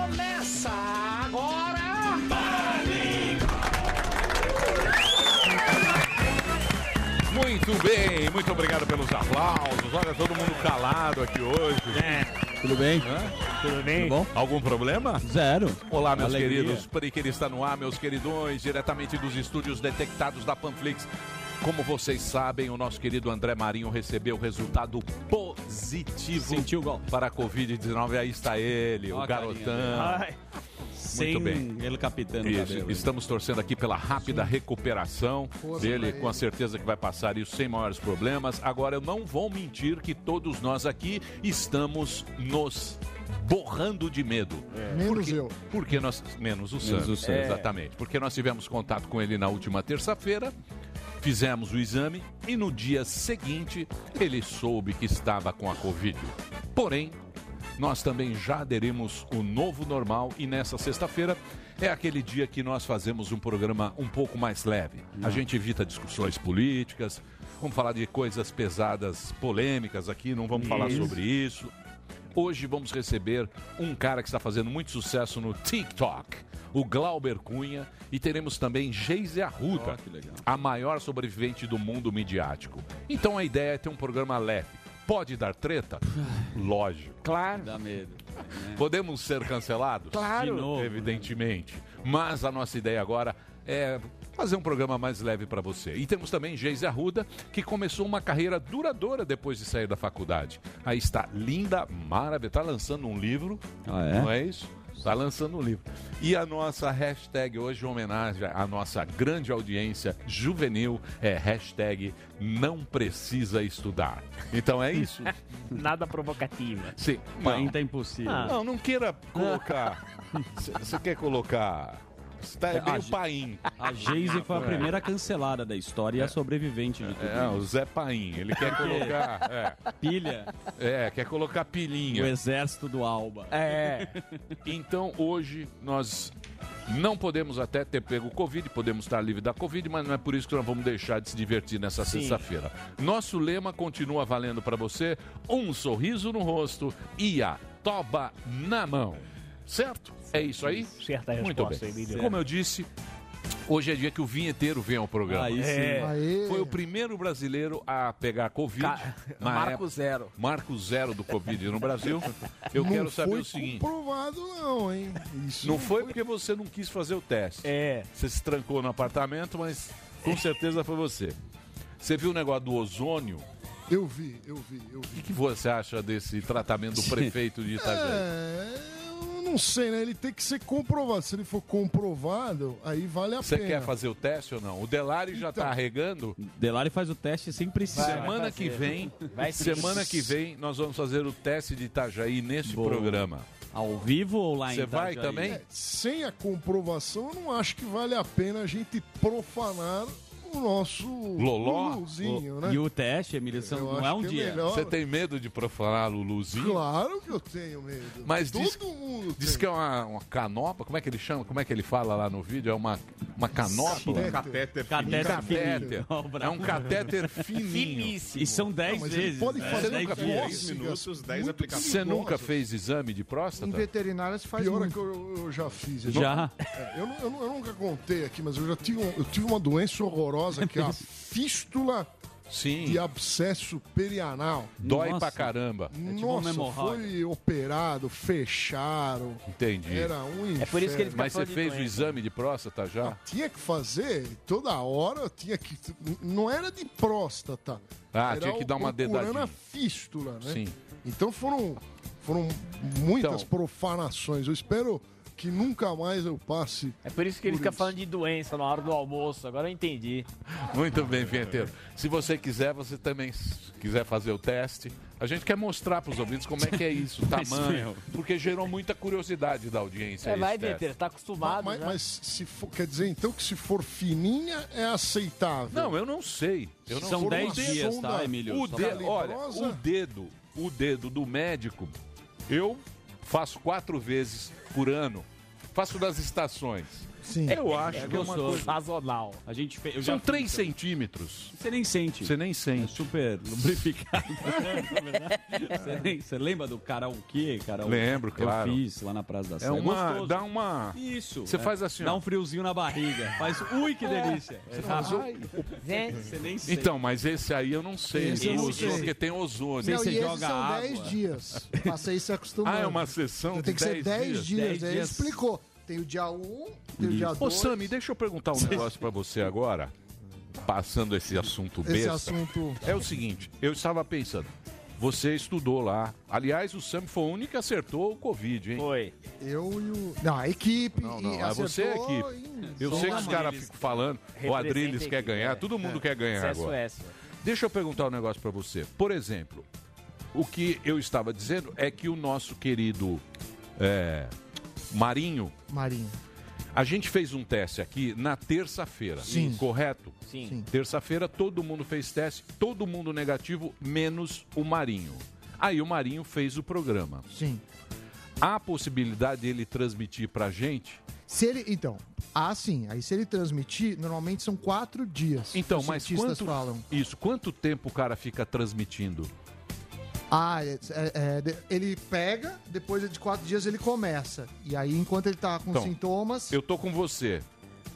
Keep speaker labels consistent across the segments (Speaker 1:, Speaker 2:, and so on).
Speaker 1: Começa agora!
Speaker 2: Muito bem, muito obrigado pelos aplausos. Olha, todo mundo calado aqui hoje.
Speaker 3: Tudo bem?
Speaker 2: Tudo
Speaker 3: bem? É. Tudo bom?
Speaker 2: Algum problema?
Speaker 3: Zero.
Speaker 2: Olá, meus
Speaker 3: Alegria.
Speaker 2: queridos. Periqueira está no ar, meus queridões, diretamente dos estúdios detectados da Panflix. Como vocês sabem, o nosso querido André Marinho recebeu resultado positivo para a Covid-19. Aí está ele,
Speaker 3: Ó
Speaker 2: o
Speaker 3: a carinha
Speaker 2: garotão.
Speaker 3: dele. Ai. Sem
Speaker 2: bem.
Speaker 3: ele capitando o
Speaker 2: Isso.
Speaker 3: cabelo.
Speaker 2: Estamos torcendo aqui pela rápida recuperação
Speaker 3: Força
Speaker 2: dele,
Speaker 3: pra ele.
Speaker 2: com a certeza que vai passar isso sem maiores problemas. Agora, eu não vou mentir que todos nós aqui estamos nos borrando de medo.
Speaker 3: É.
Speaker 4: Menos eu.
Speaker 2: Porque nós. Menos o Sam.
Speaker 4: Menos o Sam. É.
Speaker 2: Exatamente. Porque nós tivemos contato com ele na última terça-feira. Fizemos o exame e no dia seguinte ele soube que estava com a Covid. Porém, nós também já aderimos o novo normal e nessa sexta-feira é aquele dia que nós fazemos um programa um pouco mais leve. A gente evita discussões políticas, vamos falar de coisas pesadas, polêmicas aqui, não vamos falar
Speaker 5: Isso.
Speaker 2: sobre isso. Hoje vamos receber um cara que está fazendo muito sucesso no TikTok, o Glauber Cunha, e teremos também Geise Arruda, a maior sobrevivente do mundo midiático. Então a ideia é ter um programa leve. Pode dar treta? Lógico.
Speaker 1: Claro.
Speaker 2: Dá medo. É, né? Podemos ser cancelados?
Speaker 1: Claro. De novo, né?
Speaker 2: Evidentemente. Mas a nossa ideia agora é fazer um programa mais leve para você. E temos também Geise Arruda, que começou uma carreira duradoura depois de sair da faculdade. Aí está linda, maravilhosa. Está lançando um livro.
Speaker 3: é?
Speaker 2: Não é isso? Está lançando um livro. E a nossa hashtag hoje, em homenagem à nossa grande audiência juvenil, é hashtag não precisa estudar. Então é isso.
Speaker 6: Nada provocativa.
Speaker 2: Sim.
Speaker 6: Quarenta
Speaker 2: é
Speaker 3: tá impossível.
Speaker 2: Não, não queira colocar. Você quer colocar. Você tá é
Speaker 3: A
Speaker 2: meio
Speaker 3: Ge-
Speaker 2: paim.
Speaker 3: A Geise foi a
Speaker 2: É.
Speaker 3: primeira cancelada da história e a sobrevivente de tudo.
Speaker 2: É, o Zé Paim, ele quer
Speaker 3: Por quê?
Speaker 2: colocar. é.
Speaker 3: Pilha.
Speaker 2: É, quer colocar pilhinha.
Speaker 3: O exército do Alba.
Speaker 2: É. Então hoje nós não podemos até ter pego o Covid, podemos estar livre da Covid, mas não é por isso que nós vamos deixar de se divertir nessa
Speaker 5: Sim.
Speaker 2: sexta-feira. Nosso lema continua valendo para você: um sorriso no rosto e a toba na mão. Certo? É isso aí?
Speaker 6: Certa
Speaker 2: Muito
Speaker 6: resposta,
Speaker 2: bem.
Speaker 6: Emílio.
Speaker 2: Como eu disse, hoje é dia que o vinheteiro vem ao programa.
Speaker 6: Aí sim. É.
Speaker 2: Aê. Foi o primeiro brasileiro a pegar Covid. na
Speaker 1: Marco
Speaker 2: época-
Speaker 1: zero.
Speaker 2: Marco zero do Covid no Brasil. Eu
Speaker 4: Não
Speaker 2: quero saber
Speaker 4: foi
Speaker 2: o seguinte.
Speaker 4: comprovado não, hein? Isso
Speaker 2: Não foi porque você não quis fazer o teste. É. Você se trancou no apartamento, mas com certeza foi você. Você viu o negócio do ozônio?
Speaker 4: Eu vi, eu vi, eu
Speaker 2: O
Speaker 4: vi.
Speaker 2: que você acha desse tratamento do prefeito de Itajaí?
Speaker 4: É, eu não sei, né? Ele tem que ser comprovado. Se ele for comprovado, aí vale a
Speaker 2: Você
Speaker 4: pena. Então,
Speaker 2: quer fazer o teste ou não? O Delari já tá regando?
Speaker 3: Delari faz o teste sem precisar.
Speaker 2: semana que vem, semana que vem nós vamos fazer o teste de Itajaí neste
Speaker 3: Boa.
Speaker 2: programa.
Speaker 3: Ao vivo ou lá em
Speaker 2: Você vai
Speaker 3: Itajaí?
Speaker 2: também?
Speaker 4: É, sem a comprovação, eu não acho que vale a pena a gente profanar o nosso
Speaker 2: Loló?
Speaker 4: Um Luluzinho,
Speaker 2: Lo-
Speaker 4: né?
Speaker 3: E o teste, Emílio, são-
Speaker 4: Eu
Speaker 3: não
Speaker 4: acho
Speaker 3: é um
Speaker 4: que é
Speaker 3: dia.
Speaker 4: melhor.
Speaker 2: Você tem medo de profanar Luluzinho?
Speaker 4: Claro que eu tenho medo.
Speaker 2: Mas
Speaker 4: Todo
Speaker 2: diz,
Speaker 4: mundo
Speaker 2: diz que é uma, uma canopa, como é que ele chama? Como é que ele fala lá no vídeo? É uma, uma canopa?
Speaker 3: Catéter.
Speaker 2: catéter.
Speaker 3: Catéter
Speaker 2: Catéter.
Speaker 3: fininho. Ó, bravo.
Speaker 2: É um catéter fininho.
Speaker 3: Finíssimo. E são dez Não, mas ele vezes, pode né? fazer
Speaker 2: Você nunca
Speaker 3: dez
Speaker 2: fez?
Speaker 3: vezes.
Speaker 7: minutos, 10 aplicações.
Speaker 2: Você nunca fez exame de
Speaker 4: Em
Speaker 2: próstata?
Speaker 4: veterinária se faz Pior é que eu, eu já fiz. eu
Speaker 2: Já?
Speaker 4: não- é, eu, não- eu não- eu nunca contei aqui, mas eu já tive, um- eu tive uma doença horrorosa que é a fístula
Speaker 2: Sim.
Speaker 4: de abscesso perianal. É, tipo,
Speaker 2: Dói pra caramba.
Speaker 4: Nossa, foi operado, fecharam.
Speaker 2: Entendi.
Speaker 4: Era um
Speaker 6: É
Speaker 4: inferno.
Speaker 2: Mas você fez o exame de próstata já?
Speaker 4: Tinha que fazer, toda hora eu tinha que... Não era de próstata.
Speaker 2: Ah,
Speaker 4: era
Speaker 2: tinha que
Speaker 4: o-
Speaker 2: dar uma
Speaker 4: procurando
Speaker 2: dedadinha.
Speaker 4: a fístula, né?
Speaker 2: Sim. Então-
Speaker 4: Então foram, foram muitas profanações. Eu espero que nunca mais eu passe...
Speaker 6: É por isso que ele fica falando de doença na hora do almoço. Agora eu entendi.
Speaker 2: Muito bem, Vinheteiro. Se você quiser, você também s- quiser fazer o teste. A gente quer mostrar pros ouvintes como é que é isso, o
Speaker 3: Mas,
Speaker 2: tamanho.
Speaker 3: meu.
Speaker 2: Porque gerou muita curiosidade da audiência.
Speaker 6: É,
Speaker 2: esse
Speaker 6: vai,
Speaker 2: teste.
Speaker 6: Vinheteiro, tá acostumado.
Speaker 4: Mas,
Speaker 6: já.
Speaker 4: mas se for, quer dizer então que se for fininha é aceitável?
Speaker 2: Não, eu não sei. Eu não
Speaker 4: São
Speaker 2: sei.
Speaker 4: 10
Speaker 2: O dedo-
Speaker 4: dias, tá, Emílio?
Speaker 2: O
Speaker 4: Só
Speaker 2: dedo-
Speaker 4: pra-
Speaker 2: olha,
Speaker 4: Calibrosa.
Speaker 2: o dedo, o dedo do médico, eu faço quatro vezes por ano. Faço das estações.
Speaker 4: Sim.
Speaker 2: Eu acho que é uma coisa...
Speaker 6: sazonal.
Speaker 3: A gente fez. eu já
Speaker 2: São
Speaker 3: fiz
Speaker 2: 3
Speaker 3: também.
Speaker 2: centímetros.
Speaker 3: Você nem sente. É
Speaker 2: Você nem sente.
Speaker 3: Super lubrificado. Você nem- Você lembra do karaokê, cara?
Speaker 2: Lembro, claro.
Speaker 3: Eu fiz lá na Praça da Sé.
Speaker 2: É uma...
Speaker 3: gostoso.
Speaker 2: Dá uma...
Speaker 3: Isso.
Speaker 2: Você
Speaker 3: é.
Speaker 2: faz assim,
Speaker 3: Dá
Speaker 2: ó.
Speaker 3: um friozinho na barriga. Faz. Ui, que delícia. É.
Speaker 6: Gente,
Speaker 3: Você nem sente.
Speaker 2: Então, mas esse aí eu não sei.
Speaker 5: Esse eu
Speaker 2: O
Speaker 5: não
Speaker 2: ozônio,
Speaker 5: sei.
Speaker 2: Porque tem ozônio.
Speaker 5: Não,
Speaker 3: você
Speaker 5: e esses
Speaker 3: joga
Speaker 5: são
Speaker 3: água.
Speaker 5: 10 dias. Passei se acostumando.
Speaker 2: Ah, é uma sessão
Speaker 5: Tem
Speaker 2: de
Speaker 5: que ser
Speaker 2: 10
Speaker 5: 10 dias. é
Speaker 2: dias.
Speaker 3: Dez
Speaker 5: Aí ele
Speaker 3: dias.
Speaker 5: explicou. Tem o dia 1, tem o dia 2.
Speaker 2: Ô, Sami, deixa eu perguntar um negócio pra você agora. Passando esse assunto
Speaker 5: Esse
Speaker 2: besta.
Speaker 5: assunto.
Speaker 2: É o seguinte, eu estava pensando. Você estudou lá. Aliás, o Sam foi o único que acertou o Covid, hein?
Speaker 6: foi.
Speaker 5: Eu e o. Não, a equipe.
Speaker 2: Não, não,
Speaker 5: e
Speaker 2: é você é
Speaker 5: acertou um
Speaker 2: equipe.
Speaker 5: em-
Speaker 2: Eu sei que os caras ficam falando, o
Speaker 6: Representa
Speaker 2: Adriles
Speaker 6: a
Speaker 2: quer
Speaker 6: equipe,
Speaker 2: ganhar,
Speaker 6: é.
Speaker 2: todo mundo quer ganhar agora.
Speaker 6: SOS.
Speaker 2: Deixa eu perguntar um negócio pra você. Por exemplo, o que eu estava dizendo é que o nosso querido é, Marinho,
Speaker 5: Marinho.
Speaker 2: a gente fez um teste aqui na terça-feira,
Speaker 5: Sim.
Speaker 2: correto?
Speaker 6: Sim.
Speaker 5: Sim.
Speaker 2: Terça-feira todo mundo fez teste, todo mundo negativo, menos o Marinho. Aí o Marinho fez o programa.
Speaker 5: Sim.
Speaker 2: Há a possibilidade dele transmitir pra gente?
Speaker 5: Se ele. Então, ah, sim. Aí se ele transmitir, normalmente são quatro dias.
Speaker 2: Então,
Speaker 5: os
Speaker 2: mas
Speaker 5: cientistas
Speaker 2: quanto
Speaker 5: falam.
Speaker 2: isso? Quanto tempo o cara fica transmitindo?
Speaker 5: Ah, é- é- é, de- ele pega, depois de quatro dias ele começa. E aí, enquanto ele tá com
Speaker 2: Então,
Speaker 5: sintomas,
Speaker 2: Eu tô com você.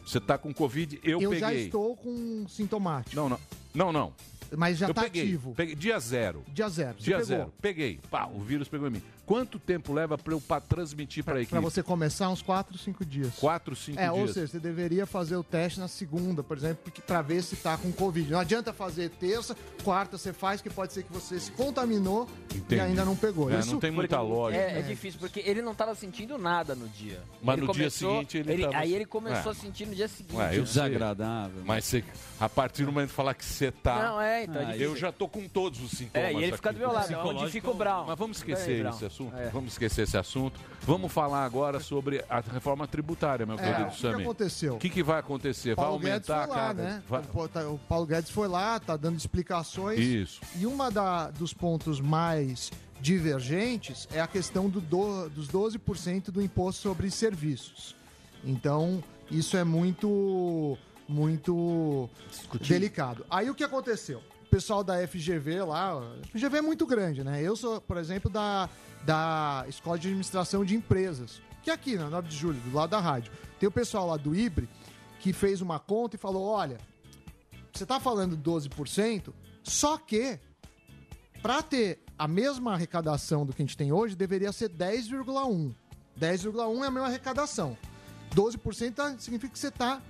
Speaker 2: Você tá com Covid, eu,
Speaker 5: eu
Speaker 2: peguei.
Speaker 5: já estou com sintomático.
Speaker 2: Não, não. Não, não.
Speaker 5: Mas já
Speaker 2: eu
Speaker 5: tá
Speaker 2: peguei.
Speaker 5: ativo.
Speaker 2: Peguei. Dia zero.
Speaker 5: Dia zero. Você
Speaker 2: Dia
Speaker 5: pegou.
Speaker 2: zero. Peguei. Pá, o vírus pegou em mim. Quanto tempo leva pra eu pra transmitir pra, equipe?
Speaker 5: Pra você começar, uns 4, 5 dias.
Speaker 2: Quatro, cinco
Speaker 5: é,
Speaker 2: dias.
Speaker 5: ou seja, você deveria fazer o teste na segunda, por exemplo, porque- pra ver se tá com Covid. Não adianta fazer terça, quarta você faz, que pode ser que você se contaminou
Speaker 2: Entendi.
Speaker 5: e ainda não pegou.
Speaker 2: É,
Speaker 5: Isso
Speaker 2: não tem muita lógica.
Speaker 7: É, é difícil, porque ele não tava sentindo nada no dia.
Speaker 2: Mas
Speaker 7: Ele
Speaker 2: no dia seguinte ele tava-
Speaker 7: Aí ele começou
Speaker 2: É.
Speaker 7: a sentir no dia seguinte.
Speaker 2: Ué, eu sei.
Speaker 3: Desagradável.
Speaker 2: Mas você, a partir do momento de falar que você tá.
Speaker 7: Não, é, então
Speaker 3: Ah,
Speaker 7: é difícil.
Speaker 2: Eu já tô com todos os sintomas.
Speaker 7: É, e ele
Speaker 2: aqui.
Speaker 7: fica do meu lado, é onde
Speaker 3: Psicológico
Speaker 7: fica o Brown.
Speaker 2: Mas vamos
Speaker 7: Peraí,
Speaker 2: esquecer
Speaker 7: Brown.
Speaker 2: esse assunto?
Speaker 7: É.
Speaker 2: Vamos esquecer esse assunto. Vamos falar agora sobre a reforma tributária, meu
Speaker 5: É, o
Speaker 2: querido
Speaker 5: que que
Speaker 2: Sammy.
Speaker 5: aconteceu?
Speaker 2: O que, que vai acontecer? Vai
Speaker 5: Paulo Guedes
Speaker 2: aumentar
Speaker 5: foi
Speaker 2: a
Speaker 5: lá,
Speaker 2: carga.
Speaker 5: né?
Speaker 2: vai-
Speaker 5: O Paulo- tá- O Paulo Guedes foi lá, tá dando explicações.
Speaker 2: Isso.
Speaker 5: E uma da, dos pontos mais divergentes é a questão do do- dos 12% do imposto sobre serviços. Então, isso é muito muito delicado. Aí o que aconteceu? O pessoal da FGV lá, a FGV é muito grande, né? Eu sou, por exemplo, da, da Escola de Administração de Empresas, que é aqui, na 9 de julho, do lado da rádio. Tem o pessoal lá do IBRE que fez uma conta e falou: olha, você tá falando 12%, só que para ter a mesma arrecadação do que a gente tem hoje, deveria ser 10,1. 10,1 é a mesma arrecadação. 12% tá- significa que você está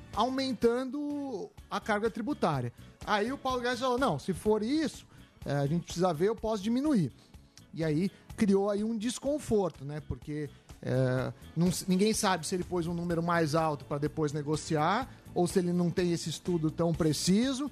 Speaker 5: aumentando a carga tributária. Aí o Paulo Guedes falou: não, se for isso, eh, a gente precisa ver, eu posso diminuir. E aí criou aí um desconforto, né? Porque é, não s- ninguém sabe se ele pôs um número mais alto para depois negociar ou se ele não tem esse estudo tão preciso.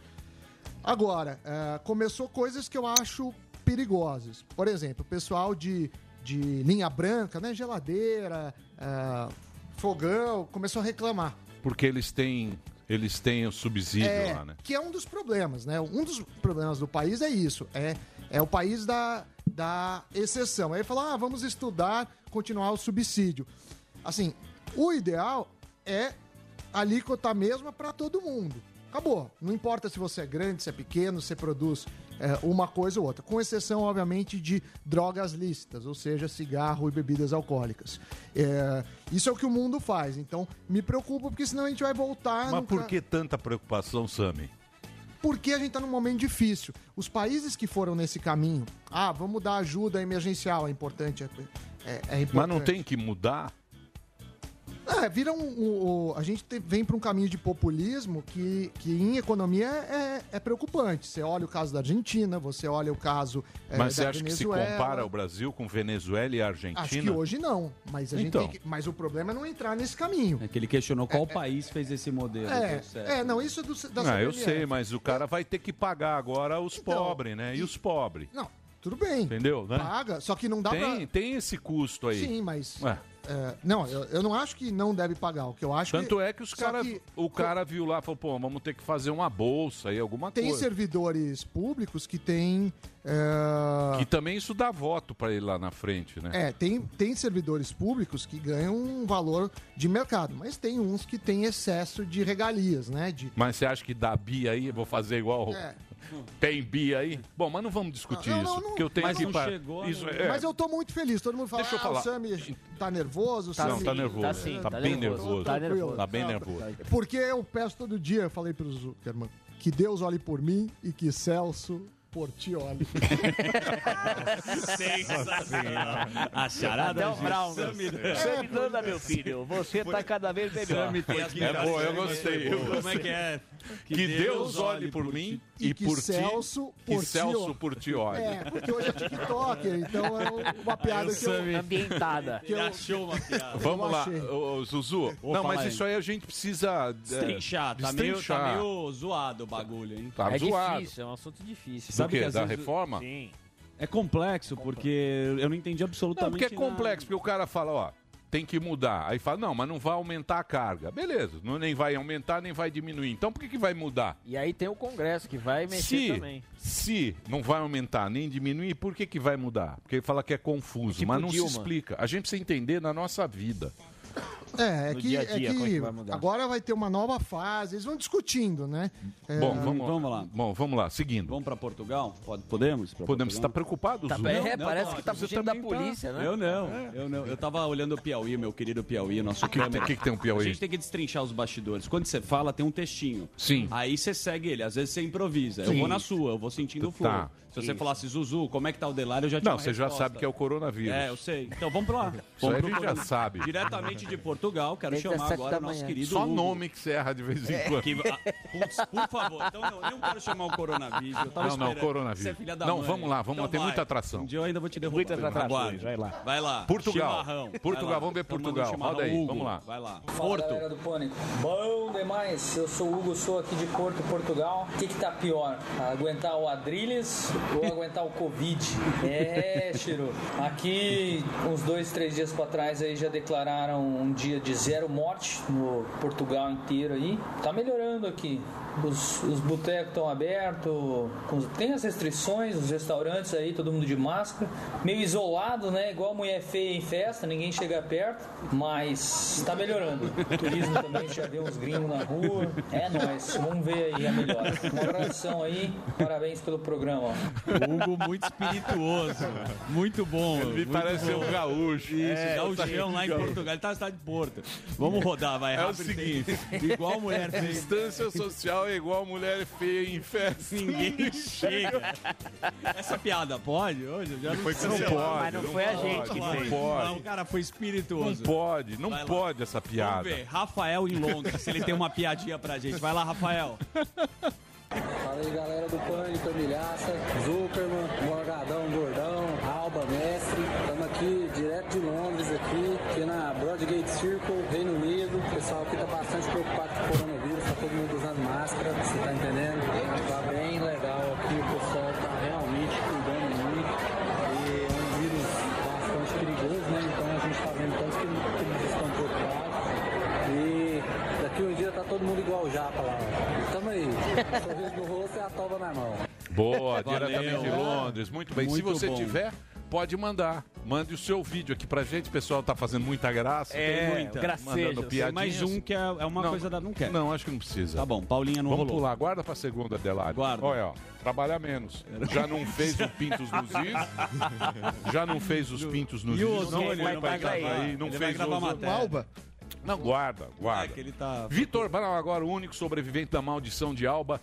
Speaker 5: Agora, é, começou coisas que eu acho perigosas. Por exemplo, o pessoal de, de linha branca, né? Geladeira, é, fogão, começou a reclamar.
Speaker 2: Porque eles têm, eles têm o subsídio
Speaker 5: É,
Speaker 2: lá, né?
Speaker 5: Que é um dos problemas, né? Um dos problemas do país é isso. É, é o país da, da exceção. Aí fala, ah, vamos estudar, continuar o subsídio. Assim, o ideal é a alíquota mesma para todo mundo. Acabou. Não importa se você é grande, se é pequeno, se produz é, uma coisa ou outra. Com exceção, obviamente, de drogas lícitas, ou seja, cigarro e bebidas alcoólicas. É, isso é o que o mundo faz. Então, me preocupa, porque senão a gente vai voltar... num
Speaker 2: Mas por
Speaker 5: ca-
Speaker 2: que tanta preocupação, Sami?
Speaker 5: porque a gente está num momento difícil. Os países que foram nesse caminho, ah, vamos dar ajuda emergencial, é importante. É, é- é importante.
Speaker 2: Mas não tem que mudar?
Speaker 5: É, vira um, um- um- a gente te- vem para um caminho de populismo que, que em economia é, é preocupante. Você olha o caso da Argentina, você olha o caso é,
Speaker 2: Mas você
Speaker 5: da
Speaker 2: acha
Speaker 5: Venezuela.
Speaker 2: que se compara o Brasil com Venezuela e Argentina?
Speaker 5: Acho que hoje não, mas a gente
Speaker 2: Então.
Speaker 5: tem que, mas o problema é não entrar nesse caminho.
Speaker 3: É que ele questionou qual país fez esse modelo.
Speaker 5: É,
Speaker 3: Deu certo.
Speaker 5: é, não, isso é do, da
Speaker 2: Não, Ah, eu
Speaker 5: CPMF.
Speaker 2: sei, mas o cara vai ter que pagar agora os
Speaker 5: Então,
Speaker 2: pobres, né? E os pobres,
Speaker 5: Não, tudo bem.
Speaker 2: entendeu? né?
Speaker 5: Paga, só que não dá
Speaker 2: Tem, tem esse custo
Speaker 5: pra...
Speaker 2: aí.
Speaker 5: Sim, mas
Speaker 2: Ué,
Speaker 5: é, não, eu, eu não acho que não deve pagar. O que eu acho
Speaker 2: Tanto
Speaker 5: que,
Speaker 2: é que os
Speaker 5: só
Speaker 2: caras.
Speaker 5: que
Speaker 2: O cara viu lá e falou, pô, vamos ter que fazer uma bolsa aí, alguma
Speaker 5: Tem
Speaker 2: coisa.
Speaker 5: servidores públicos que têm. é,
Speaker 2: E também isso dá voto pra ele lá na frente, né?
Speaker 5: É, tem, tem servidores públicos que ganham um valor de mercado, mas tem uns que têm excesso de regalias, né? De,
Speaker 2: Mas você acha que dá bi aí? Eu Vou fazer igual.
Speaker 5: É.
Speaker 2: Tem bi aí? Bom, mas não vamos discutir
Speaker 5: Não, não,
Speaker 2: isso.
Speaker 5: não,
Speaker 2: porque eu tenho
Speaker 3: mas
Speaker 2: que.
Speaker 3: não
Speaker 2: pa-
Speaker 3: chegou,
Speaker 2: isso,
Speaker 3: não.
Speaker 2: é.
Speaker 5: Mas eu tô muito feliz. Todo mundo fala,
Speaker 2: Deixa eu
Speaker 5: ah,
Speaker 2: falar.
Speaker 5: o Sammy tá nervoso, o
Speaker 2: não,
Speaker 5: Sammy...
Speaker 2: tá nervoso.
Speaker 7: tá sim,
Speaker 2: tá,
Speaker 7: tá
Speaker 2: bem
Speaker 7: nervoso,
Speaker 2: nervoso.
Speaker 7: tá nervoso.
Speaker 2: Tá bem nervoso.
Speaker 5: Porque eu peço todo dia, eu falei pro Zuckerman, que Deus olhe por mim e que Celso por ti olhe.
Speaker 3: Sensacional. A charada
Speaker 6: Até o
Speaker 3: de
Speaker 6: Brown.
Speaker 3: Sammy
Speaker 2: é
Speaker 6: Você me manda, meu filho. Você tá cada vez melhor.
Speaker 3: Sammy tem
Speaker 2: É boa, eu gostei. eu
Speaker 3: Como é
Speaker 2: gostei.
Speaker 3: que é?
Speaker 2: Que, Deus olhe por mim
Speaker 5: E
Speaker 2: e
Speaker 5: que
Speaker 2: por ti.
Speaker 5: Celso
Speaker 2: Que
Speaker 5: por ti
Speaker 2: Celso
Speaker 5: olhe.
Speaker 2: por ti olhe.
Speaker 5: É, porque hoje é TikToker, então é uma piada que eu...
Speaker 3: Sammy
Speaker 6: Ambientada.
Speaker 5: que eu-
Speaker 3: achou uma piada.
Speaker 2: Vamos
Speaker 5: Eu
Speaker 2: lá,
Speaker 5: achei.
Speaker 2: ô, ô, Zuzu. não, mas
Speaker 3: falar
Speaker 2: isso aí a gente precisa. é,
Speaker 3: Destrinchar, tá meio, tá
Speaker 2: destrinchar.
Speaker 3: meio zoado o bagulho, hein?
Speaker 2: Tá
Speaker 6: é
Speaker 2: zoado.
Speaker 6: difícil, é um assunto difícil.
Speaker 2: Do
Speaker 3: Sabe que
Speaker 2: quê?
Speaker 3: às
Speaker 2: Da
Speaker 3: vezes-
Speaker 2: reforma?
Speaker 6: Sim.
Speaker 3: É complexo, porque eu não entendi
Speaker 2: Não,
Speaker 3: absolutamente
Speaker 2: porque é complexo, porque o cara fala, ó, tem que mudar. Aí fala, não, mas não vai aumentar a carga. Beleza, não, nem vai aumentar, nem vai diminuir. Então por que, que vai mudar?
Speaker 6: E aí tem o Congresso que vai mexer
Speaker 2: Se,
Speaker 6: também.
Speaker 2: se não vai aumentar nem diminuir, por que, que vai mudar? Porque ele fala que é confuso,
Speaker 6: Tipo
Speaker 2: mas não
Speaker 6: Dilma.
Speaker 2: se explica. A gente precisa entender na nossa vida.
Speaker 5: É, é
Speaker 6: No
Speaker 5: que,
Speaker 6: dia a dia,
Speaker 5: é
Speaker 6: como é
Speaker 5: que
Speaker 6: que vai mudar?
Speaker 5: agora vai ter uma nova fase, eles vão discutindo, né? É,
Speaker 2: Bom, vamos,
Speaker 3: vamos lá.
Speaker 2: Bom, vamos lá, seguindo.
Speaker 3: Vamos pra Portugal? Pode, podemos? Pra
Speaker 2: Podemos, você está
Speaker 3: Portugal?
Speaker 2: preocupado,
Speaker 6: Tá
Speaker 2: Zu?
Speaker 6: bem.
Speaker 2: Não,
Speaker 7: É,
Speaker 3: Não,
Speaker 7: parece
Speaker 3: não,
Speaker 7: que tá
Speaker 2: você
Speaker 7: fugindo da
Speaker 2: também tá.
Speaker 7: polícia, né?
Speaker 3: Eu não, eu não. Eu tava olhando o Piauí, meu querido Piauí, nosso
Speaker 2: que-
Speaker 3: câmera.
Speaker 2: o que que tem o Piauí?
Speaker 3: A gente tem que destrinchar os bastidores. Quando você fala, tem um textinho.
Speaker 2: Sim.
Speaker 3: Aí você segue ele, às vezes você improvisa.
Speaker 2: Sim.
Speaker 3: Eu vou na sua, eu vou sentindo o flow.
Speaker 2: Tá.
Speaker 3: Se você falasse, Zuzu, como é que tá o Delário, eu já tinha
Speaker 2: Não,
Speaker 3: uma
Speaker 2: você já
Speaker 3: resposta.
Speaker 2: sabe que é o coronavírus.
Speaker 3: É, eu sei. Então vamos pra lá. Vamos
Speaker 2: Isso aí a
Speaker 3: pro
Speaker 2: gente já
Speaker 3: Portugal.
Speaker 2: sabe.
Speaker 3: Diretamente de Portugal, quero
Speaker 7: Desde as
Speaker 3: chamar
Speaker 7: sete
Speaker 3: agora
Speaker 7: da
Speaker 3: o nosso
Speaker 7: manhã.
Speaker 3: querido
Speaker 2: Só
Speaker 3: Hugo.
Speaker 2: nome que você erra de vez em quando.
Speaker 3: Que- ah, putz, por favor, então não, eu não quero chamar o coronavírus. Eu tava
Speaker 2: Não, não,
Speaker 3: esperando.
Speaker 2: coronavírus.
Speaker 3: Você é filha da
Speaker 2: Não,
Speaker 3: mãe.
Speaker 2: vamos lá, vamos lá, tem
Speaker 3: vai.
Speaker 2: muita atração.
Speaker 3: Um dia eu ainda vou te derrubar.
Speaker 6: Muitas atrações,
Speaker 3: Aguarde.
Speaker 6: vai lá.
Speaker 3: Vai lá.
Speaker 2: Portugal.
Speaker 3: Chimarrão.
Speaker 2: Portugal,
Speaker 3: Vai lá.
Speaker 2: vamos ver
Speaker 3: Tomando
Speaker 2: Portugal.
Speaker 3: chimarrão,
Speaker 2: Roda aí,
Speaker 3: Hugo.
Speaker 2: vamos lá.
Speaker 3: Vai lá.
Speaker 8: Fala,
Speaker 3: Porto.
Speaker 8: galera do Pânico. Bom demais, eu sou o Hugo, sou aqui de Porto, Portugal. O que, que tá pior? Aguentar o Adrilles ou aguentar o Covid? É, Chiru. Aqui, uns dois, três dias pra trás, aí já declararam um dia de zero morte no Portugal inteiro um aí. Tá melhorando aqui. Os, os botecos estão abertos, com- tem as restrições, os restaurantes aí, todo mundo de máscara. Meio isolado, né? Igual mulher feia em festa, ninguém chega perto, mas tá melhorando. Turismo também, já vê uns gringos na rua. É nóis, vamos ver aí a melhora. Um abração aí, parabéns pelo programa.
Speaker 3: Hugo muito espirituoso. Muito bom.
Speaker 2: Ele
Speaker 3: muito
Speaker 2: parece ser
Speaker 3: bom.
Speaker 2: um gaúcho. É,
Speaker 3: Isso, dá o chão lá em Portugal. Ele tá na cidade de Porto. Vamos rodar, vai.
Speaker 2: É o
Speaker 3: rápido,
Speaker 2: seguinte.
Speaker 3: tem- Igual mulher fez.
Speaker 2: É Distância social é igual mulher feia em festa.
Speaker 3: Ninguém chega. Essa piada pode? Hoje eu já não
Speaker 2: Foi que não
Speaker 3: sei.
Speaker 2: pode.
Speaker 6: mas não foi a
Speaker 2: pode,
Speaker 6: gente que
Speaker 2: não
Speaker 6: fez.
Speaker 3: Mas o
Speaker 2: Pode.
Speaker 3: cara foi
Speaker 2: Não
Speaker 3: espirituoso.
Speaker 2: pode,
Speaker 3: Vai
Speaker 2: não
Speaker 3: lá.
Speaker 2: pode essa
Speaker 3: Vamos
Speaker 2: piada.
Speaker 3: ver, Rafael em Londres, se ele tem uma piadinha pra gente. Vai lá, Rafael.
Speaker 9: Fala aí galera do Pânico, Milhaça, Zuckerman, Morgadão, Gordão, Alba, Mestre. Estamos aqui direto de Londres, aqui, aqui na Broadgate Circle, Reino Unido. O pessoal aqui tá bastante preocupado com o coronavírus, tá todo mundo usando máscara, você tá entendendo? Tá bem legal aqui, o pessoal tá realmente cuidando muito. E é um vírus bastante perigoso, né? Então a gente tá vendo tanto que, que eles estão preocupados. E daqui um dia tá todo mundo igual o Japa lá. ó. Tamo aí. Sorriso no rosto e a toba na mão.
Speaker 2: Boa,
Speaker 3: Valeu.
Speaker 2: diretamente de Londres. Muito bem. Se
Speaker 3: Muito
Speaker 2: você
Speaker 3: bom.
Speaker 2: tiver, pode mandar. Mande o seu vídeo aqui pra gente. O pessoal tá fazendo muita graça.
Speaker 3: É,
Speaker 2: muita.
Speaker 6: gracejas.
Speaker 2: Mandando
Speaker 3: Tem
Speaker 2: piadinhas.
Speaker 3: mais um que é, é uma
Speaker 2: Não,
Speaker 3: coisa da. Não quer.
Speaker 2: Não, acho que não precisa.
Speaker 3: Tá bom, Paulinha não
Speaker 2: Vamos
Speaker 3: rolou.
Speaker 2: pular, guarda pra segunda, Delário.
Speaker 3: Guarda.
Speaker 2: Olha, ó, trabalhar menos. Já não fez os pintos nos is. Já não fez os pintos nos
Speaker 3: E o
Speaker 2: is. Não,
Speaker 3: Ozônio,
Speaker 2: foi
Speaker 3: ele
Speaker 2: pra
Speaker 3: vai
Speaker 2: gravar
Speaker 3: gravar.
Speaker 2: aí, não
Speaker 3: Ele vai
Speaker 2: fez o
Speaker 3: gravar
Speaker 2: Ozônio.
Speaker 3: matéria.
Speaker 5: Alba,
Speaker 2: Não, guarda,
Speaker 3: É
Speaker 2: guarda.
Speaker 3: que ele tá.
Speaker 2: Vitor Brau, agora o único sobrevivente da maldição de Alba,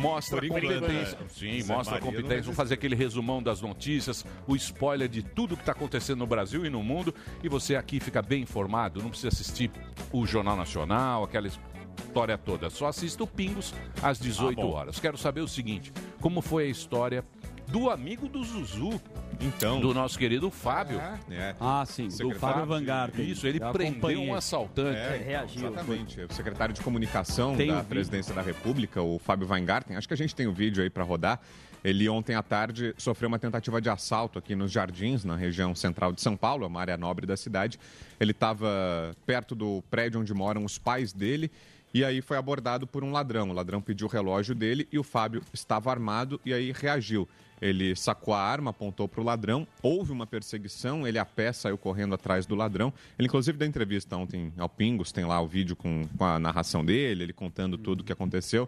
Speaker 2: mostra competência. Sim, mostra competência. Vamos fazer aquele resumão das notícias, o spoiler de tudo que está acontecendo no Brasil e no mundo. E você aqui fica bem informado, não precisa assistir o Jornal Nacional, aquela história
Speaker 3: Ah,
Speaker 2: toda. Só assista o Pingos às 18 horas. Quero saber o seguinte: como foi a história do amigo do Zuzu.
Speaker 10: Então.
Speaker 2: Do nosso querido Fábio.
Speaker 10: É.
Speaker 3: Ah, sim, do Fábio Van Garten.
Speaker 2: Isso, ele
Speaker 3: Eu
Speaker 2: prendeu
Speaker 3: acompanhei.
Speaker 2: um assaltante.
Speaker 10: É, então, Exatamente. O secretário de comunicação da presidência da República, o Fábio Weingarten, acho que a gente tem o vídeo aí para rodar. Ele ontem à tarde sofreu uma tentativa de assalto aqui nos Jardins, na região central de São Paulo, é uma área nobre da cidade. Ele estava perto do prédio onde moram os pais dele e aí foi abordado por um ladrão. O ladrão pediu o relógio dele e o Fábio estava armado e aí reagiu. Ele sacou a arma, apontou para o ladrão, houve uma perseguição, ele a pé saiu correndo atrás do ladrão. Ele, inclusive, deu entrevista ontem ao Pingos, tem lá o vídeo com, com a narração dele, ele contando tudo o que aconteceu.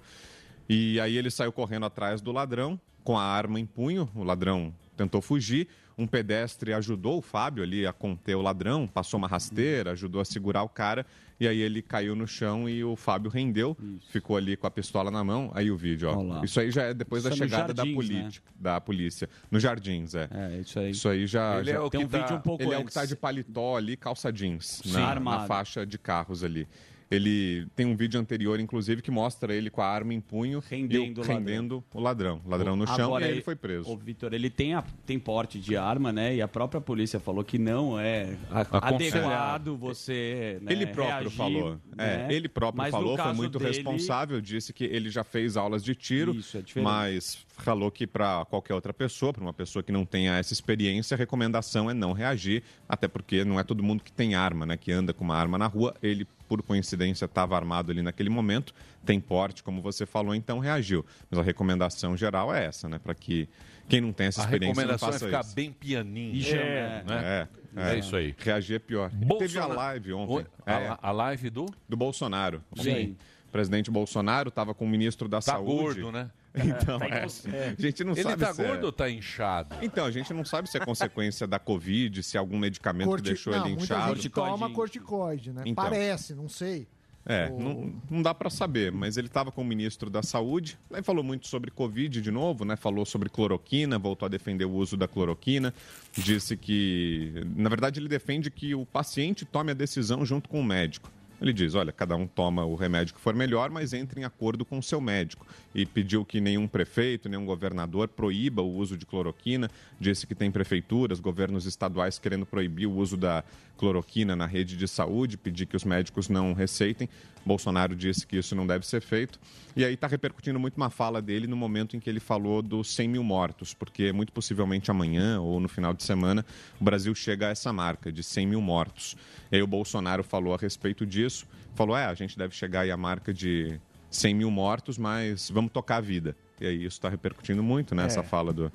Speaker 10: E aí ele saiu correndo atrás do ladrão, com a arma em punho, o ladrão tentou fugir. Um pedestre ajudou o Fábio ali a conter o ladrão, passou uma rasteira, ajudou a segurar o cara, e aí ele caiu no chão e o Fábio rendeu, ficou ali com a pistola na mão. Aí o vídeo, ó.
Speaker 3: Olha lá.
Speaker 10: Isso aí já é depois
Speaker 3: Isso
Speaker 10: da
Speaker 3: é nos
Speaker 10: chegada da,
Speaker 3: Jardins,
Speaker 10: política, da polícia. Nos jardins, é.
Speaker 3: É, isso aí.
Speaker 10: Isso aí já.
Speaker 3: Ele
Speaker 10: já-
Speaker 3: é o Tem que um tá- vídeo um pouco
Speaker 10: Ele é o que
Speaker 3: antes.
Speaker 10: tá de paletó ali, calça jeans,
Speaker 3: Sim.
Speaker 10: né? na, na
Speaker 3: Armado.
Speaker 10: faixa de carros ali. Ele tem um vídeo anterior, inclusive, que mostra ele com a arma em punho
Speaker 3: Rendendo
Speaker 10: e
Speaker 3: o
Speaker 10: o,
Speaker 3: ladrão.
Speaker 10: rendendo o ladrão. O ladrão no chão e ele foi preso.
Speaker 3: O Vitor, ele tem, a- tem porte de arma, né? E a própria polícia falou que não é
Speaker 10: Aconselhado.
Speaker 3: adequado você. né,
Speaker 10: ele próprio
Speaker 3: reagir,
Speaker 10: falou. É,
Speaker 3: né?
Speaker 10: ele próprio
Speaker 3: Mas no
Speaker 10: falou, foi
Speaker 3: caso
Speaker 10: muito
Speaker 3: dele, é
Speaker 10: responsável, disse que ele já fez aulas de tiro, mas falou que para qualquer outra pessoa, para uma pessoa que não tenha essa experiência, a recomendação é não reagir, até porque não é todo mundo que tem arma, né, que anda com uma arma na rua. Ele por coincidência estava armado ali naquele momento, tem porte, como você falou, então reagiu. Mas a recomendação geral é essa, né, para que quem não tem essa
Speaker 2: A
Speaker 10: experiência
Speaker 2: recomendação
Speaker 10: não
Speaker 2: é
Speaker 10: faça
Speaker 2: ficar
Speaker 10: isso.
Speaker 2: bem pianinho.
Speaker 10: E já- É.
Speaker 2: né?
Speaker 10: É, é.
Speaker 2: É isso aí.
Speaker 10: Reagir é pior. Teve a
Speaker 2: Bolsonaro-
Speaker 10: live
Speaker 2: Oi,
Speaker 10: ontem.
Speaker 2: a
Speaker 10: É.
Speaker 2: la- a live do?
Speaker 10: Do Bolsonaro.
Speaker 2: Sim.
Speaker 10: Ontem, O presidente Bolsonaro estava com o ministro da
Speaker 2: Tá
Speaker 10: Saúde.
Speaker 2: gordo, né?
Speaker 10: Então,
Speaker 2: Tá
Speaker 10: é.
Speaker 2: em- é.
Speaker 10: a gente não
Speaker 2: Ele
Speaker 10: sabe
Speaker 2: tá
Speaker 10: se é-
Speaker 2: gordo ou tá inchado?
Speaker 10: Então, a gente não sabe se é consequência da Covid, se é algum medicamento
Speaker 5: Corti-
Speaker 10: que deixou
Speaker 5: não,
Speaker 10: ele
Speaker 5: muita
Speaker 10: inchado.
Speaker 5: gente toma corticoide, né?
Speaker 10: Então.
Speaker 5: Parece, não sei.
Speaker 10: É,
Speaker 5: O-
Speaker 10: não, não dá para saber, mas ele estava com o ministro da Saúde, aí falou muito sobre Covid de novo, né? Falou sobre cloroquina, voltou a defender o uso da cloroquina, disse que, na verdade, ele defende que o paciente tome a decisão junto com o médico. Ele diz, olha, cada um toma o remédio que for melhor, mas entre em acordo com o seu médico. E pediu que nenhum prefeito, nenhum governador proíba o uso de cloroquina. Disse que tem prefeituras, governos estaduais querendo proibir o uso da cloroquina na rede de saúde, pedir que os médicos não receitem. Bolsonaro disse que isso não deve ser feito. E aí está repercutindo muito uma fala dele no momento em que ele falou dos 100 mil mortos, porque muito possivelmente amanhã ou no final de semana o Brasil chega a essa marca de 100 mil mortos. E aí o Bolsonaro falou a respeito disso, falou, é, a gente deve chegar aí à marca de 100 mil mortos, mas vamos tocar a vida. E aí isso está repercutindo muito, né,
Speaker 11: É.
Speaker 10: essa fala do,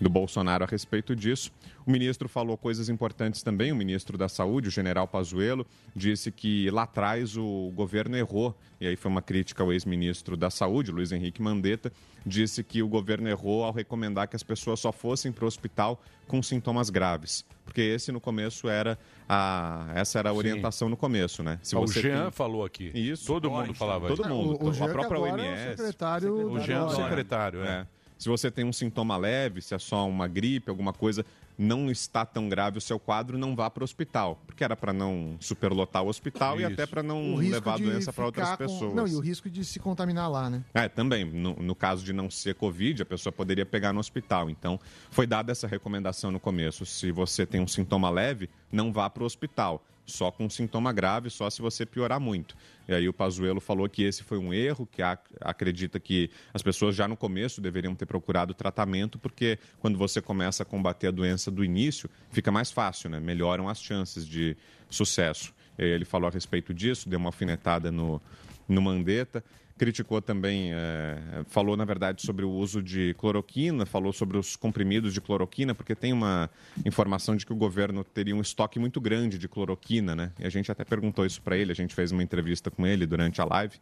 Speaker 10: do Bolsonaro a respeito disso. O ministro falou coisas importantes também, o ministro da Saúde, o general Pazuello, disse que lá atrás o governo errou, e aí foi uma crítica ao ex-ministro da Saúde, Luiz Henrique Mandetta, disse que o governo errou ao recomendar que as pessoas só fossem para o hospital com sintomas graves, porque esse no começo era a essa era a orientação no começo, né?
Speaker 2: o Jean
Speaker 10: tem-
Speaker 2: falou aqui.
Speaker 10: Isso.
Speaker 2: Todo mundo falava
Speaker 10: Todo
Speaker 2: isso.
Speaker 10: mundo.
Speaker 2: O- o Jean
Speaker 10: a
Speaker 2: que
Speaker 10: própria
Speaker 2: agora é o
Speaker 10: OMS.
Speaker 5: secretário
Speaker 2: O Jean é o
Speaker 10: Dória.
Speaker 2: secretário, é.
Speaker 10: um Se você tem um sintoma leve, se é só uma gripe, alguma coisa, não está tão grave o seu quadro, não vá para o hospital. Porque era para não superlotar o hospital e
Speaker 5: Isso.
Speaker 10: até para não
Speaker 5: O risco
Speaker 10: levar a
Speaker 5: de
Speaker 10: doença para outras
Speaker 5: ficar com-
Speaker 10: pessoas.
Speaker 5: Não, e o risco de se contaminar lá, né?
Speaker 10: É, também. No, no caso de não ser Covid, a pessoa poderia pegar no hospital. Então, foi dada essa recomendação no começo. Se você tem um sintoma leve, não vá para o hospital. Só com um sintoma grave, só se você piorar muito. E aí o Pazuello falou que esse foi um erro, que ac- acredita que as pessoas já no começo deveriam ter procurado tratamento, porque quando você começa a combater a doença do início, fica mais fácil, né? Melhoram as chances de sucesso. E aí Ele falou a respeito disso, deu uma alfinetada no, no Mandetta. Criticou também, eh, falou na verdade sobre o uso de cloroquina, falou sobre os comprimidos de cloroquina, porque tem uma informação de que o governo teria um estoque muito grande de cloroquina, né? E a gente até perguntou isso para ele, a gente fez uma entrevista com ele durante a live.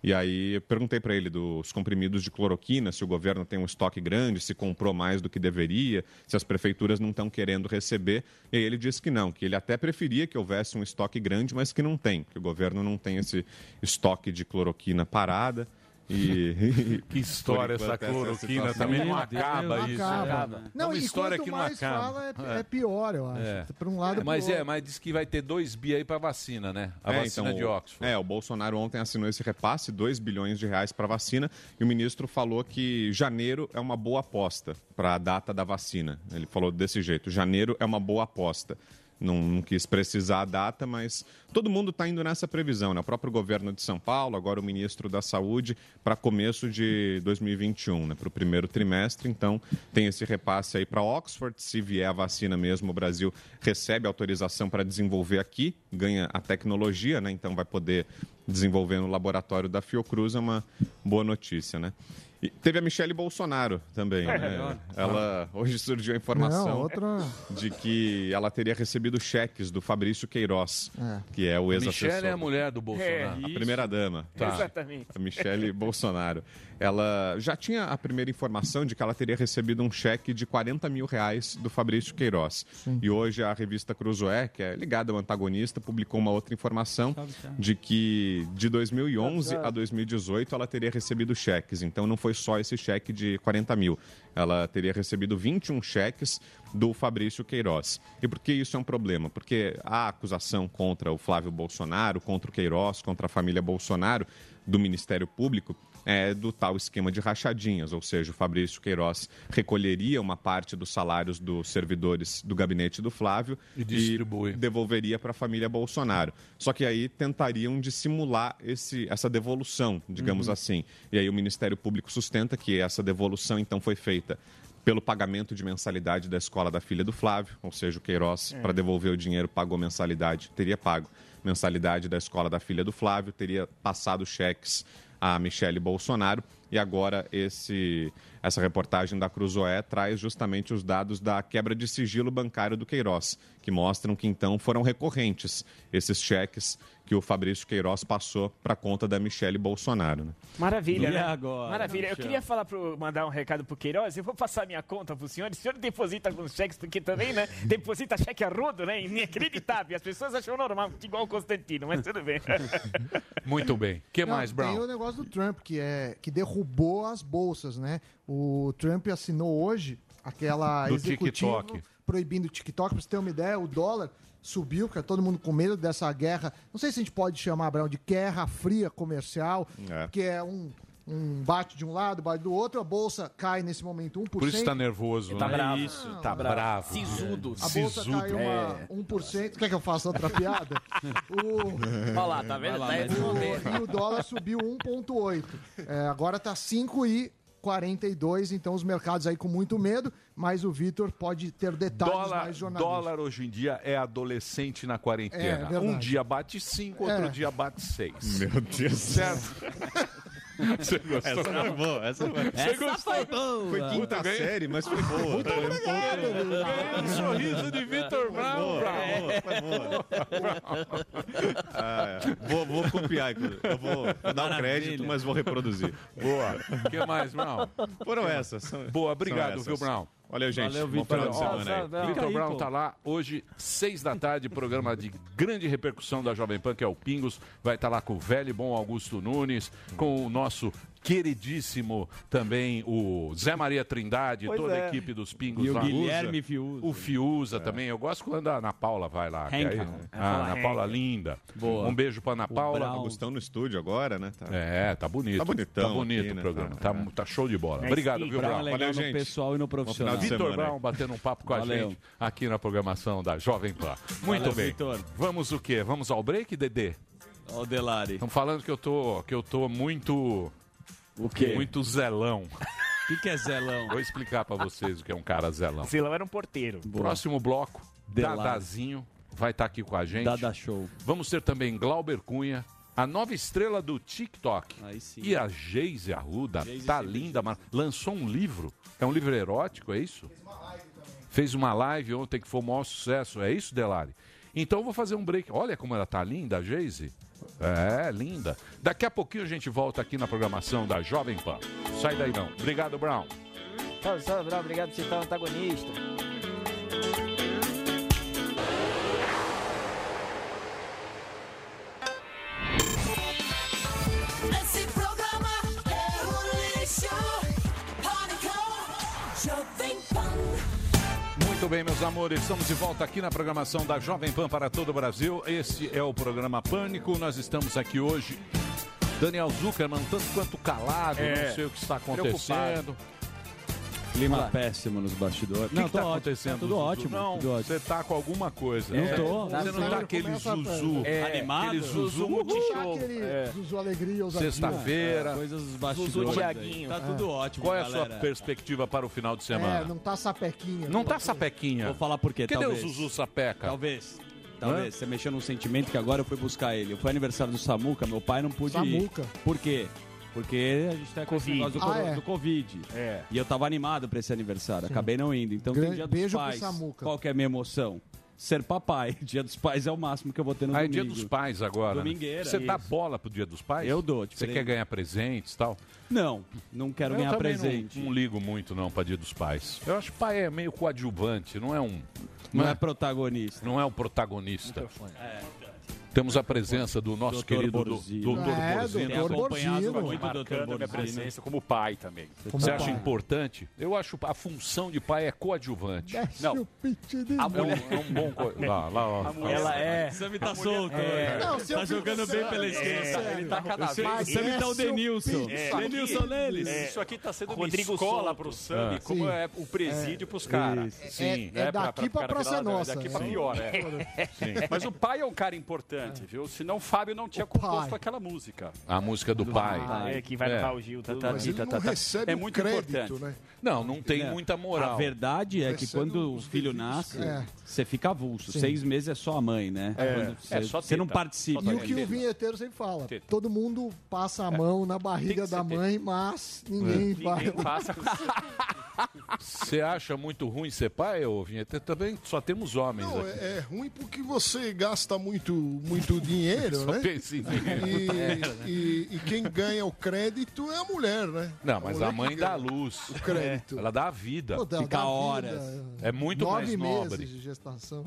Speaker 10: E aí eu perguntei para ele dos comprimidos de cloroquina, se o governo tem um estoque grande, se comprou mais do que deveria, se as prefeituras não estão querendo receber. E aí ele disse que não, que ele até preferia que houvesse um estoque grande, mas que não tem, que o governo não tem esse estoque de cloroquina parada. E,
Speaker 2: que história
Speaker 10: Por
Speaker 2: essa
Speaker 10: enquanto, é a
Speaker 2: cloroquina
Speaker 10: situação.
Speaker 2: também, não acaba isso.
Speaker 5: Acaba.
Speaker 2: né?
Speaker 5: Não,
Speaker 2: uma
Speaker 5: e
Speaker 2: história
Speaker 10: É
Speaker 5: quanto
Speaker 2: que não
Speaker 5: mais
Speaker 2: acaba.
Speaker 5: fala, é, é pior, eu acho.
Speaker 2: É.
Speaker 5: Por um lado,
Speaker 2: É, mas
Speaker 5: pro
Speaker 2: é, mas diz que vai ter 2 bi aí para vacina, né? A
Speaker 10: É,
Speaker 2: vacina
Speaker 10: então,
Speaker 2: de
Speaker 10: o-
Speaker 2: Oxford.
Speaker 10: É, o Bolsonaro ontem assinou esse repasse, 2 bilhões de reais para vacina, e o ministro falou que janeiro é uma boa aposta para a data da vacina. Ele falou desse jeito, janeiro é uma boa aposta. Não, não quis precisar a data, mas todo mundo está indo nessa previsão, né? O próprio governo de São Paulo, agora o ministro da Saúde, para começo de 2021, né? Para o primeiro trimestre. Então, tem esse repasse aí para Oxford. Se vier a vacina mesmo, o Brasil recebe autorização para desenvolver aqui, ganha a tecnologia, né? Então vai poder desenvolver no laboratório da Fiocruz, é uma boa notícia, né? E teve a Michelle Bolsonaro também, né? Ela hoje surgiu a informação
Speaker 5: Não, outra-
Speaker 10: de que ela teria recebido cheques do Fabrício Queiroz,
Speaker 5: É.
Speaker 10: que é o ex-assessor.
Speaker 2: Michelle é a mulher do
Speaker 10: A
Speaker 2: Bolsonaro.
Speaker 10: primeira dama.
Speaker 2: Tá.
Speaker 6: Exatamente.
Speaker 10: A Michelle Bolsonaro. Ela já tinha a primeira informação de que ela teria recebido um cheque de 40 mil reais do Fabrício Queiroz. E hoje a revista Cruzoé, que é ligada ao antagonista, publicou uma outra informação de que de 2011 a 2018 ela teria recebido cheques. Então não foi só esse cheque de 40 mil. Ela teria recebido 21 cheques do Fabrício Queiroz. E por que isso é um problema? Porque a acusação contra o Flávio Bolsonaro, contra o Queiroz, contra a família Bolsonaro do Ministério Público é do tal esquema de rachadinhas, ou seja, o Fabrício Queiroz recolheria uma parte dos salários dos servidores do gabinete do Flávio e, devolveria para a família Bolsonaro. Só que aí tentariam dissimular esse, essa devolução, digamos
Speaker 2: Uhum.
Speaker 10: assim. E aí o Ministério Público sustenta que essa devolução então foi feita pelo pagamento de mensalidade da escola da filha do Flávio, ou seja, o Queiroz,
Speaker 2: É.
Speaker 10: para devolver o dinheiro, pagou mensalidade, teria pago mensalidade da escola da filha do Flávio, teria passado cheques a Michele Bolsonaro. E agora esse, essa reportagem da Cruzoé traz justamente os dados da quebra de sigilo bancário do Queiroz, que mostram que então foram recorrentes esses cheques que o Fabrício Queiroz passou para conta da Michele Bolsonaro. né?
Speaker 6: Maravilha,
Speaker 10: E
Speaker 6: né?
Speaker 10: agora,
Speaker 6: Maravilha. Eu
Speaker 10: Michel?
Speaker 6: queria falar pro, mandar um recado pro Queiroz. Eu vou passar minha conta pro senhor. O senhor deposita alguns cheques, porque também, né? Deposita cheque a rodo, né? Inacreditável. As pessoas acham normal, igual o Constantino, mas tudo bem.
Speaker 2: Muito bem. O que
Speaker 5: Não,
Speaker 2: mais,
Speaker 5: Tem o
Speaker 2: Brown?
Speaker 5: negócio do Trump, que, é, que derrubou as bolsas, né? O Trump assinou hoje aquela
Speaker 2: Do
Speaker 5: executiva
Speaker 2: TikTok.
Speaker 5: proibindo o TikTok. Pra você ter uma ideia, o dólar subiu, cara, todo mundo com medo dessa guerra. Não sei se a gente pode chamar, Brown, de guerra fria comercial,
Speaker 2: É.
Speaker 5: porque é um, um bate de um lado, bate do outro, a bolsa cai nesse momento 1%.
Speaker 2: Por isso tá nervoso,
Speaker 5: Tá
Speaker 2: né?
Speaker 5: bravo. É.
Speaker 2: Isso, tá bravo.
Speaker 7: Sisudo.
Speaker 5: A bolsa
Speaker 2: Sisudo.
Speaker 5: caiu uma, 1%. Quer que eu faça outra piada? o...
Speaker 7: Olha lá, tá vendo? Tá respondendo.
Speaker 5: E o dólar subiu 1,8. É, agora tá 5,42. Então os mercados aí com muito medo. Mas o Vitor pode ter detalhes
Speaker 2: Dólar,
Speaker 5: mais jornalistas.
Speaker 2: dólar hoje em dia é adolescente na quarentena.
Speaker 5: É, é
Speaker 2: um
Speaker 5: verdade.
Speaker 2: dia bate 5, outro
Speaker 5: É.
Speaker 2: dia bate 6.
Speaker 10: Meu Deus.
Speaker 2: Certo? Você gostou?
Speaker 10: Essa foi boa, essa foi-
Speaker 2: Você
Speaker 10: Essa
Speaker 2: gostou?
Speaker 10: foi boa. Foi quinta
Speaker 2: Puta, ganhei-
Speaker 10: série, mas foi boa.
Speaker 2: Muito
Speaker 10: Foi
Speaker 2: obrigado. Ganhei um sorriso de Vitor Brown. Brown.
Speaker 10: Ah, é. vou, vou copiar, inclusive. eu vou, vou dar o crédito, mas vou reproduzir.
Speaker 2: Boa. O que mais, Brown?
Speaker 10: Foram essas. são-
Speaker 2: Boa, obrigado,
Speaker 10: são essas.
Speaker 2: viu, Brown?
Speaker 10: Valeu, gente.
Speaker 2: Valeu,
Speaker 10: Bom final de semana aí.
Speaker 2: Vitor Brown tá lá hoje, seis da tarde, programa de grande repercussão da Jovem Pan, que é o Pingos. Vai estar lá com o velho e bom Augusto Nunes, com o nosso queridíssimo também, o Zé Maria Trindade,
Speaker 3: Pois
Speaker 2: toda a
Speaker 3: é.
Speaker 2: equipe dos Pingos
Speaker 3: E o
Speaker 2: lá.
Speaker 3: Guilherme Fiuza.
Speaker 2: O Fiuza
Speaker 10: É.
Speaker 2: também. Eu gosto quando a Ana Paula vai lá. que
Speaker 3: Henkel.
Speaker 2: aí-
Speaker 3: Ela
Speaker 2: Ah,
Speaker 3: fala
Speaker 2: Ana
Speaker 3: Henkel.
Speaker 2: Paula linda.
Speaker 10: Boa.
Speaker 2: Um beijo pra Ana
Speaker 10: O
Speaker 2: Paula.
Speaker 10: Brown. Augustão no estúdio agora, né?
Speaker 2: É, tá bonito.
Speaker 10: Tá bonitão
Speaker 2: Tá bonito
Speaker 10: aqui,
Speaker 2: o
Speaker 10: né?
Speaker 2: programa. Tá, tá show de bola.
Speaker 10: É,
Speaker 2: Obrigado,
Speaker 10: sim.
Speaker 2: viu,
Speaker 10: Brown
Speaker 2: Brown?
Speaker 10: é legal Valeu, no gente.
Speaker 3: pessoal e no profissional.
Speaker 10: final de
Speaker 2: Vitor
Speaker 10: semana
Speaker 2: Brown
Speaker 10: aí.
Speaker 2: batendo um papo com a
Speaker 3: Valeu.
Speaker 2: gente aqui na programação da Jovem Pan. Muito
Speaker 3: Valeu,
Speaker 2: bem.
Speaker 3: Vitor.
Speaker 2: Vamos o quê? Vamos ao break, Dedê?
Speaker 3: Ó, o Delari.
Speaker 2: Estão falando que eu tô, que eu tô muito. O
Speaker 3: quê?
Speaker 2: Muito zelão.
Speaker 3: O que, que é Zelão?
Speaker 2: Vou explicar pra vocês o que é um cara zelão.
Speaker 6: Silão era um porteiro.
Speaker 2: Próximo bloco,
Speaker 6: Delari.
Speaker 2: Dadazinho vai estar aqui com a gente. Dada
Speaker 3: Show.
Speaker 2: Vamos ter também Glauber Cunha, a nova estrela do TikTok. E a Geise Arruda, tá linda, mas lançou um livro. É um livro erótico, é isso? Fez uma live ontem que foi o maior sucesso, é isso, Delari? Então eu vou fazer um break. Olha como ela tá linda, a Geise. É, linda. Daqui a pouquinho a gente volta aqui na programação da Jovem Pan. Sai daí não. Obrigado, Brown.
Speaker 6: Salve, salve, Brown. Obrigado por você estar antagonista.
Speaker 11: Esse programa é
Speaker 2: Muito bem, meus amores, estamos de volta aqui na programação da Jovem Pan para todo o Brasil. Este é o programa Pânico. Nós estamos aqui hoje. Daniel Zuckerman, tanto quanto calado,
Speaker 3: É.
Speaker 2: não sei o que está
Speaker 3: Preocupado.
Speaker 2: acontecendo.
Speaker 3: Clima
Speaker 2: Vai.
Speaker 3: péssimo nos bastidores.
Speaker 2: O que
Speaker 3: não,
Speaker 2: está
Speaker 3: tô ótimo. tá
Speaker 2: acontecendo?
Speaker 3: Tudo
Speaker 2: Zuzu?
Speaker 3: ótimo.
Speaker 2: Não,
Speaker 3: tudo ótimo.
Speaker 2: você tá com alguma coisa.
Speaker 3: Não
Speaker 2: né?
Speaker 3: tô.
Speaker 2: Você não tá
Speaker 3: Começa
Speaker 2: aquele
Speaker 3: a-
Speaker 2: zuzu.
Speaker 3: É.
Speaker 2: Aquele
Speaker 3: Animado.
Speaker 2: zuzu
Speaker 3: Zuzu,
Speaker 2: muito
Speaker 3: uhul.
Speaker 2: show.
Speaker 4: Aquele
Speaker 2: É.
Speaker 4: Zuzu Alegria, ousadia.
Speaker 2: Sexta-feira.
Speaker 3: É, coisas dos bastidores Zuzu, Thiaguinho. aí. Tá tudo ótimo,
Speaker 2: Qual é a
Speaker 3: galera.
Speaker 2: sua perspectiva para o final de
Speaker 5: É,
Speaker 2: semana?
Speaker 5: não tá sapequinha.
Speaker 2: não tá sapequinha.
Speaker 3: Vou falar por quê,
Speaker 2: Cadê
Speaker 3: talvez.
Speaker 2: o Zuzu Sapeca?
Speaker 3: Talvez. Talvez, você mexeu num sentimento que agora eu fui buscar ele. Foi aniversário do Samuca, meu pai não pôde
Speaker 5: Samuca.
Speaker 3: ir. Por quê? Porque a gente tá com esse
Speaker 5: Covid.
Speaker 3: negócio do,
Speaker 5: Ah,
Speaker 3: corona-
Speaker 5: é.
Speaker 3: do Covid. E eu tava animado pra esse aniversário, acabei não indo. Então
Speaker 5: Grande-
Speaker 3: tem dia dos
Speaker 5: beijo pro
Speaker 3: pais.
Speaker 5: Samuca.
Speaker 3: Qual que é a minha emoção? Ser papai. Dia dos pais é o máximo que eu vou ter no
Speaker 2: Ah, é
Speaker 3: domingo.
Speaker 2: dia dos pais agora. né?
Speaker 3: Domingueira,
Speaker 2: Você dá
Speaker 3: isso.
Speaker 2: bola pro dia dos pais?
Speaker 3: Eu dou,
Speaker 2: Você
Speaker 3: diferente.
Speaker 2: quer ganhar presentes e tal?
Speaker 3: Não, não quero
Speaker 2: Eu
Speaker 3: ganhar
Speaker 2: também
Speaker 3: presente.
Speaker 2: Não, não ligo muito não pra dia dos pais. Eu acho que pai é meio coadjuvante, não é um...
Speaker 3: Não é protagonista.
Speaker 2: Não é o protagonista. É. Temos a presença do nosso
Speaker 3: Dr.
Speaker 2: querido do-
Speaker 3: Borzillo.
Speaker 2: doutor
Speaker 3: É,
Speaker 2: Borzillo.
Speaker 3: doutor Acompanhado Borzillo. muito
Speaker 2: Muito
Speaker 3: doutor
Speaker 2: doutor
Speaker 3: Borzillo.
Speaker 1: como pai também.
Speaker 2: Você acha importante? Eu acho a função de pai é coadjuvante.
Speaker 1: Não.
Speaker 2: A mulher... é, um, é um bom... co- Lá, lá, ó.
Speaker 1: Ela é.
Speaker 3: Sammy tá solto. hoje.
Speaker 1: Não,
Speaker 3: tá jogando bem pela esquerda.
Speaker 1: Ele tá cada
Speaker 3: O Sam-
Speaker 1: vez-
Speaker 3: O Sammy tá o
Speaker 1: Esse
Speaker 3: Denilson.
Speaker 1: é o Pix.
Speaker 3: Denilson Leles.
Speaker 1: É. Isso aqui tá sendo
Speaker 3: Rodrigo
Speaker 1: uma escola
Speaker 3: Souto.
Speaker 1: pro Sami,
Speaker 3: Ah.
Speaker 1: como
Speaker 3: Sim.
Speaker 1: é o presídio pros caras.
Speaker 3: Isso.
Speaker 1: Sim.
Speaker 5: É- é
Speaker 1: né,
Speaker 5: daqui pra
Speaker 1: cara
Speaker 5: Praça
Speaker 1: virar-
Speaker 5: Nossa,
Speaker 1: Daqui
Speaker 5: né?
Speaker 1: pra pior,
Speaker 5: É.
Speaker 1: é.
Speaker 2: Sim.
Speaker 1: Mas o pai é um cara importante, viu? Senão o Fábio não tinha composto aquela música.
Speaker 2: A música do pai.
Speaker 1: É, que vai levar o Gil, tá, tá,
Speaker 2: Mas
Speaker 1: tá,
Speaker 2: ele
Speaker 1: tá,
Speaker 2: não
Speaker 1: tá.
Speaker 2: recebe
Speaker 1: É
Speaker 2: o
Speaker 1: muito
Speaker 2: crédito,
Speaker 1: importante.
Speaker 2: né? Não, não tem
Speaker 3: É.
Speaker 2: muita moral.
Speaker 3: A verdade é que
Speaker 2: Crescendo
Speaker 4: um
Speaker 3: quando o
Speaker 2: os
Speaker 3: filho
Speaker 2: filhos,
Speaker 3: nasce,
Speaker 2: cara.
Speaker 5: É.
Speaker 3: você fica avulso.
Speaker 5: Sim.
Speaker 3: Seis meses é só a mãe, né?
Speaker 5: É.
Speaker 3: Quando
Speaker 5: É,
Speaker 3: você,
Speaker 1: só
Speaker 3: você não
Speaker 1: teta.
Speaker 3: participa.
Speaker 2: né?
Speaker 5: E o que o vinheteiro sempre fala:
Speaker 3: Teta.
Speaker 5: todo mundo passa a mão na barriga da mãe, mas
Speaker 2: É.
Speaker 5: ninguém vai.
Speaker 1: passa.
Speaker 2: Você acha muito ruim ser pai, ô Vinheta? Também só temos homens
Speaker 4: Não,
Speaker 2: aqui.
Speaker 4: é, é ruim porque você gasta muito, muito dinheiro,
Speaker 2: Só
Speaker 4: né?
Speaker 2: pensa em dinheiro.
Speaker 4: E,
Speaker 2: É.
Speaker 4: e- e quem ganha o crédito é a mulher, né?
Speaker 2: Não, mas
Speaker 4: mulher
Speaker 2: a mãe
Speaker 4: que
Speaker 2: dá
Speaker 4: ganha.
Speaker 2: a luz. É.
Speaker 4: O crédito.
Speaker 2: Ela dá a vida.
Speaker 4: Pô, dá- Fica dá a vida. horas.
Speaker 2: É muito mais
Speaker 5: Nove meses
Speaker 2: nobre.
Speaker 5: de gestação.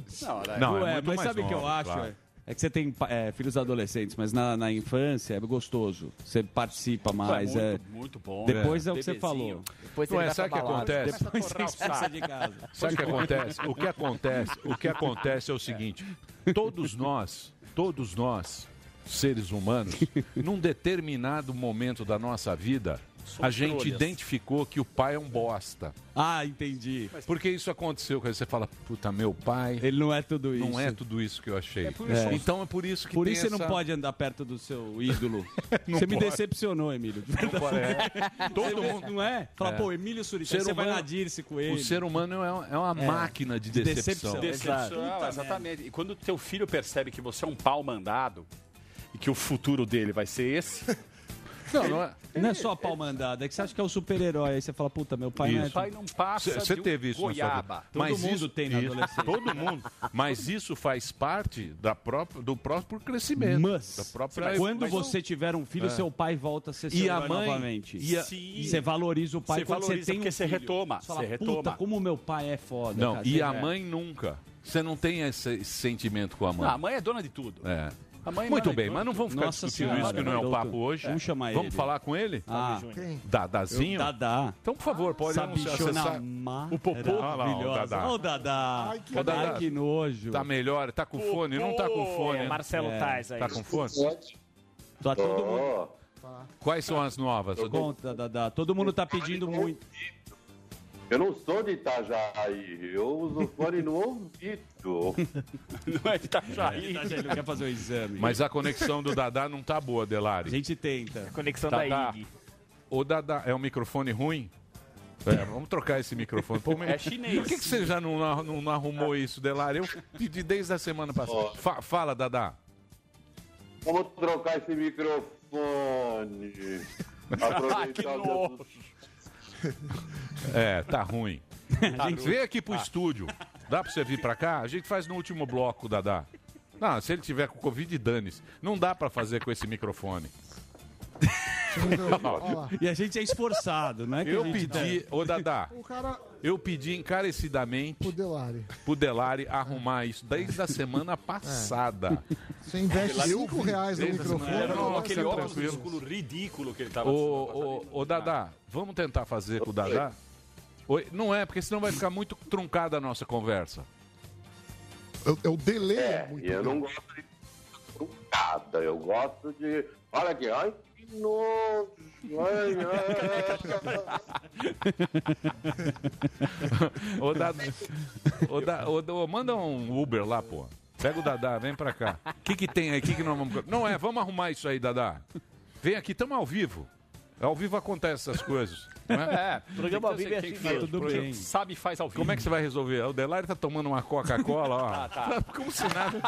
Speaker 2: Não, é
Speaker 3: Ué,
Speaker 2: muito
Speaker 3: mas
Speaker 2: mais
Speaker 3: sabe o que eu
Speaker 2: nobre,
Speaker 3: acho?
Speaker 2: claro.
Speaker 3: é? É que você tem pa- é, filhos adolescentes, mas na, na infância é gostoso. Você participa mais.
Speaker 1: muito,
Speaker 3: é
Speaker 1: muito bom.
Speaker 2: né?
Speaker 3: Depois é, o que você
Speaker 1: Bebezinho.
Speaker 3: falou.
Speaker 1: Depois
Speaker 2: Não, é, sabe o que acontece?
Speaker 3: Depois você precisa de casa.
Speaker 2: Sabe o que acontece? O que acontece? O que acontece é o seguinte: todos nós, todos nós, seres humanos, num determinado momento da nossa vida, a
Speaker 3: Somos
Speaker 2: gente
Speaker 3: trolhas.
Speaker 2: identificou que o pai é um bosta.
Speaker 3: Ah, entendi.
Speaker 2: Porque isso aconteceu, quando você fala, puta, meu pai.
Speaker 3: Ele não é tudo isso.
Speaker 2: Não é tudo isso que eu achei.
Speaker 3: É por isso- É.
Speaker 2: Então é por isso que
Speaker 3: Por
Speaker 2: tem
Speaker 3: isso você não
Speaker 2: essa-
Speaker 3: pode andar perto do seu ídolo.
Speaker 2: Não
Speaker 3: você me
Speaker 2: pode.
Speaker 3: decepcionou, Emílio. de verdade.
Speaker 2: Todo
Speaker 3: Você
Speaker 2: mundo.
Speaker 3: Não é? Fala,
Speaker 2: É.
Speaker 3: pô, Emílio Surita, você vai na Dirce com ele.
Speaker 2: O ser humano é, um- é uma
Speaker 3: É.
Speaker 2: máquina de decepção.
Speaker 1: Decepcional, exatamente. E quando teu filho percebe que você é um pau mandado e que o futuro dele vai ser esse.
Speaker 3: Não, não é, não é só a pau mandada, é que você acha que é o super-herói. Aí você fala, puta, meu pai não é.
Speaker 2: Isso. Você teve isso na sua vida.
Speaker 3: Todo mundo tem na
Speaker 2: isso-
Speaker 3: adolescência.
Speaker 2: Todo mundo. Mas isso faz parte da própria, do próprio crescimento.
Speaker 3: Mas,
Speaker 2: da própria
Speaker 3: quando
Speaker 2: evolução.
Speaker 3: você tiver um filho,
Speaker 2: É.
Speaker 3: seu pai volta a ser seu
Speaker 2: E a
Speaker 3: herói
Speaker 2: mãe-
Speaker 3: novamente.
Speaker 2: e a-
Speaker 3: Sim. Você valoriza o pai
Speaker 1: Você
Speaker 3: quando
Speaker 1: valoriza
Speaker 3: você tem um
Speaker 1: porque você
Speaker 3: filho.
Speaker 1: retoma,
Speaker 3: Você fala,
Speaker 1: você
Speaker 3: puta,
Speaker 1: retoma."
Speaker 3: como meu pai é foda.
Speaker 2: Não,
Speaker 3: cara.
Speaker 2: e
Speaker 3: Você
Speaker 2: a
Speaker 3: vê.
Speaker 2: mãe nunca. Você não tem esse, esse sentimento com a mãe.
Speaker 1: Ah, a mãe é dona de tudo.
Speaker 2: É.
Speaker 1: A mãe
Speaker 2: Muito
Speaker 1: manda
Speaker 2: bem,
Speaker 1: em
Speaker 2: mas não
Speaker 3: então,
Speaker 2: vamos ficar
Speaker 1: Nossa
Speaker 2: discutindo
Speaker 1: Senhora,
Speaker 2: isso que não é o
Speaker 1: doutor.
Speaker 2: papo hoje.
Speaker 1: Vamos chamar
Speaker 2: Vamos
Speaker 1: ele.
Speaker 2: falar com ele?
Speaker 1: Ah,
Speaker 5: Quem?
Speaker 2: Dadazinho?
Speaker 3: Eu- Dadá.
Speaker 2: Então, por favor, pode
Speaker 3: Essa
Speaker 2: anunciar. você
Speaker 3: bichona
Speaker 2: sabe- O popô
Speaker 3: Era maravilhosa. Olha o Dadá.
Speaker 2: Ai, que
Speaker 3: Ai,
Speaker 2: Dadá.
Speaker 3: que nojo.
Speaker 2: Tá melhor, tá com fone, não tá com fone.
Speaker 3: É, Marcelo
Speaker 2: É.
Speaker 3: Tais aí.
Speaker 2: Tá com fone?
Speaker 3: Tá todo mundo.
Speaker 2: Quais são as novas?
Speaker 3: Tô conta, Dadá. Todo mundo tá pedindo muito.
Speaker 11: Eu não sou de Itajaí, eu uso fone no ouvido.
Speaker 1: Não é de Itajaí.
Speaker 3: Ele não quer fazer o exame.
Speaker 2: Mas a conexão do Dadá não tá boa, Delari. A
Speaker 3: gente tenta. A
Speaker 6: conexão da IG.
Speaker 2: O Dadá é um microfone ruim? É, vamos trocar esse microfone. Pô, mas-
Speaker 1: É chinês.
Speaker 2: Por que, que você já não, ar- não arrumou isso, Delari? Eu pedi desde a semana passada. Fa- fala, Dadá.
Speaker 11: Vamos trocar esse microfone.
Speaker 1: Ah,
Speaker 11: Aproveitar o dia dos-
Speaker 2: É, tá ruim.
Speaker 11: Tá
Speaker 2: Gente,
Speaker 11: ruim.
Speaker 2: Vem aqui
Speaker 3: Ah.
Speaker 2: pro
Speaker 11: Tá.
Speaker 2: estúdio. Dá pra você vir pra cá? A gente faz no último bloco, Dadá. Não, se ele tiver com Covid, dane-se. Não dá pra fazer com esse microfone.
Speaker 3: E a gente é esforçado, não é? que a
Speaker 2: Eu
Speaker 3: gente tá-
Speaker 2: pedi, ô Dadá,
Speaker 5: O cara.
Speaker 2: eu pedi encarecidamente
Speaker 5: O Delari.
Speaker 2: pro Delari arrumar isso desde a semana passada.
Speaker 5: Você investe
Speaker 2: Eu
Speaker 5: 5 reais no
Speaker 2: Desde a semana-
Speaker 5: microfone.
Speaker 2: Não,
Speaker 5: vai
Speaker 2: aquele
Speaker 5: ser
Speaker 2: óculos
Speaker 5: tranquilo.
Speaker 1: ridículo que ele tava
Speaker 2: Ô, ô, ô, Dadá, vamos tentar fazer com o Dadá? Oi, Não é, porque senão vai ficar muito truncada a nossa conversa.
Speaker 4: É o delay é muito
Speaker 11: E eu não gosto de trucada, eu gosto de. Olha aqui, ai, que nojo. Ai, ai,
Speaker 2: ô, Dadá, ô, Da- ô, Da- ô, manda um Uber lá, pô. Pega o Dadá, vem pra cá. O que, que tem aí? O que, que nós vamos. Não é, vamos arrumar isso aí, Dadá. Vem aqui, estamos ao vivo. Ao vivo acontecem essas coisas. né?
Speaker 1: É, programa ao vivo é
Speaker 2: Quem
Speaker 1: assim
Speaker 2: faz,
Speaker 1: mesmo.
Speaker 2: tudo bem.
Speaker 1: Sabe e faz ao vivo.
Speaker 2: Como é que você vai resolver? O Delari tá tomando uma Coca-Cola, ó.
Speaker 1: Tá, tá.
Speaker 2: Ah, Como se nada.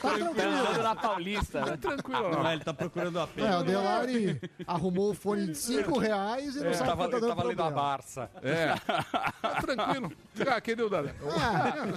Speaker 5: Transando
Speaker 6: na Paulista.
Speaker 2: Tá tranquilo.
Speaker 5: Não,
Speaker 2: ele tá procurando a
Speaker 5: É, o Delari arrumou o fone de 5 reais e não sabe o que tá dando problema.
Speaker 1: Barça.
Speaker 2: É. Tá tranquilo. Ah, cadê o Dadá?
Speaker 4: Ah,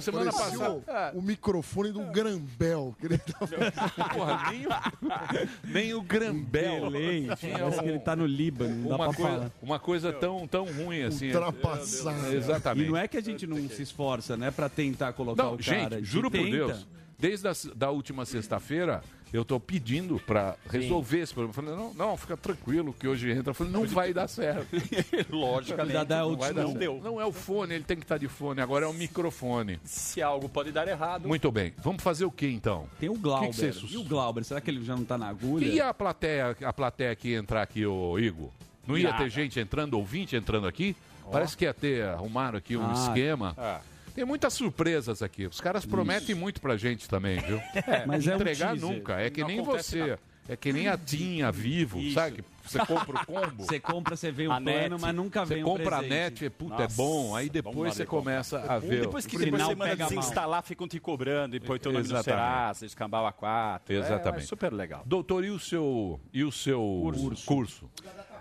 Speaker 2: semana
Speaker 4: parecia
Speaker 2: passada-
Speaker 4: O, o microfone do Grambel. Que ele tá tava...
Speaker 2: Porra, nem o, nem o Grambel.
Speaker 4: Delay,
Speaker 3: parece que ele tá no Líbano, não dá
Speaker 2: uma
Speaker 3: pra
Speaker 2: coisa,
Speaker 3: falar.
Speaker 2: Uma coisa tão, tão ruim assim.
Speaker 3: Ultrapassado.
Speaker 2: Exatamente.
Speaker 3: E não é que a gente não se esforça, né, pra tentar colocar
Speaker 2: Não,
Speaker 3: o cara.
Speaker 2: gente, juro por
Speaker 3: Tenta.
Speaker 2: Deus. Desde a s- da última sexta-feira, eu tô pedindo pra resolver esse problema. Falei, não, não, fica tranquilo que hoje entra. Eu Falei, não vai dar certo.
Speaker 1: Logicamente.
Speaker 2: não,
Speaker 1: vai dar certo. deu.
Speaker 2: não é o fone, ele tem que estar de fone, agora é o microfone.
Speaker 1: Se algo pode dar errado.
Speaker 2: Muito bem, vamos fazer o que então?
Speaker 3: Tem o
Speaker 2: O
Speaker 3: Glauber.
Speaker 2: que que você
Speaker 3: e
Speaker 2: sus-
Speaker 3: o Glauber, será que ele já não tá na agulha?
Speaker 2: E a plateia, a plateia que ia entrar aqui, o Igor? Não ia
Speaker 3: Nada.
Speaker 2: ter gente entrando, ouvinte entrando aqui? Parece que ia ter, arrumaram aqui um
Speaker 3: Ah.
Speaker 2: esquema.
Speaker 3: Ah.
Speaker 2: Tem muitas surpresas aqui. Os caras prometem muito pra gente também, viu?
Speaker 3: É, mas é um
Speaker 2: entregar
Speaker 3: teaser.
Speaker 2: nunca. É que
Speaker 3: Não
Speaker 2: nem
Speaker 3: acontece
Speaker 2: você.
Speaker 3: nada.
Speaker 2: É que nem a Tinha Vivo,
Speaker 3: Isso.
Speaker 2: sabe? Que você compra o combo.
Speaker 3: Você compra, você vê um plano, mas nunca
Speaker 2: Você
Speaker 3: vem um
Speaker 2: compra a
Speaker 3: presente.
Speaker 2: net, é, puta, é
Speaker 3: Nossa,
Speaker 2: bom. Aí
Speaker 1: Vamos lá
Speaker 2: depois você
Speaker 1: ver como. é.
Speaker 2: começa a ver.
Speaker 1: Depois que
Speaker 2: o
Speaker 1: depois
Speaker 2: final
Speaker 1: você manda
Speaker 2: pega mal.
Speaker 1: desinstalar, ficam te cobrando e põe teu nome no
Speaker 2: Exatamente.
Speaker 1: Serasa, escambau A4.
Speaker 2: Exatamente.
Speaker 1: É, é super legal.
Speaker 2: Doutor, e o seu, e o seu curso?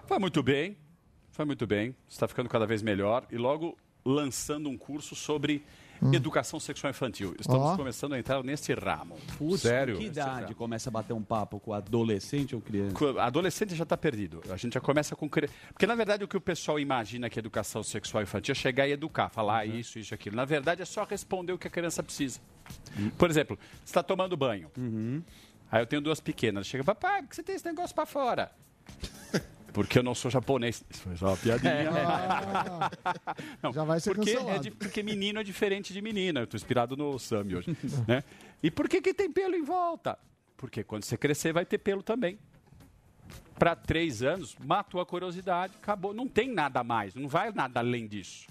Speaker 1: Foi muito bem, foi muito bem. Está ficando cada vez melhor. E logo lançando um curso sobre educação sexual infantil. Estamos
Speaker 3: Ó.
Speaker 1: começando a entrar nesse ramo.
Speaker 3: Putz, com Que idade começa a bater um papo com adolescente ou criança?
Speaker 1: Co- Adolescente já está perdido. A gente já começa com. cre- Porque, na verdade, o que o pessoal imagina que educação sexual infantil é chegar e educar, falar isso, isso, aquilo. Na verdade, é só responder o que a criança precisa. Por exemplo, você está tomando banho. Aí eu tenho duas pequenas. Chega, papai, por que você tem esse negócio para fora? Porque eu não sou japonês. Isso foi só uma piadinha. Não,
Speaker 5: é Já vai ser
Speaker 1: porque,
Speaker 5: cancelado.
Speaker 1: é di- porque menino é diferente de menina. Eu tô inspirado no Sami hoje. né? E por que, que tem pelo em volta? Porque quando você crescer, vai ter pelo também. Para três anos, matou a curiosidade, acabou. Não tem nada mais, não vai nada além disso.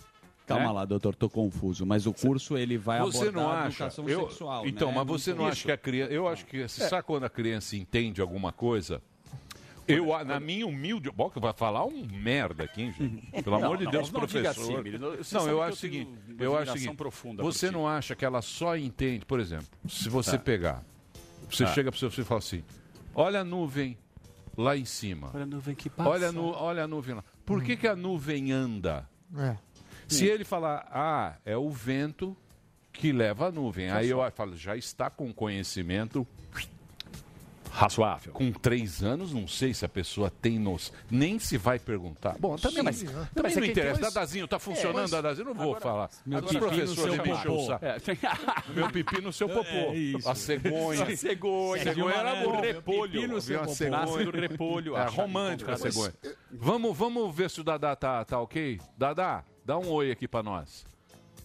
Speaker 3: Calma
Speaker 2: Tá
Speaker 1: né?
Speaker 3: lá, doutor, tô confuso, mas o curso ele vai
Speaker 2: É? Você
Speaker 3: abordar
Speaker 2: não é-
Speaker 3: a
Speaker 2: acha?
Speaker 3: educação
Speaker 2: Eu-
Speaker 3: sexual,
Speaker 2: então,
Speaker 3: né?
Speaker 2: mas você não
Speaker 3: Isso.
Speaker 2: acha que a criança? Eu acho que
Speaker 1: É.
Speaker 2: você sabe quando a criança entende alguma coisa.
Speaker 1: é
Speaker 2: Eu, a- na minha humilde. Bom, que vai falar um merda aqui, hein, gente. Pelo
Speaker 1: É, Não,
Speaker 2: amor de
Speaker 1: não,
Speaker 2: Deus,
Speaker 1: não diga
Speaker 2: professor.
Speaker 1: assim, menino. Você
Speaker 2: não,
Speaker 1: sabe
Speaker 2: eu
Speaker 1: que
Speaker 2: acho
Speaker 1: eu
Speaker 2: o seguinte.
Speaker 1: tenho uma
Speaker 2: Eu acho o
Speaker 1: admiração
Speaker 2: seguinte.
Speaker 1: profunda por
Speaker 2: Você
Speaker 1: ti.
Speaker 2: não acha que ela só entende, por exemplo, se você
Speaker 1: Tá.
Speaker 2: pegar, você
Speaker 1: Tá.
Speaker 2: chega para você e fala assim: olha a nuvem lá em cima.
Speaker 1: Olha a nuvem que passa.
Speaker 2: Olha, a nu- olha a nuvem lá. Por
Speaker 1: Hum.
Speaker 2: que, que a nuvem anda?
Speaker 5: É.
Speaker 2: Se ele falar, ah, é o vento que leva a nuvem. Aí eu falo, já está com conhecimento
Speaker 1: razoável.
Speaker 2: Com três anos, não sei se a pessoa tem noção. Nem se vai perguntar. Bom, também,
Speaker 1: Sim, mas-
Speaker 2: também
Speaker 1: mas é
Speaker 2: não
Speaker 1: que-
Speaker 2: interessa.
Speaker 1: mas-
Speaker 2: Dadazinho, tá funcionando,
Speaker 1: É, mas-
Speaker 2: Dadazinho? Eu Não vou
Speaker 1: agora-
Speaker 2: falar.
Speaker 1: meu
Speaker 2: Agora o
Speaker 1: pipi no
Speaker 2: professor
Speaker 1: seu
Speaker 2: já me encheu o
Speaker 1: popô.
Speaker 2: saco.
Speaker 1: É, tem-
Speaker 2: Meu pipi no seu popô.
Speaker 1: É, isso.
Speaker 2: a cegonha.
Speaker 1: A cegonha.
Speaker 2: Cegonha era
Speaker 1: Cegonha,
Speaker 2: bom.
Speaker 1: o repolho.
Speaker 2: Pipi no seu
Speaker 1: Viu a
Speaker 2: popô.
Speaker 1: cegonha do repolho,
Speaker 2: É
Speaker 1: achar que
Speaker 2: romântico a
Speaker 1: encontrava.
Speaker 2: cegonha. Vamos, vamos ver se o Dadá tá, tá ok? Dadá, dá um oi aqui pra nós.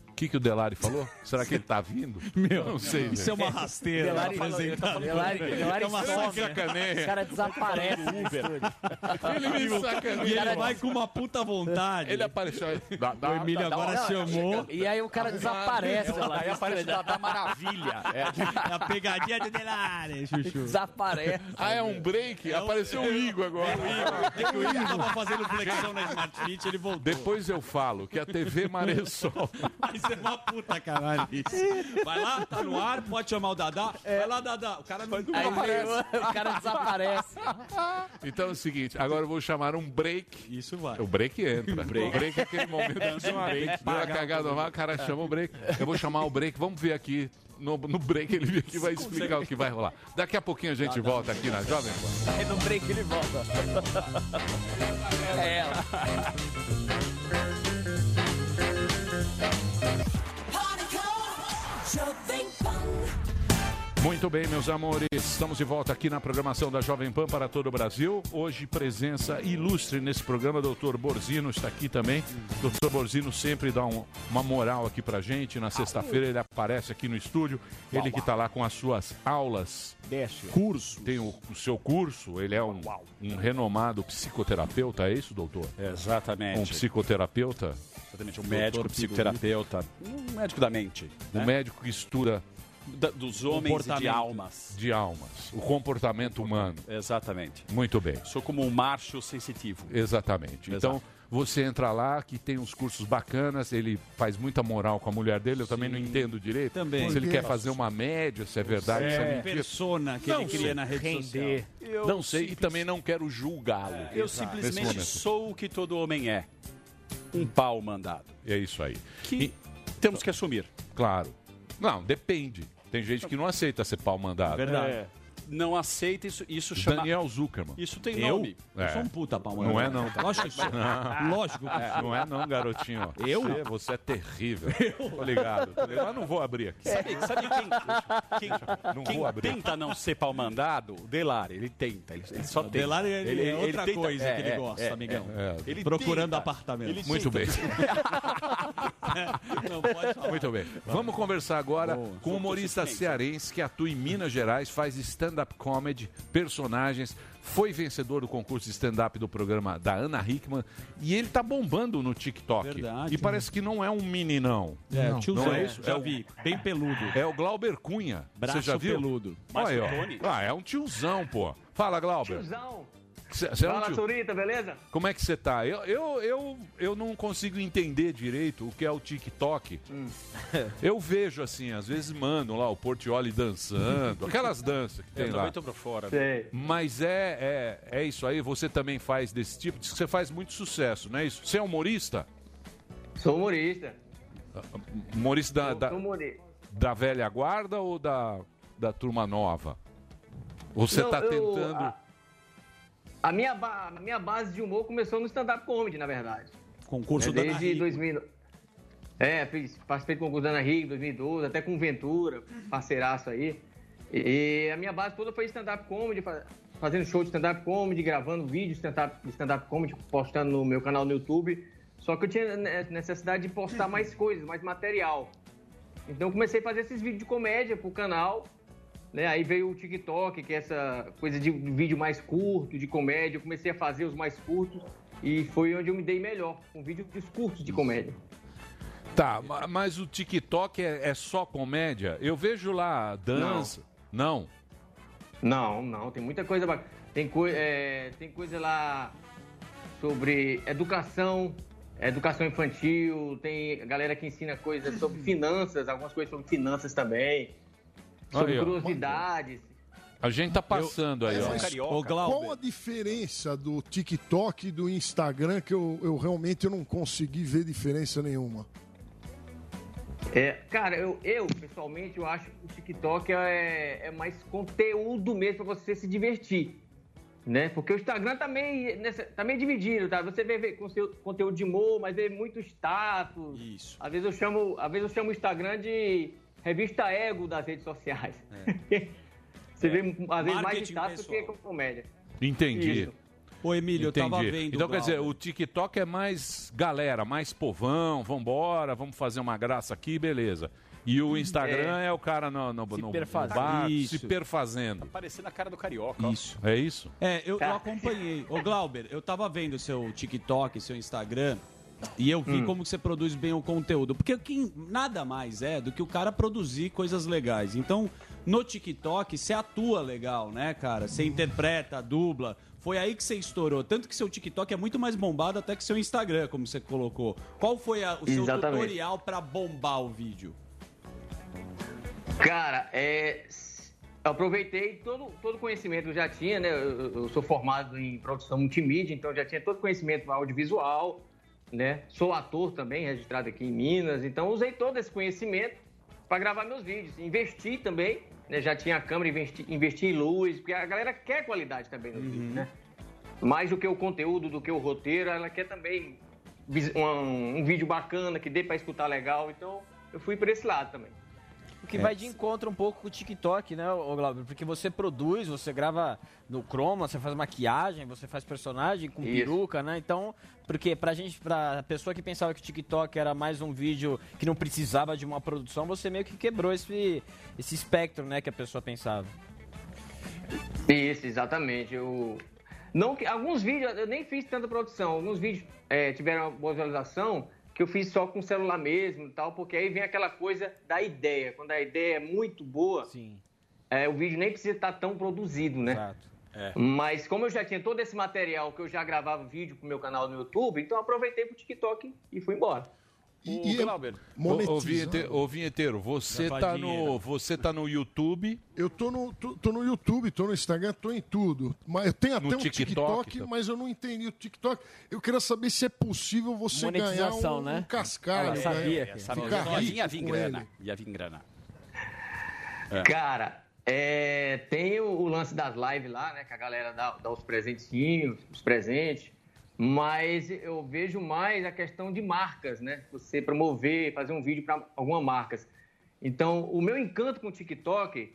Speaker 2: O que, que o Delari falou? Será que ele tá vindo? Eu não sei.
Speaker 3: isso é
Speaker 2: velho.
Speaker 3: uma rasteira.
Speaker 7: Delari-
Speaker 3: apresentado.
Speaker 7: Delari- Delari
Speaker 2: É uma
Speaker 7: some, né?
Speaker 2: sacaneia.
Speaker 7: Os caras desaparecem do estúdio.
Speaker 2: Ele me sacaneia.
Speaker 7: E ele
Speaker 2: Cara,
Speaker 7: vai
Speaker 3: com uma puta vontade.
Speaker 2: Ele apareceu. aí. Dá, dá,
Speaker 7: O Emílio
Speaker 2: dá, dá,
Speaker 7: agora
Speaker 2: dá.
Speaker 7: chamou. E aí o cara desaparece,
Speaker 2: Dá, dá,
Speaker 7: lá,
Speaker 2: aí aparece
Speaker 7: estúdio.
Speaker 2: o Dadá Maravilha. É.
Speaker 3: a pegadinha de Delari, Chuchu. É
Speaker 7: Desaparece.
Speaker 2: Ah, é um break? Apareceu o Igor agora.
Speaker 3: O Igor tava fazendo flexão na Smart Fit, ele voltou.
Speaker 2: Depois eu falo que a TV Maresol.
Speaker 3: Isso é
Speaker 2: Ah,
Speaker 3: uma puta, caralho. isso. Vai lá, tá no ar, pode chamar o Dadá.
Speaker 2: É.
Speaker 3: Vai lá, Dadá. O cara não
Speaker 7: Aí veio- o cara desaparece.
Speaker 2: Então é o seguinte, agora eu vou chamar um break.
Speaker 3: Isso vai. Um
Speaker 2: O break entra. O break,
Speaker 3: break.
Speaker 2: é aquele momento que deu uma,
Speaker 3: Tem que
Speaker 2: deu uma
Speaker 3: pagar
Speaker 2: cagada
Speaker 3: tudo.
Speaker 2: lá, o cara chama o break. Eu vou chamar o break, vamos ver aqui. No, no break ele vem aqui e vai explicar o que vai rolar. Daqui a pouquinho a gente volta aqui na Jovem Pan.
Speaker 7: Aí no break ele volta. É ela.
Speaker 2: Muito bem, meus amores. Estamos de volta aqui na programação da Jovem Pan para todo o Brasil. Hoje, presença ilustre nesse programa. Doutor Borzino está aqui também. Doutor Borzino sempre dá um- uma moral aqui pra gente. Na sexta-feira ele aparece aqui no estúdio. Ele que está lá com as suas aulas.
Speaker 3: Desce.
Speaker 2: Curso. Tem o, o seu curso. Ele é um, um renomado psicoterapeuta, é isso, doutor?
Speaker 1: Exatamente.
Speaker 2: Um psicoterapeuta.
Speaker 1: Exatamente, um médico, psicoterapeuta, um médico da mente.
Speaker 2: Um
Speaker 1: né?
Speaker 2: médico que estuda
Speaker 1: Da- dos homens e de
Speaker 2: comportamento.
Speaker 1: almas.
Speaker 2: De almas. O comportamento humano.
Speaker 1: Exatamente.
Speaker 2: Muito bem.
Speaker 1: Sou como um macho sensitivo.
Speaker 2: Exatamente. Então, você entra lá, que tem uns cursos bacanas, ele faz muita moral com a mulher dele, eu também não entendo direito.
Speaker 3: Também.
Speaker 2: Se ele
Speaker 3: Porque-
Speaker 2: quer fazer uma média, se é verdade, se é
Speaker 3: É,
Speaker 2: mentira.
Speaker 3: persona que
Speaker 2: Não
Speaker 3: ele cria
Speaker 2: sei.
Speaker 3: na rede
Speaker 2: Render.
Speaker 3: social.
Speaker 2: não sei e também não quero julgá-lo.
Speaker 1: Eu
Speaker 2: Exato. Nesse
Speaker 1: simplesmente
Speaker 2: momento.
Speaker 1: sou o que todo homem é. Um pau mandado.
Speaker 2: É isso aí.
Speaker 1: Que temos que assumir.
Speaker 2: Claro. Não, depende. Tem gente que não aceita ser pau mandado.
Speaker 1: É. Não aceita isso. Isso chama.
Speaker 2: Daniel Zuckerman.
Speaker 1: Isso tem
Speaker 2: Eu?
Speaker 1: nome. um
Speaker 2: É. Não é não. Não. É, Não é não, garotinho.
Speaker 1: Eu?
Speaker 2: Você, você é terrível. Eu? Tô ligado. Tô ligado. Mas não vou abrir aqui.
Speaker 1: Sabe, sabe quem, quem,
Speaker 2: Não
Speaker 1: quem
Speaker 2: vou abrir.
Speaker 1: tenta não ser pau mandado? O Delari, ele tenta. Ele, ele É, só
Speaker 3: O
Speaker 1: tenta.
Speaker 3: Delari, ele- é outra coisa que ele gosta, amigão. é. Procurando apartamento.
Speaker 1: Ele
Speaker 2: Muito
Speaker 1: tenta.
Speaker 2: bem. Muito bem. Vamos conversar agora com um humorista cearense que atua em Minas Gerais, faz stand-up comedy, personagens, foi vencedor do concurso de stand-up do programa da Ana Hickman e ele tá bombando no TikTok.
Speaker 3: Verdade. né?
Speaker 2: E parece que não é um mini, não.
Speaker 3: É, o tiozão.
Speaker 2: não é isso?
Speaker 3: Já
Speaker 2: é o-
Speaker 3: vi, bem peludo.
Speaker 2: É o Glauber Cunha.
Speaker 3: Braço
Speaker 2: Você já viu?
Speaker 3: peludo.
Speaker 2: Olha aí, ó.
Speaker 3: Mas o Tony-
Speaker 2: Ah, é um tiozão, pô. Fala, Glauber.
Speaker 12: Tiozão.
Speaker 2: Cê- cê é um
Speaker 12: Fala,
Speaker 2: tio-
Speaker 12: Turita, beleza?
Speaker 2: Como é que você tá? Eu, eu, eu, eu não consigo entender direito o que é o TikTok.
Speaker 1: Hum.
Speaker 2: Eu vejo assim, às vezes mandam lá o Portioli dançando, aquelas danças que
Speaker 1: Eu
Speaker 2: tem
Speaker 1: também
Speaker 2: lá.
Speaker 1: tô pra fora. né?
Speaker 12: Sei.
Speaker 2: Mas é, é, é isso aí, você também faz desse tipo, diz que você faz muito sucesso, não é isso? Você é humorista? Ah,
Speaker 12: Sou humorista.
Speaker 2: Humorista da, da,
Speaker 12: Sou humorista.
Speaker 2: da velha guarda ou da, da turma nova? Ou você
Speaker 12: Não,
Speaker 2: tá
Speaker 12: eu-
Speaker 2: tentando.
Speaker 12: a- A minha, ba- a minha base de humor começou no stand-up comedy, na verdade.
Speaker 1: É
Speaker 3: Concurso
Speaker 12: né?
Speaker 3: da Ana
Speaker 12: Desde
Speaker 3: Hickman.
Speaker 12: 2000. É, fiz, participei do concurso da Ana Riga em 2012, até com o Ventura, parceiraço aí. E a minha base toda foi stand-up comedy, fa- fazendo show de stand-up comedy, gravando vídeo de stand-up de stand-up comedy, postando no meu canal no YouTube. Só que eu tinha né, necessidade de postar mais coisas, mais material. Então eu comecei a fazer esses vídeos de comédia pro canal. Né? Aí veio o TikTok, que é essa coisa de vídeo mais curto, de comédia. Eu comecei a fazer os mais curtos e foi onde eu me dei melhor, com vídeos curtos de comédia.
Speaker 2: Tá, ma- mas o TikTok é, é só comédia? Eu vejo lá dança. Não.
Speaker 12: Não, não, tem muita coisa bacana. Tem, coi- é, tem coisa lá sobre educação, educação infantil, tem galera que ensina coisas sobre finanças, algumas coisas sobre finanças também, sobre
Speaker 2: Aí, ó.
Speaker 12: curiosidades. um
Speaker 2: A gente tá passando aí, ó.
Speaker 4: Mas Qual a diferença do TikTok e do Instagram que eu, eu realmente não consegui ver diferença nenhuma?
Speaker 12: É, cara, eu, eu, pessoalmente eu acho que o TikTok é, é mais conteúdo mesmo pra você se divertir. Né? Porque o Instagram tá meio, nessa- tá meio dividido, tá? Você vê, vê com seu conteúdo de humor, mas vê muito status. Isso. Às vezes eu chamo, às vezes eu chamo o Instagram de revista ego das redes sociais. você vê, às vezes, mais
Speaker 3: É. Marketing
Speaker 12: status do que comédia.
Speaker 2: Entendi.
Speaker 3: Ô, Emílio, eu tava vendo
Speaker 2: Então,
Speaker 3: o
Speaker 2: quer dizer,
Speaker 3: Glauber.
Speaker 2: o TikTok é mais galera, mais povão, vambora, vamos fazer uma graça aqui, beleza. E o Instagram é, o cara no, no, no, no
Speaker 1: perfazendo.
Speaker 2: bar, se
Speaker 1: Isso.
Speaker 2: perfazendo.
Speaker 1: Parecendo a cara do carioca. ó.
Speaker 3: Isso.
Speaker 2: É isso?
Speaker 3: É, eu, eu acompanhei. Ô, Glauber, eu tava vendo seu TikTok, seu Instagram, e eu vi
Speaker 13: Hum.
Speaker 3: como que você produz bem o conteúdo. Porque quem, nada mais é do que o cara produzir coisas legais. Então, no TikTok, você atua legal, né, cara? Você interpreta, dubla. Foi aí que você estourou. Tanto que seu TikTok é muito mais bombado até que seu Instagram, como você colocou. Qual foi a- o seu
Speaker 12: Exatamente.
Speaker 3: tutorial pra bombar o vídeo?
Speaker 12: Cara, é, s- eu aproveitei todo todo o conhecimento que eu já tinha, né? Eu, eu- eu sou formado em produção multimídia, então eu já tinha todo o conhecimento audiovisual, né? Sou ator também, registrado aqui em Minas, então eu usei todo esse conhecimento para gravar meus vídeos. Investi também, né? Já tinha a câmera, investi, investi em luz, porque a galera quer qualidade também no vídeo, né? mais do que o conteúdo, do que o roteiro, ela quer também vis- um, um vídeo bacana que dê pra escutar legal. Então, eu fui por esse lado também.
Speaker 7: O que
Speaker 13: É.
Speaker 7: vai de encontro um pouco com o TikTok, né, ô Glauber? Porque você produz, você grava no Chroma, você faz maquiagem, você faz personagem com
Speaker 12: Isso.
Speaker 7: peruca, né? Então, porque pra gente, pra pessoa que pensava que o TikTok era mais um vídeo que não precisava de uma produção, você meio que quebrou esse, esse espectro, né, que a pessoa pensava.
Speaker 12: Isso, exatamente. Eu... Não que... Alguns vídeos, eu nem fiz tanta produção. Alguns vídeos é, tiveram uma boa visualização que eu fiz só com o celular mesmo e tal, porque aí vem aquela coisa da ideia. Quando a ideia é muito boa, é, o vídeo nem precisa estar tão produzido, né? Mas como eu já tinha todo esse material que eu já gravava vídeo pro meu canal no YouTube, então eu aproveitei pro TikTok e fui embora.
Speaker 2: E, Ô, ô, vinhete- ô, vinheteiro, você
Speaker 4: Já
Speaker 2: tá,
Speaker 4: faz dinheiro.
Speaker 2: no, você tá no YouTube.
Speaker 4: Eu tô no, tô, tô no YouTube, tô no Instagram, tô em tudo. Mas eu tenho até
Speaker 2: No
Speaker 4: um
Speaker 2: TikTok,
Speaker 4: TikTok,
Speaker 2: tá?
Speaker 4: mas eu não entendi o TikTok. Eu queria saber se é possível você ganhar um,
Speaker 1: Monetização,
Speaker 4: um
Speaker 1: né?
Speaker 4: cascalho.
Speaker 1: Ela sabia,
Speaker 4: né?
Speaker 1: ela sabia.
Speaker 4: Ficar
Speaker 1: Ia vir-
Speaker 4: rico
Speaker 1: ia vir
Speaker 4: com
Speaker 1: grana.
Speaker 4: ele.
Speaker 1: Ia vir grana.
Speaker 12: Cara, é, tem o, o lance das lives lá, né? Que a galera dá, dá os presentinhos, os presentes. Mas eu vejo mais a questão de marcas, né? Você promover, fazer um vídeo para algumas marcas. Então, o meu encanto com o TikTok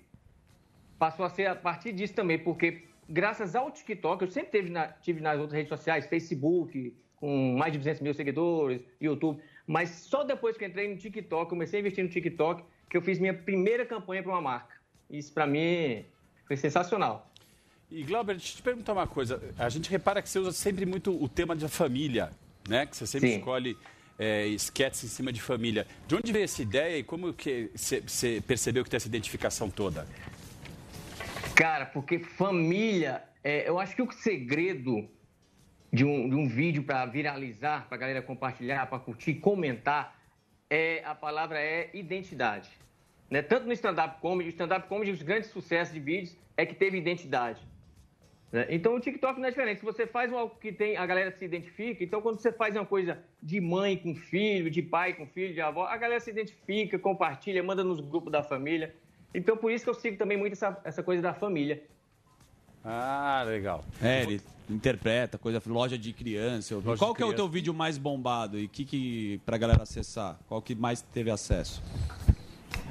Speaker 12: passou a ser a partir disso também, porque graças ao TikTok, eu sempre teve na- tive nas outras redes sociais, Facebook, com mais de 200 mil seguidores, YouTube, mas só depois que eu entrei no TikTok, comecei a investir no TikTok, que eu fiz minha primeira campanha para uma marca. Isso para mim foi sensacional.
Speaker 1: E Glauber, deixa eu te perguntar uma coisa. A gente repara que você usa sempre muito o tema da família, né? Que você sempre escolhe é, esquetes em cima de família. De onde veio essa ideia e como que você- você percebeu que tem essa identificação toda?
Speaker 12: Cara, porque família, é, eu acho que o segredo de um, de um vídeo para viralizar, para galera compartilhar, para curtir, comentar, é a palavra é identidade. Né? Tanto no stand-up comedy, o stand-up comedy, os grandes sucessos de vídeos é que teve identidade. né? Então o TikTok não é diferente. Se você faz algo que tem, a galera se identifica, então quando você faz uma coisa de mãe com filho, de pai com filho, de avó, a galera se identifica, compartilha, manda nos grupos da família. Então por isso que eu sigo também muito essa, essa coisa da família.
Speaker 1: Ah, legal.
Speaker 3: É, ele interpreta, coisa, loja de criança. eu- Qual que é o
Speaker 12: criança.
Speaker 3: teu vídeo mais bombado e que que pra galera acessar? Qual que mais teve acesso?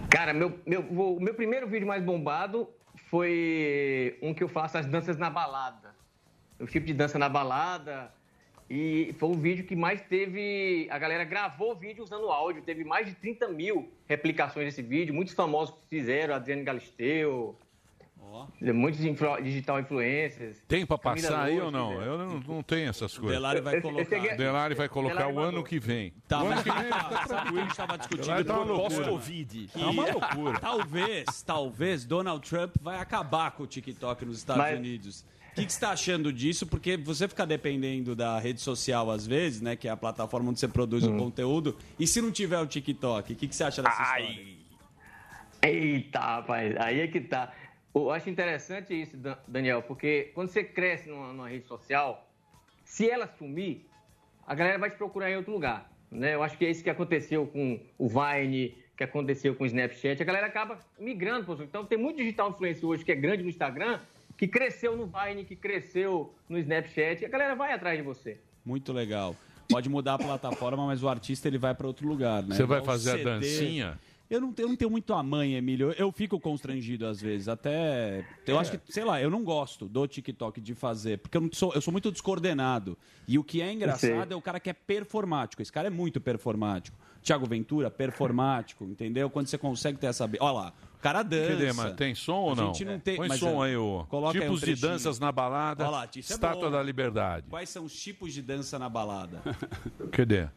Speaker 12: Cara, meu, meu, o meu primeiro vídeo mais bombado foi um que eu faço as danças na balada. O tipo de dança na balada. E foi o vídeo que mais teve. A galera gravou o vídeo usando áudio. Teve mais de 30 mil replicações desse vídeo. Muitos famosos fizeram, Adriano Galisteu. Muitos influ- digital influencers.
Speaker 2: Tem pra
Speaker 12: Camila
Speaker 2: passar aí
Speaker 12: Loures
Speaker 2: ou não?
Speaker 12: fizeram.
Speaker 2: Eu não, não tenho essas coisas.
Speaker 3: Delari vai Eu- eu colocar. cheguei-
Speaker 2: O Delari vai colocar
Speaker 3: Delari
Speaker 2: o ano
Speaker 3: mandou.
Speaker 2: que vem.
Speaker 3: Tá,
Speaker 2: o
Speaker 3: mas
Speaker 2: ano que vem
Speaker 3: tá, sabe
Speaker 2: tá
Speaker 3: o que a gente
Speaker 2: tranquilo.
Speaker 3: tava discutindo
Speaker 2: Delari tá uma loucura.
Speaker 3: pós-Covid.
Speaker 2: Tá uma loucura.
Speaker 3: Talvez, talvez Donald Trump vai acabar com o TikTok nos Estados
Speaker 2: Mas-
Speaker 3: Unidos. O que, que você está achando disso? Porque você fica dependendo da rede social às vezes, né? Que é a plataforma onde você produz o conteúdo. E se não tiver o TikTok, o que, que você acha dessa história?
Speaker 12: Eita, rapaz, aí é que tá. Eu acho interessante isso, Dan- Daniel, porque quando você cresce numa, numa rede social, se ela sumir, a galera vai te procurar em outro lugar. Né? Eu acho que é isso que aconteceu com o Vine, que aconteceu com o Snapchat. A galera acaba migrando. Pô. Então, tem muito digital influencer hoje que é grande no Instagram, que cresceu no Vine, que cresceu no Snapchat. A galera vai atrás de você.
Speaker 3: Muito legal. Pode mudar a plataforma, mas o artista ele vai para outro lugar, né?
Speaker 2: Você vai
Speaker 3: Igual o
Speaker 2: fazer a
Speaker 3: CD.
Speaker 2: dancinha?
Speaker 3: Eu não, tenho, eu não tenho muito a mãe, Emílio. Eu, eu fico constrangido às vezes. Até. Eu
Speaker 2: É.
Speaker 3: acho que, sei lá, eu não gosto do TikTok de fazer, porque eu, não sou, eu sou muito descoordenado. E o que é
Speaker 2: Eu
Speaker 3: engraçado
Speaker 2: sei.
Speaker 3: é o cara que é performático. Esse cara é muito performático. Tiago Ventura, performático, entendeu? Quando você consegue ter essa. Olha lá, o cara dança.
Speaker 2: Cadê, mano? Tem som ou
Speaker 3: A
Speaker 2: não?
Speaker 3: gente não tem-
Speaker 2: Põe
Speaker 3: mas,
Speaker 2: som
Speaker 3: ó,
Speaker 2: aí, ô.
Speaker 3: coloca aí um
Speaker 2: Tipos de
Speaker 3: trechinho.
Speaker 2: danças na balada,
Speaker 3: Olha lá, isso é
Speaker 2: Estátua
Speaker 3: bom.
Speaker 2: da Liberdade.
Speaker 3: Quais são os tipos de dança na balada?
Speaker 2: Cadê?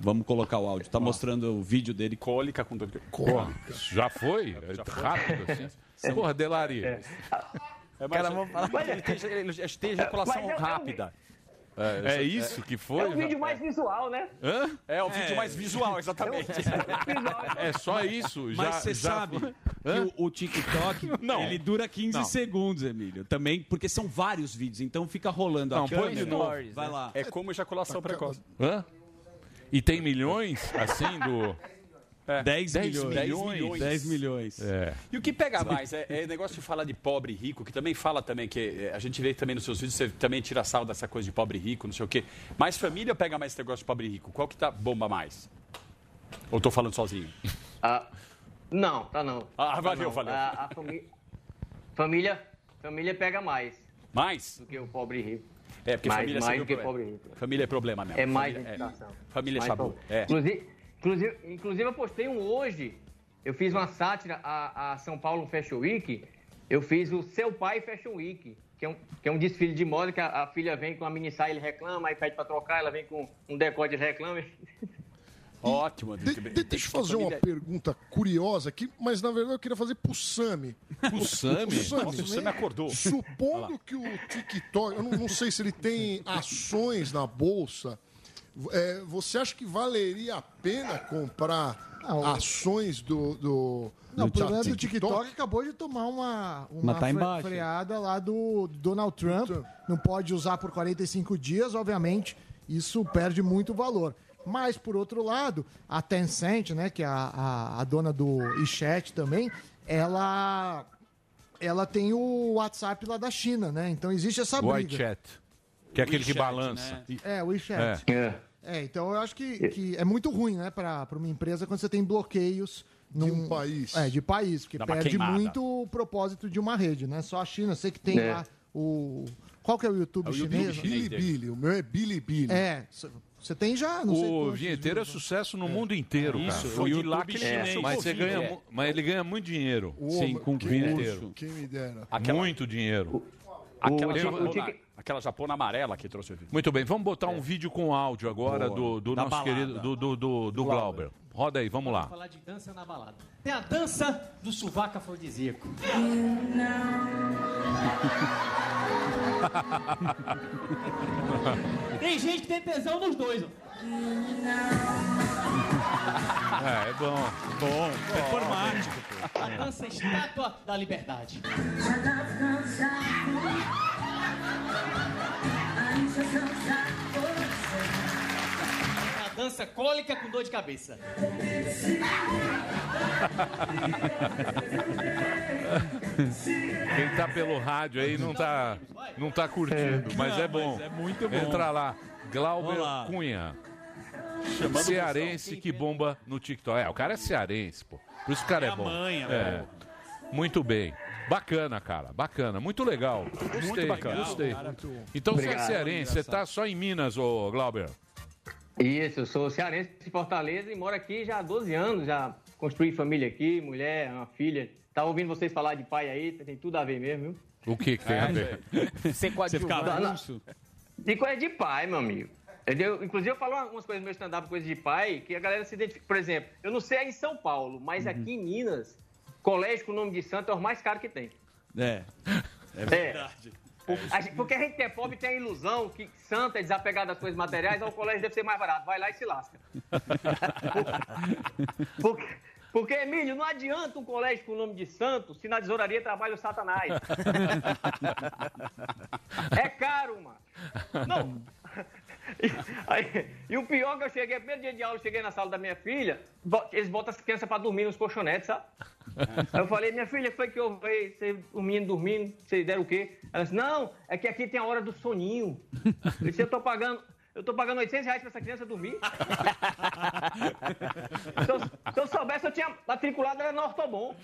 Speaker 3: Vamos colocar o áudio. Tá mostrando o vídeo dele.
Speaker 1: Cólica com dor.
Speaker 2: Cólica. Já foi? Rápido assim. Porra, Delari.
Speaker 1: É,
Speaker 7: Cara, vamos falar. Ele tem, ele- ele tem ejaculação
Speaker 1: Mas é- é um-
Speaker 7: rápida.
Speaker 2: É isso que foi?
Speaker 1: É o vídeo
Speaker 12: mais visual, né?
Speaker 2: Hã?
Speaker 1: É o vídeo mais visual, exatamente.
Speaker 2: É só isso.
Speaker 3: Mas
Speaker 2: já-
Speaker 3: você
Speaker 2: já-
Speaker 3: sabe que o, o TikTok
Speaker 2: Não.
Speaker 3: ele dura 15
Speaker 2: Não.
Speaker 3: segundos, Emílio. Também, porque são vários vídeos, então fica rolando
Speaker 2: Não,
Speaker 3: a
Speaker 2: põe
Speaker 3: câmera.
Speaker 2: de novo.
Speaker 3: Vai lá.
Speaker 1: É como ejaculação precoce.
Speaker 2: Hã? E tem milhões, assim, do...
Speaker 1: É.
Speaker 3: 10
Speaker 1: milhões. 10
Speaker 3: milhões.
Speaker 2: É.
Speaker 1: E o que pega mais é, é negócio de falar de pobre e rico, que também fala também, que é, a gente vê também nos seus vídeos, você também tira sal dessa coisa de pobre e rico, não sei o quê. Mas família pega mais esse negócio de pobre e rico? Qual que tá bomba mais? Ou tô falando sozinho?
Speaker 12: Ah, Não, tá não.
Speaker 1: Ah,
Speaker 12: Tá
Speaker 1: valeu,
Speaker 12: não.
Speaker 1: valeu.
Speaker 12: A, a fami- família, família pega mais.
Speaker 1: Mais?
Speaker 12: Do que o pobre e rico.
Speaker 1: É, porque
Speaker 12: mais,
Speaker 1: família é
Speaker 12: mais
Speaker 1: sempre
Speaker 12: do que
Speaker 1: um
Speaker 12: pobre e
Speaker 1: problema.
Speaker 12: rico.
Speaker 1: Família é problema mesmo.
Speaker 12: É mais
Speaker 1: família,
Speaker 12: identificação.
Speaker 1: é. Família é
Speaker 12: Mais
Speaker 1: chabu.
Speaker 12: pobre.
Speaker 1: É.
Speaker 12: Inclusive, inclusive, inclusive, eu postei um hoje. Eu fiz uma sátira a, a São Paulo Fashion Week. Eu fiz o Seu Pai Fashion Week, que é um, que é um desfile de moda que a, a filha vem com a mini saia, ele reclama, aí pede pra trocar, ela vem com um decote, ele reclama.
Speaker 1: Ótimo, Adriano.
Speaker 4: De- deixa eu fazer uma pergunta curiosa aqui, mas na verdade eu queria fazer pro Sami.
Speaker 2: Pro Sami? Nossa, o Sami
Speaker 4: né?
Speaker 2: acordou.
Speaker 4: Supondo que o TikTok, eu não, não sei se ele tem ações na bolsa, é, você acha que valeria a pena comprar
Speaker 5: Não, o-
Speaker 4: ações do. do
Speaker 5: Ah, Não, o
Speaker 4: da
Speaker 5: problema é do TikTok acabou de tomar uma, uma
Speaker 3: Mas tá
Speaker 5: fre-
Speaker 3: embaixo.
Speaker 5: freada lá do Donald Trump. Não pode usar por 45 dias, obviamente, isso perde muito valor. Mas, por outro lado, a Tencent, né, que é a, a, a dona do WeChat também, ela, ela tem o WhatsApp lá da China, né? Então existe essa briga.
Speaker 2: WeChat. Que é aquele que
Speaker 5: WeChat,
Speaker 2: balança.
Speaker 3: né?
Speaker 5: É, o WeChat. É, então eu acho que, que é muito ruim, né, para uma empresa quando você tem bloqueios de um país. É, de país, porque
Speaker 1: Dá uma
Speaker 5: perde
Speaker 1: queimada.
Speaker 5: muito o propósito de uma rede, né? Só a China, sei que tem
Speaker 4: É.
Speaker 5: lá o qual que é o YouTube
Speaker 4: É o YouTube
Speaker 5: chinês?
Speaker 4: chinês Bilibili, dele. o meu é Billy Billy.
Speaker 5: É, c- você tem já, Ah, não sei
Speaker 2: O
Speaker 5: quantos
Speaker 2: vinheteiro é
Speaker 5: vídeos, né?
Speaker 2: sucesso no mundo inteiro,
Speaker 5: Isso,
Speaker 2: cara.
Speaker 5: o
Speaker 2: Foi de
Speaker 5: YouTube
Speaker 2: lá que ele
Speaker 5: chinês.
Speaker 2: começou, mas, você
Speaker 5: É.
Speaker 2: ganha, mu- mas ele ganha muito dinheiro.
Speaker 4: O homem- que luxo, Quem me dera.
Speaker 2: Muito dinheiro.
Speaker 1: Aquela,
Speaker 2: O- o-
Speaker 1: japona,
Speaker 2: o que-
Speaker 1: aquela japona amarela que trouxe o vídeo.
Speaker 2: Muito bem, vamos botar um vídeo com áudio agora
Speaker 1: Boa.
Speaker 2: do, do
Speaker 1: Da
Speaker 2: nosso
Speaker 1: balada.
Speaker 2: querido, do, do, do, do Glauber. Roda aí, vamos lá.
Speaker 13: falar de dança na balada. Tem a dança do sovaco afrodisíaco. Tem gente que tem tesão nos dois. ó.
Speaker 2: É, é bom. Bom,
Speaker 13: É
Speaker 3: performático.
Speaker 13: A dança estátua da liberdade. É A dança cólica com dor de cabeça.
Speaker 2: Quem tá pelo rádio aí não tá, não tá curtindo, mas
Speaker 3: Não,
Speaker 2: é bom.
Speaker 3: mas é muito bom.
Speaker 2: Entra lá, Glauber
Speaker 3: Vamos lá.
Speaker 2: Cunha.
Speaker 3: Chamando
Speaker 2: cearense que bomba no TikTok. É, o cara é cearense, pô. Por isso que o cara é,
Speaker 3: É a
Speaker 2: bom.
Speaker 3: manha,
Speaker 2: é.
Speaker 3: velho.
Speaker 2: Muito bem. Bacana, cara. Bacana. Muito legal. Gostei,
Speaker 12: bacana.
Speaker 2: gostei.
Speaker 12: Cara, muito-
Speaker 2: Então você é
Speaker 12: Obrigado.
Speaker 2: cearense, você tá só em Minas, ô Glauber.
Speaker 12: Isso, eu sou cearense de Fortaleza e moro aqui já há 12 anos, já construí família aqui, mulher, uma filha. Tá ouvindo vocês falar de pai aí, tem tudo a ver mesmo, viu?
Speaker 2: O que, que tem a ver?
Speaker 12: Você
Speaker 2: fica
Speaker 12: avulso? E coisa de pai, meu amigo. Entendeu? Inclusive, eu falo algumas coisas no meu stand-up, coisas de pai, que a galera se identifica. Por exemplo, eu não sei aí em São Paulo, mas aqui em Minas, colégio com o nome de santo é o mais caro que tem.
Speaker 3: É. É
Speaker 12: verdade. A gente- porque a gente que é pobre tem a ilusão que santo é desapegado das coisas materiais, então o colégio deve ser mais barato. Vai lá e se lasca.
Speaker 3: É.
Speaker 12: Porque, porque, Emílio, não adianta um colégio com o nome de santo se na tesouraria trabalha o satanás. É caro, mano. Não. Aí, e o pior é que eu cheguei, primeiro dia de aula, eu cheguei na sala da minha filha, bo- eles botam as crianças pra dormir nos colchonetes, sabe? Aí eu falei, minha filha, foi que eu vi você dormindo, dormindo, vocês deram o quê? Ela disse, não, é que aqui tem a hora do soninho. Eu disse, eu tô pagando, eu tô pagando 800 reais pra essa criança dormir.
Speaker 3: Então,
Speaker 12: se, eu, se eu soubesse, eu tinha matriculado ela no ortobom.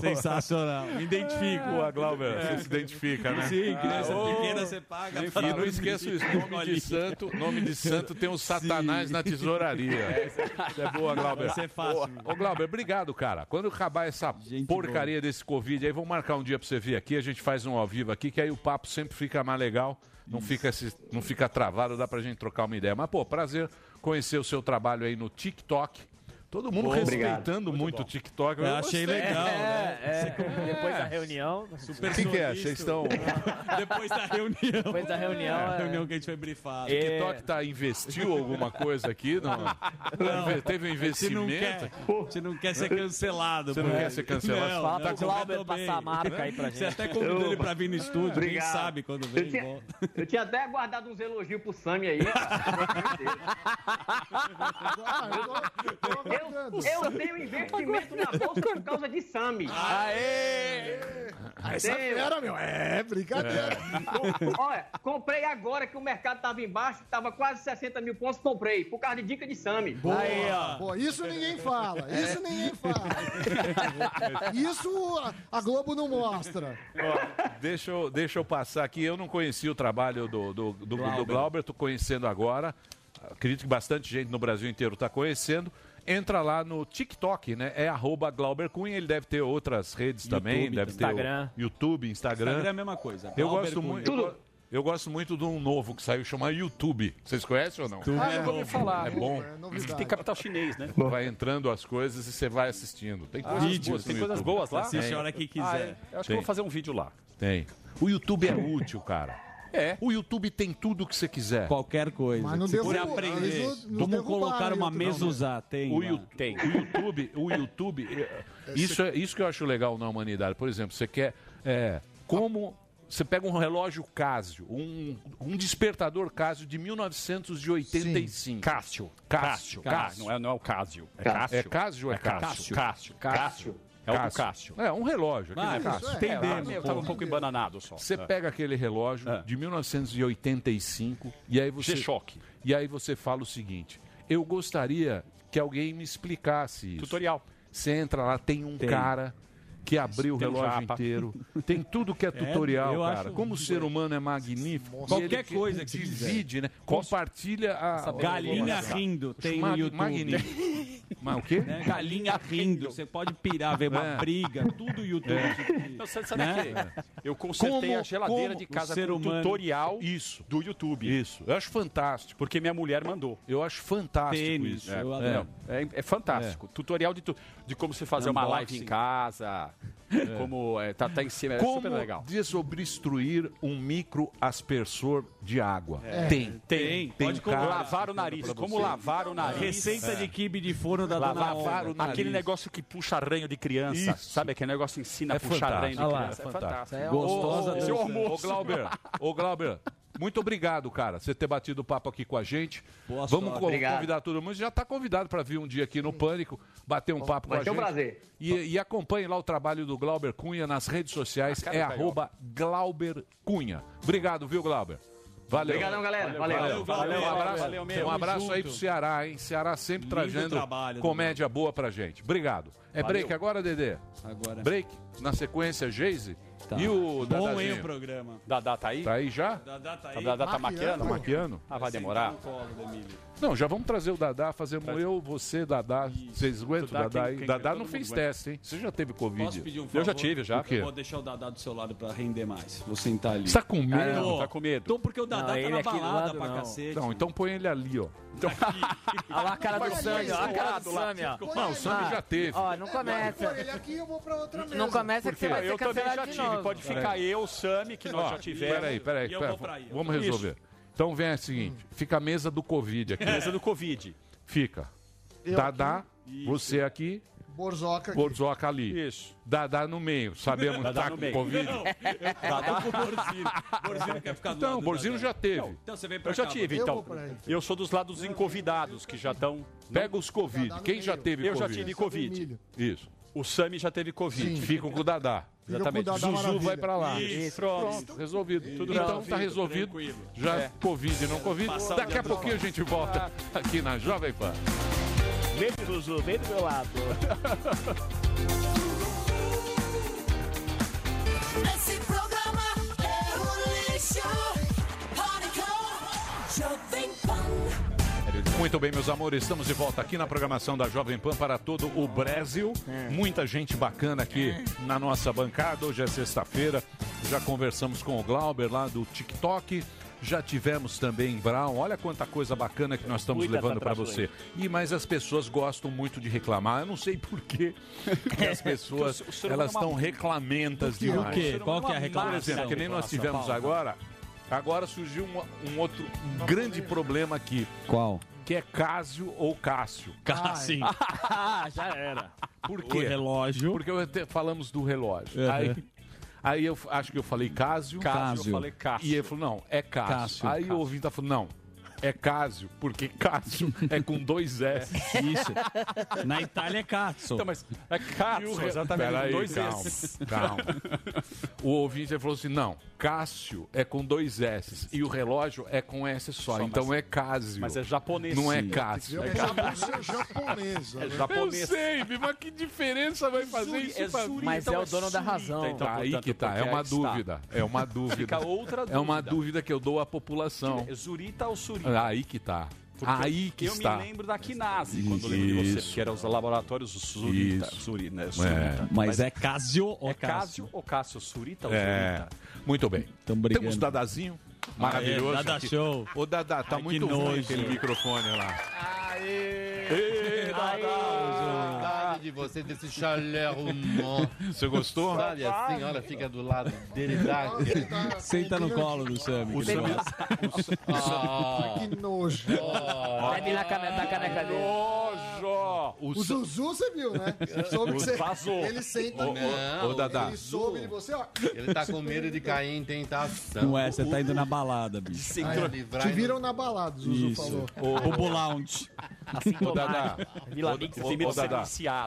Speaker 3: Sensacional. Me identifico.
Speaker 2: Boa, Glauber. Você se identifica, né?
Speaker 3: Sim, criança
Speaker 2: Ah, ô.
Speaker 3: pequena você paga. pra
Speaker 2: E não
Speaker 3: dormir.
Speaker 2: esqueça isso, nome de santo, nome de santo tem um satanás na tesouraria. Isso é boa, Glauber.
Speaker 3: Isso é fácil.
Speaker 2: Ô, ô, Glauber, obrigado, cara. Quando acabar essa porcaria desse Covid, aí vamos marcar um dia pra você vir aqui, a gente faz um ao vivo aqui, que aí o papo sempre fica mais legal, não fica, esse- não fica travado, dá pra gente trocar uma ideia. Mas, pô, prazer conhecer o seu trabalho aí no TikTok. Todo mundo
Speaker 6: Bom,
Speaker 2: respeitando
Speaker 6: obrigado.
Speaker 2: muito o TikTok.
Speaker 6: Eu
Speaker 2: gostei.
Speaker 6: achei legal, né? Depois da reunião.
Speaker 2: O é. que, que é? Vocês estão.
Speaker 3: Depois da reunião.
Speaker 6: Depois da reunião,
Speaker 2: É.
Speaker 3: A reunião que a gente foi brifado.
Speaker 2: TikTok tá, investiu alguma coisa aqui? Não.
Speaker 3: Não.
Speaker 2: Teve um
Speaker 3: Você não
Speaker 2: investimento?
Speaker 3: quer, você não quer ser cancelado.
Speaker 2: Você não
Speaker 3: pô.
Speaker 2: quer ser cancelado?
Speaker 3: Não,
Speaker 2: Fala
Speaker 3: não,
Speaker 2: pro Glauber
Speaker 3: tô
Speaker 2: passar
Speaker 3: bem.
Speaker 2: a marca aí pra
Speaker 3: Você
Speaker 2: gente.
Speaker 3: até convidou ele pra vir no estúdio. Quem
Speaker 12: Obrigado.
Speaker 3: sabe quando
Speaker 12: Eu
Speaker 3: vem,
Speaker 12: tinha-
Speaker 3: volta.
Speaker 12: Eu tinha até guardado uns elogios pro Sami aí. Eu, eu tenho investimento na bolsa por causa de Sami.
Speaker 2: Aê!
Speaker 4: Ah, essa fera, meu, é brincadeira.
Speaker 12: É. Olha, comprei agora que o mercado tava embaixo, tava quase 60 mil pontos, comprei. Por causa de dica de Sami.
Speaker 4: Boa, boa, isso ninguém fala, isso ninguém fala. Isso a- a Globo não mostra.
Speaker 2: Ó, deixa, eu, deixa eu passar aqui. Eu não conhecia o trabalho do, do, do, do
Speaker 4: Glauber.
Speaker 2: Glauber, tô conhecendo agora. Acredito que bastante gente no Brasil inteiro está conhecendo. Entra lá no TikTok, né? É arroba Glauber Cunha. Ele deve ter outras redes também. Deve
Speaker 3: Instagram.
Speaker 2: ter o YouTube, Instagram.
Speaker 3: Instagram é a mesma coisa.
Speaker 2: Eu
Speaker 3: Glauber
Speaker 2: gosto
Speaker 3: Cunha.
Speaker 2: muito. eu
Speaker 3: Tudo.
Speaker 2: go- Eu gosto muito de um novo que saiu chamado YouTube. Vocês conhecem ou não?
Speaker 1: YouTube Ah, é eu vou me novo. falar.
Speaker 2: É bom.
Speaker 1: Diz que tem capital chinês, né?
Speaker 2: Vai entrando as coisas e você vai assistindo. Tem
Speaker 1: Ah,
Speaker 2: coisas
Speaker 1: vídeos,
Speaker 2: boas no
Speaker 1: tem coisas
Speaker 2: YouTube.
Speaker 1: boas lá?
Speaker 2: Tem.
Speaker 1: Assiste a hora que quiser.
Speaker 2: Ah, é?
Speaker 1: Eu acho que eu vou fazer um vídeo lá.
Speaker 2: Tem. O YouTube é útil, cara.
Speaker 1: É.
Speaker 2: O YouTube tem tudo que você quiser.
Speaker 3: Qualquer coisa.
Speaker 2: Mas não
Speaker 3: Se você
Speaker 2: derruba-
Speaker 3: aprender
Speaker 2: eles não- não
Speaker 3: como
Speaker 2: derrubaram
Speaker 3: colocar
Speaker 2: o
Speaker 3: uma
Speaker 2: YouTube, não,
Speaker 3: mesuzá,
Speaker 2: né?
Speaker 3: tem.
Speaker 2: O
Speaker 3: lá.
Speaker 2: Yu- O YouTube, o YouTube é, isso, é, isso que eu acho legal na humanidade. Por exemplo, você quer. é, como. Você pega um relógio Casio, um, um despertador Casio de 1985. Cássio. Cássio.
Speaker 1: Cássio. Cássio. Não é, não é o Cássio. É Cássio.
Speaker 2: É Cássio ou é Cássio?
Speaker 1: Cássio. Cássio. Cássio. É o do Cássio.
Speaker 2: É, um relógio.
Speaker 1: Ah,
Speaker 2: aquele
Speaker 1: isso
Speaker 2: Cássio.
Speaker 1: é, Entendemos, eu tava um pô. pouco embananado só.
Speaker 2: Você
Speaker 1: É.
Speaker 2: pega aquele relógio de 1985 e aí você...
Speaker 1: G-Shock.
Speaker 2: E aí você fala o seguinte, eu gostaria que alguém me explicasse isso. Tutorial. Você entra lá, tem um
Speaker 1: Tem.
Speaker 2: cara que abriu o
Speaker 1: Tem um
Speaker 2: relógio
Speaker 1: japa.
Speaker 2: inteiro. Tem tudo que é tutorial,
Speaker 1: eu acho
Speaker 2: cara. Como o ser humano é magnífico. e
Speaker 3: Qualquer
Speaker 2: ele
Speaker 3: coisa que você
Speaker 2: divide, né? Compartilha a...
Speaker 3: Galinha
Speaker 2: Nossa.
Speaker 3: rindo tem
Speaker 2: Mag-
Speaker 3: no YouTube.
Speaker 2: Magnífico. Mas o quê?
Speaker 3: Né? Galinha rindo. Você pode pirar, ver uma
Speaker 2: É.
Speaker 3: briga, tudo YouTube.
Speaker 1: Não, É. Então, sabe sabe
Speaker 3: Né?
Speaker 1: que eu consertei
Speaker 3: Como-
Speaker 1: a geladeira
Speaker 3: como
Speaker 1: de
Speaker 3: o
Speaker 1: casa
Speaker 3: ser
Speaker 1: com um
Speaker 3: humano-
Speaker 1: tutorial
Speaker 2: isso.
Speaker 1: do YouTube.
Speaker 2: Isso. Eu acho fantástico.
Speaker 1: Porque minha mulher mandou.
Speaker 2: Eu acho fantástico
Speaker 1: Tênis,
Speaker 2: isso.
Speaker 1: É,
Speaker 2: Eu adoro.
Speaker 1: é, é- é fantástico. Tutorial de, tu- de como se fazer uma
Speaker 2: Unboxing.
Speaker 1: live em casa. Como é, tá, tá em cima. É
Speaker 2: Como
Speaker 1: super legal.
Speaker 2: desobstruir um micro aspersor de água?
Speaker 1: É.
Speaker 2: Tem.
Speaker 1: Tem. Pode
Speaker 2: cara
Speaker 1: como lavar o
Speaker 2: explicando
Speaker 1: nariz,
Speaker 2: pra
Speaker 1: como
Speaker 2: você.
Speaker 1: lavar o nariz.
Speaker 3: Receita de quibe de forno da
Speaker 1: Lavar-
Speaker 3: dona Olga.
Speaker 1: lavar o nariz. Aquele negócio que puxa arranho de criança.
Speaker 2: Isso.
Speaker 1: Sabe aquele negócio que ensina
Speaker 2: É
Speaker 1: a puxar arranho
Speaker 2: fantástico. Ah
Speaker 1: de
Speaker 2: lá,
Speaker 1: criança?
Speaker 2: é fantástico.
Speaker 1: É
Speaker 2: Ô,
Speaker 1: fantástico.
Speaker 2: ô,
Speaker 1: Esse
Speaker 2: ô,
Speaker 1: almoço.
Speaker 2: Ô, Glauber. Ô, Glauber. Muito obrigado, cara, você ter batido o papo aqui com a gente.
Speaker 3: Boa
Speaker 2: Vamos
Speaker 3: sorte.
Speaker 2: co-
Speaker 3: Obrigado.
Speaker 2: convidar todo mundo. Já está convidado para vir um dia aqui no Pânico, bater um papo
Speaker 12: Vai
Speaker 2: com a
Speaker 12: ser um
Speaker 2: gente.
Speaker 12: prazer.
Speaker 2: E, e acompanhe lá o trabalho do Glauber Cunha nas redes sociais.
Speaker 12: cara
Speaker 2: É
Speaker 12: do Carioca.
Speaker 2: arroba Glauber Cunha. Obrigado, viu, Glauber? Valeu.
Speaker 12: Obrigadão, galera. Valeu.
Speaker 2: Valeu,
Speaker 12: Valeu,
Speaker 2: valeu. Um abraço,
Speaker 12: valeu mesmo.
Speaker 2: um abraço
Speaker 12: Tamo
Speaker 2: aí
Speaker 12: junto.
Speaker 2: pro Ceará, hein? Ceará Tá sempre
Speaker 12: Lindo
Speaker 2: trazendo
Speaker 12: trabalho do
Speaker 2: comédia boa pra gente. Obrigado. É
Speaker 3: Valeu.
Speaker 2: break agora, Dedê?
Speaker 3: Agora.
Speaker 2: Break. Na sequência, Geise.
Speaker 3: Tá.
Speaker 2: E o
Speaker 3: Bom,
Speaker 2: Dadazinho?
Speaker 3: hein, o programa.
Speaker 1: Dadá tá aí?
Speaker 2: Tá aí já?
Speaker 3: Dadá tá
Speaker 1: aí.
Speaker 2: Dadá tá maquiando?
Speaker 1: Maquiano.
Speaker 2: Tá maquiando?
Speaker 1: Ah, vai demorar.
Speaker 3: um
Speaker 2: Não, já vamos trazer o Dadá, fazemos eu, você, Dadá. Vocês aguentam o
Speaker 3: Dadá,
Speaker 2: Dadá
Speaker 3: quem-
Speaker 2: aí?
Speaker 3: quem-
Speaker 2: Dadá
Speaker 3: todo
Speaker 2: não
Speaker 3: mundo
Speaker 2: fez
Speaker 3: aguenta.
Speaker 2: teste, hein? Você já teve Covid?
Speaker 3: Posso pedir um favor?
Speaker 2: O quê?
Speaker 3: Eu vou deixar o Dadá do seu lado pra render mais. Vou sentar ali.
Speaker 2: Você tá com medo?
Speaker 3: Tô.
Speaker 2: Tá com medo.
Speaker 3: Tô porque o
Speaker 2: Não,
Speaker 3: Dadá tá
Speaker 2: ele
Speaker 3: na
Speaker 2: aqui do
Speaker 3: balada
Speaker 2: lado,
Speaker 3: pra
Speaker 2: não.
Speaker 3: cacete.
Speaker 2: Não, então põe ele ali, ó.
Speaker 7: Olha lá a cara do
Speaker 3: Olha
Speaker 7: Sami,
Speaker 3: isso,
Speaker 7: olha a cara
Speaker 3: olha
Speaker 7: do
Speaker 3: isso.
Speaker 7: Sami, ó.
Speaker 2: Põe Não, o Sami
Speaker 7: Ah,
Speaker 2: já teve.
Speaker 7: Ó, não começa.
Speaker 5: Ele aqui eu vou pra outra mesa.
Speaker 7: Não
Speaker 1: é
Speaker 7: começa que
Speaker 2: Por quê?
Speaker 7: você vai ser
Speaker 1: Eu também já
Speaker 7: cancelado de
Speaker 1: tive.
Speaker 7: novo.
Speaker 1: Pode ficar eu, o Sami, que nós
Speaker 2: Ó,
Speaker 1: já tivemos.
Speaker 2: Peraí, peraí.
Speaker 1: E eu
Speaker 2: pera-
Speaker 1: vou pra aí.
Speaker 2: Vamos resolver. Então vem o seguinte: fica a mesa do Covid aqui.
Speaker 1: Mesa do Covid.
Speaker 2: Fica.
Speaker 5: Eu
Speaker 2: Dadá,
Speaker 5: aqui.
Speaker 2: você aqui,
Speaker 5: Borzoca aqui.
Speaker 2: Borzoca ali.
Speaker 1: Isso.
Speaker 2: Dadá no meio. Sabemos que
Speaker 5: Dadá
Speaker 2: tá
Speaker 5: no
Speaker 2: com
Speaker 5: meio.
Speaker 2: Covid.
Speaker 5: Não,
Speaker 2: Tá,
Speaker 3: Dadá com o Borzino. Borzino quer ficar do
Speaker 2: Então,
Speaker 3: lado
Speaker 2: o
Speaker 3: do
Speaker 2: Borzino
Speaker 3: Dadá.
Speaker 2: já teve.
Speaker 3: Não, Então você vem pra
Speaker 1: Eu já
Speaker 3: cá,
Speaker 1: tive,
Speaker 3: Borzino.
Speaker 1: então. Eu sou dos lados inconvidados, que já estão...
Speaker 2: Pega os Covid. Quem já teve
Speaker 1: Eu
Speaker 2: Covid?
Speaker 1: já tive Covid.
Speaker 2: Isso.
Speaker 1: O Sami já teve Covid.
Speaker 2: Ficam com o Dadá.
Speaker 1: Exatamente.
Speaker 2: Zuzu vai pra lá.
Speaker 1: Isso.
Speaker 2: Pronto, resolvido.
Speaker 1: Tudo
Speaker 2: então
Speaker 1: resolvido,
Speaker 2: tá resolvido.
Speaker 1: tranquilo.
Speaker 2: Já
Speaker 1: É.
Speaker 2: Covid, não Covid.
Speaker 1: Passar o
Speaker 2: Daqui
Speaker 1: dia Ah.
Speaker 2: a pouquinho a gente volta aqui na Jovem Pan.
Speaker 6: Vem, Zuzu, vem do meu lado.
Speaker 14: Esse programa é um lixo. Pânico, Jovem Pan.
Speaker 2: Muito bem, meus amores, estamos de volta aqui na programação da Jovem Pan para todo o Brasil.
Speaker 1: É.
Speaker 2: Muita gente bacana aqui na nossa bancada. Hoje é sexta-feira. Já conversamos com o Glauber lá do TikTok. Já tivemos também em Brown. Olha quanta coisa bacana que nós estamos
Speaker 1: Muita
Speaker 2: levando para você.
Speaker 1: atrações.
Speaker 2: E mas as pessoas gostam muito de reclamar. Eu não sei por quê que as pessoas
Speaker 1: O ser- o ser humano
Speaker 2: elas
Speaker 1: é uma-
Speaker 2: estão reclamentas
Speaker 1: Por quê?
Speaker 2: demais.
Speaker 1: O quê? Qual que é a reclamação?
Speaker 2: Por exemplo, que nem nós tivemos
Speaker 1: Paulo?
Speaker 2: agora. Agora surgiu um, um outro grande problema aqui.
Speaker 3: Qual?
Speaker 2: Que é Cásio ou Cássio?
Speaker 3: Cássio.
Speaker 7: Ah, já era.
Speaker 2: Por quê?
Speaker 3: O relógio.
Speaker 2: Porque eu até falamos do relógio.
Speaker 3: Uhum.
Speaker 2: Aí, aí eu f- acho que eu falei Cásio.
Speaker 1: Cásio, eu falei Cássio.
Speaker 2: E ele falou, não, é Cássio.
Speaker 1: Cássio,
Speaker 2: aí
Speaker 1: Cássio.
Speaker 2: o ouvinte tá falando, não. é Cásio, porque Cásio é com dois S.
Speaker 3: Isso. Na Itália é Cazzo.
Speaker 2: Então, mas é
Speaker 1: E o
Speaker 2: Cazzo,
Speaker 1: resto-
Speaker 2: exatamente.
Speaker 1: Peraí,
Speaker 2: dois
Speaker 1: calma,
Speaker 2: S.
Speaker 1: calma.
Speaker 2: O ouvinte aí falou assim: não, Cássio é com dois S e o relógio é com S só.
Speaker 1: Só,
Speaker 2: então
Speaker 1: mas-
Speaker 2: é Cásio.
Speaker 1: mas é japonês.
Speaker 2: Não é
Speaker 1: Sim.
Speaker 2: Cássio.
Speaker 1: É
Speaker 2: É
Speaker 1: que a
Speaker 2: Cássio.
Speaker 1: música é japonesa,
Speaker 2: É
Speaker 1: né?
Speaker 2: japonês. É
Speaker 1: Eu sei,
Speaker 2: mas que diferença vai fazer
Speaker 1: isso pra mim? Então é surita, então,
Speaker 2: Tá aí
Speaker 1: portanto,
Speaker 2: que tá. É
Speaker 1: porque
Speaker 2: uma
Speaker 1: aí está.
Speaker 2: dúvida. É uma dúvida.
Speaker 1: Fica outra
Speaker 2: É uma
Speaker 1: dúvida.
Speaker 2: dúvida que eu dou à população.
Speaker 1: É Zurita ou Surita?
Speaker 2: Aí que tá.
Speaker 1: Porque
Speaker 2: Aí que
Speaker 1: eu
Speaker 2: está.
Speaker 1: me lembro da Kinase, quando eu lembro de você,
Speaker 2: Isso.
Speaker 1: que eram os laboratórios Surita.
Speaker 2: Isso.
Speaker 1: Suri, né?
Speaker 2: É.
Speaker 1: Surita.
Speaker 2: Mas é
Speaker 3: Casio
Speaker 1: ou Cássio? ou Cássio? Surita ou
Speaker 2: É.
Speaker 1: Surita?
Speaker 2: Muito bem.
Speaker 1: brigando.
Speaker 2: Temos Dadazinho. Maravilhoso.
Speaker 1: Aê, Ah, é, Dada
Speaker 2: aqui.
Speaker 1: Show.
Speaker 2: Ô, Dada, tá
Speaker 1: Ai, que
Speaker 2: muito ruim
Speaker 1: nojo.
Speaker 2: aquele microfone lá.
Speaker 15: Aê, Saudade de você, desse chalé rumão.
Speaker 2: Você gostou?
Speaker 15: Sabe assim, olha, fica do lado dele, tá? dá aquele-
Speaker 3: Senta no colo do Sam. é
Speaker 15: O Sami-
Speaker 2: Ah.
Speaker 5: Que nojo.
Speaker 2: Vai me lá
Speaker 5: da caneca dele.
Speaker 2: Nojo!
Speaker 5: O Zuzu, você viu, né? Soube que você... Ele senta...
Speaker 15: Ô, ô, ô, Dadá.
Speaker 5: Ele soube de você, ó.
Speaker 15: Ele tá com medo de cair em tentação.
Speaker 3: Não é, você tá indo na balada, bicho.
Speaker 15: Ai, entrou- livrar
Speaker 5: Te viram na balada, o Zuzu
Speaker 3: Isso.
Speaker 5: falou.
Speaker 3: O Bobo Lounge.
Speaker 2: Ô, Dadá.
Speaker 1: Vila
Speaker 2: Ô,
Speaker 1: Mix
Speaker 2: ô,
Speaker 1: tem medo
Speaker 2: ô,
Speaker 1: de ser
Speaker 2: Dadá.
Speaker 1: viciado.